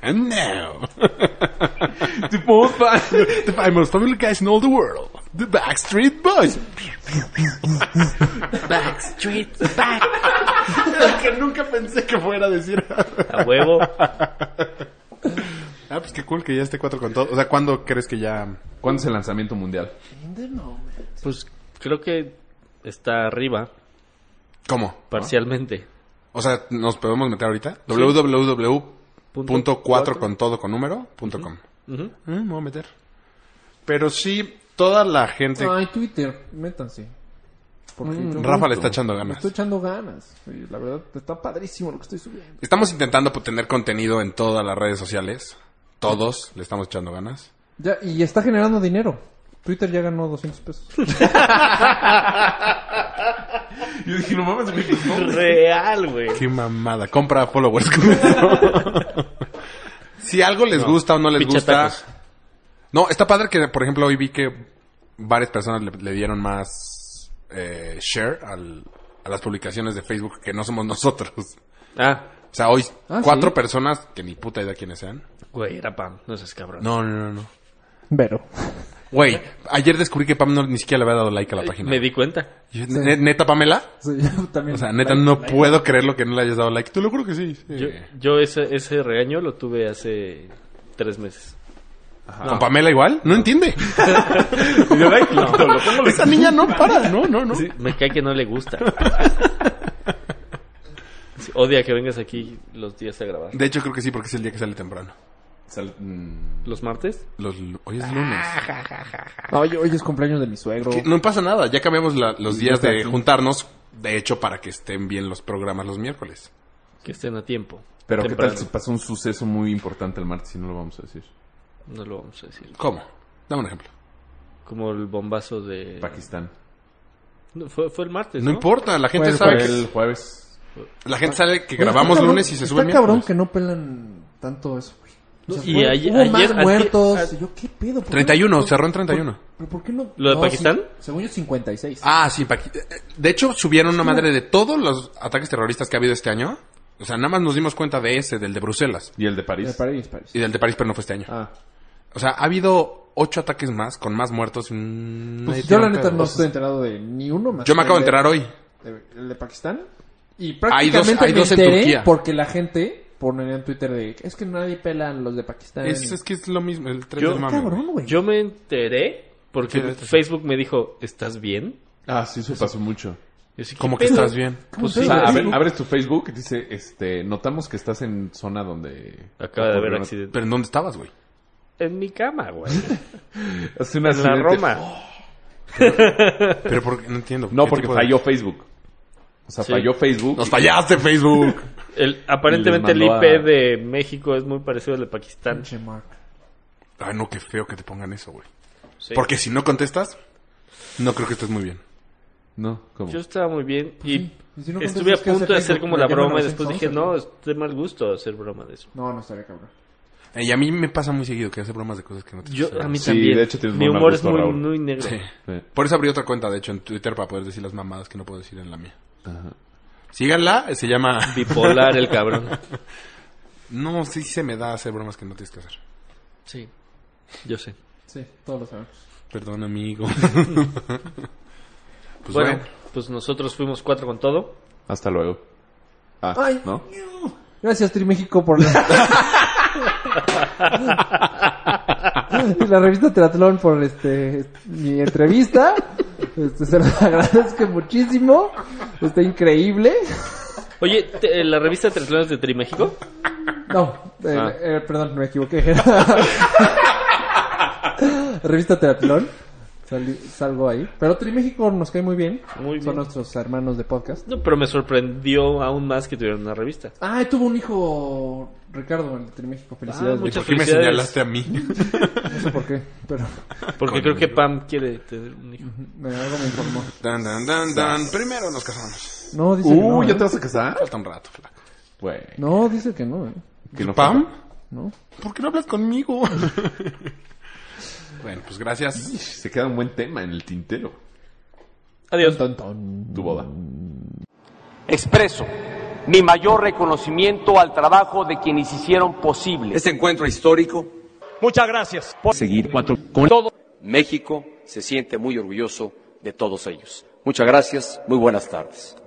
And now,
¡Te popa!
the five most popular guys in all the world, the Backstreet Boys.
Tweet.
que nunca pensé que fuera a decir.
A huevo.
ah, pues qué cool que ya esté cuatro con todo. O sea, ¿cuándo crees que ya...?
¿Cuándo es el lanzamiento mundial?
Pues creo que está arriba,
¿Cómo?
parcialmente.
O sea, ¿nos podemos meter ahorita? www.4 con todo con número punto com.
Ujú.
Ah, me voy a meter. Pero sí, toda la gente...
Ay, Twitter, métanse. Porque yo-
Rafa le está
Me
echando ganas.
Estoy echando ganas. Y la verdad, está padrísimo lo que estoy subiendo.
Estamos intentando po- tener contenido en todas las redes sociales. Todos le estamos echando ganas.
Ya, y está generando dinero. Twitter ya ganó 200 pesos.
Yo dije, no mames, güey. pues, no.
Real, güey.
Qué mamada. Compra followers. con eso. si algo les gusta o no les
Picha
gusta.
tacos.
No, está padre que, por ejemplo, hoy vi que varias personas le, le dieron más eh, share al- a las publicaciones de Facebook que no somos nosotros. O
Ah,
sea, hoy
Ah,
cuatro
sí.
personas que ni puta idea quiénes sean.
güey, era Pam. No seas cabrón.
No, no, no, no.
Pero.
Güey, ayer descubrí que Pam no, ni siquiera le había dado like a la página.
Me di cuenta.
Yo, "Ne- ¿Neta, Pamela?
Sí, yo también.
O sea, neta, no puedo creerlo que no le hayas dado like. Te lo juro que sí. sí.
Yo, yo ese, ese regaño lo tuve hace tres meses.
¿Con Pamela igual? No entiende. Esa niña no para. No, no, no.
Sí, me cae que no le gusta. Sí, Odia que vengas aquí los días a grabar.
De hecho, creo que sí, porque es el día que sale temprano.
Sal- mm,
¿Los martes?
Los, lu- hoy es lunes.
Ah. No, hoy, hoy es cumpleaños de mi suegro.
Que No pasa nada. Ya cambiamos la- los días
está
de
aquí.
juntarnos. De hecho, para que estén bien los programas los miércoles.
Que estén a tiempo.
Pero
Temprano.
qué tal si pasa un suceso muy importante el martes y no lo vamos a decir.
No lo vamos a decir.
¿Cómo? Dame un ejemplo.
Como el bombazo
Eh,
de...
Pakistán.
No, fue, fue el martes,
No,
¿no?
importa. La gente
Bueno, pues,
sabe
Fue
que...
el jueves.
La gente sabe que grabamos
Está cabrón-
lunes y se
está
sube
cabrón
miércoles.
que no pelan tanto eso, güey. O sea,
Y
fue-
ayer-
hubo más
ayer- ayer-
muertos.
a-
yo, ¿qué pedo? ¿Por qué no-
31.
por-
Cerró en 31.
¿Pero por qué no?
¿Lo de
no,
Pakistán?
sí, según yo, 56.
Ah, sí, Paqui- eh, eh, De hecho, subieron una madre de todos los ataques terroristas que ha habido este año. O sea, nada más nos dimos cuenta de ese, del de Bruselas.
Y el de
De
París.
París, París.
Y del de París, pero no fue este año.
Ah,
Pues,
O sea, ha habido ocho ataques más, con más muertos. y un-
Pues
nadie
yo,
tiene
la
un
neta,
pedo.
no estoy enterado de ni uno más.
Yo me
que
acabo de
el
enterar hoy.
de- el de Pakistán. Y
Hay dos-
prácticamente
hay dos en
me enteré
Turquía.
porque la gente ponía en Twitter de... Es que nadie pelan los de Pakistán.
Es, es que es lo mismo, el tren
Yo-
del mame,
Eh, Cabrón,
güey.
güey.
Yo me enteré
Sí,
porque
de hecho.
Facebook me dijo, ¿estás bien?
ah sí, eso pasó mucho.
Yo sí, ¿qué
Como que
pedo?
estás bien.
¿Cómo
Pues
te
O
sí,
digo?
sea,
sí.
abre- Ah, abres tu Facebook y dice, este, notamos que estás en zona donde...
Acaba de haber
ocurrió-
accidente.
Pero ¿en dónde estabas, güey?
En mi cama, güey.
Hace un
En la
accidente.
Roma.
Pero porque no entiendo.
No,
¿Qué
porque
tipo de-
falló Facebook. O sea,
Sí.
falló Facebook.
Nos fallaste, Facebook.
El- aparentemente el
Les mandó
IP
a-
de México es muy parecido al de Pakistán.
Pinche Mark.
Ay, no, qué feo que te pongan eso, güey.
Sí.
Porque si no contestas, no creo que estés muy bien.
No, ¿cómo?
Yo estaba muy bien y
Pues Y si no contestas,
estuve a
¿qué hace
punto de hacer
Facebook?
como la
Llaman
broma
al
y después dije,
911,
no, es de mal gusto hacer broma de eso.
No, no estaría cabrón.
Eh, Y a mí me pasa muy seguido que hace bromas de cosas que no te
Yo, a mí
Sí,
también.
de hecho tienes
Mi
muy mal
humor
gusto,
es muy,
Raúl.
muy negro.
Sí.
Eh,
Por eso abrí otra cuenta, de hecho, en Twitter para poder decir las mamadas que no puedo decir en la mía.
ajá.
Síganla, se llama...
Bipolar el cabrón.
No, sí se me da hacer bromas que no tienes que hacer.
Sí. Yo sé.
Sí, todos lo sabemos.
Perdón, amigo. pues
bueno,
bueno.
pues nosotros fuimos cuatro con todo.
Hasta luego. Ah,
Ay.
¿no?
Gracias, Tri México, por la... y la revista Teratlón por este mi entrevista. Este, se los agradezco muchísimo. Está increíble.
Oye, te- eh, la revista Triatlones de Triméxico.
No, eh,
Ah.
eh, perdón, me equivoqué. Revista Teatlón. salgo ahí. Pero Triméxico nos cae muy bien.
Muy
Son
bien.
nuestros hermanos de podcast.
No, pero me sorprendió aún más que tuvieran una revista.
Ah, tuvo un hijo Ricardo en Triméxico. Felicidades.
Ah,
¿Y
muchas
por qué me
felicidades.
señalaste a mí?
Ah,
no sé por qué, pero
Porque creo que Pam quiere tener un hijo.
me, algo me informó.
Dan, dan, dan, dan. Primero nos casamos.
No, dice que no.
Uh,
¿eh?
¿ya te vas a casar?
Falta un rato, flaco.
Güey.
No, dice que no. ¿eh?
que no
¿Pam?
falta.
No.
¿Por qué no hablas conmigo? bueno, pues gracias.
Ish, Se queda un buen tema en el tintero.
Adiós.
Ton, ton.
Tu boda.
Expreso mi mayor reconocimiento al trabajo de quienes hicieron posible este encuentro histórico.
Muchas gracias. Por-
Seguir cuatro con todo. México se siente muy orgulloso de todos ellos. Muchas gracias, muy buenas tardes.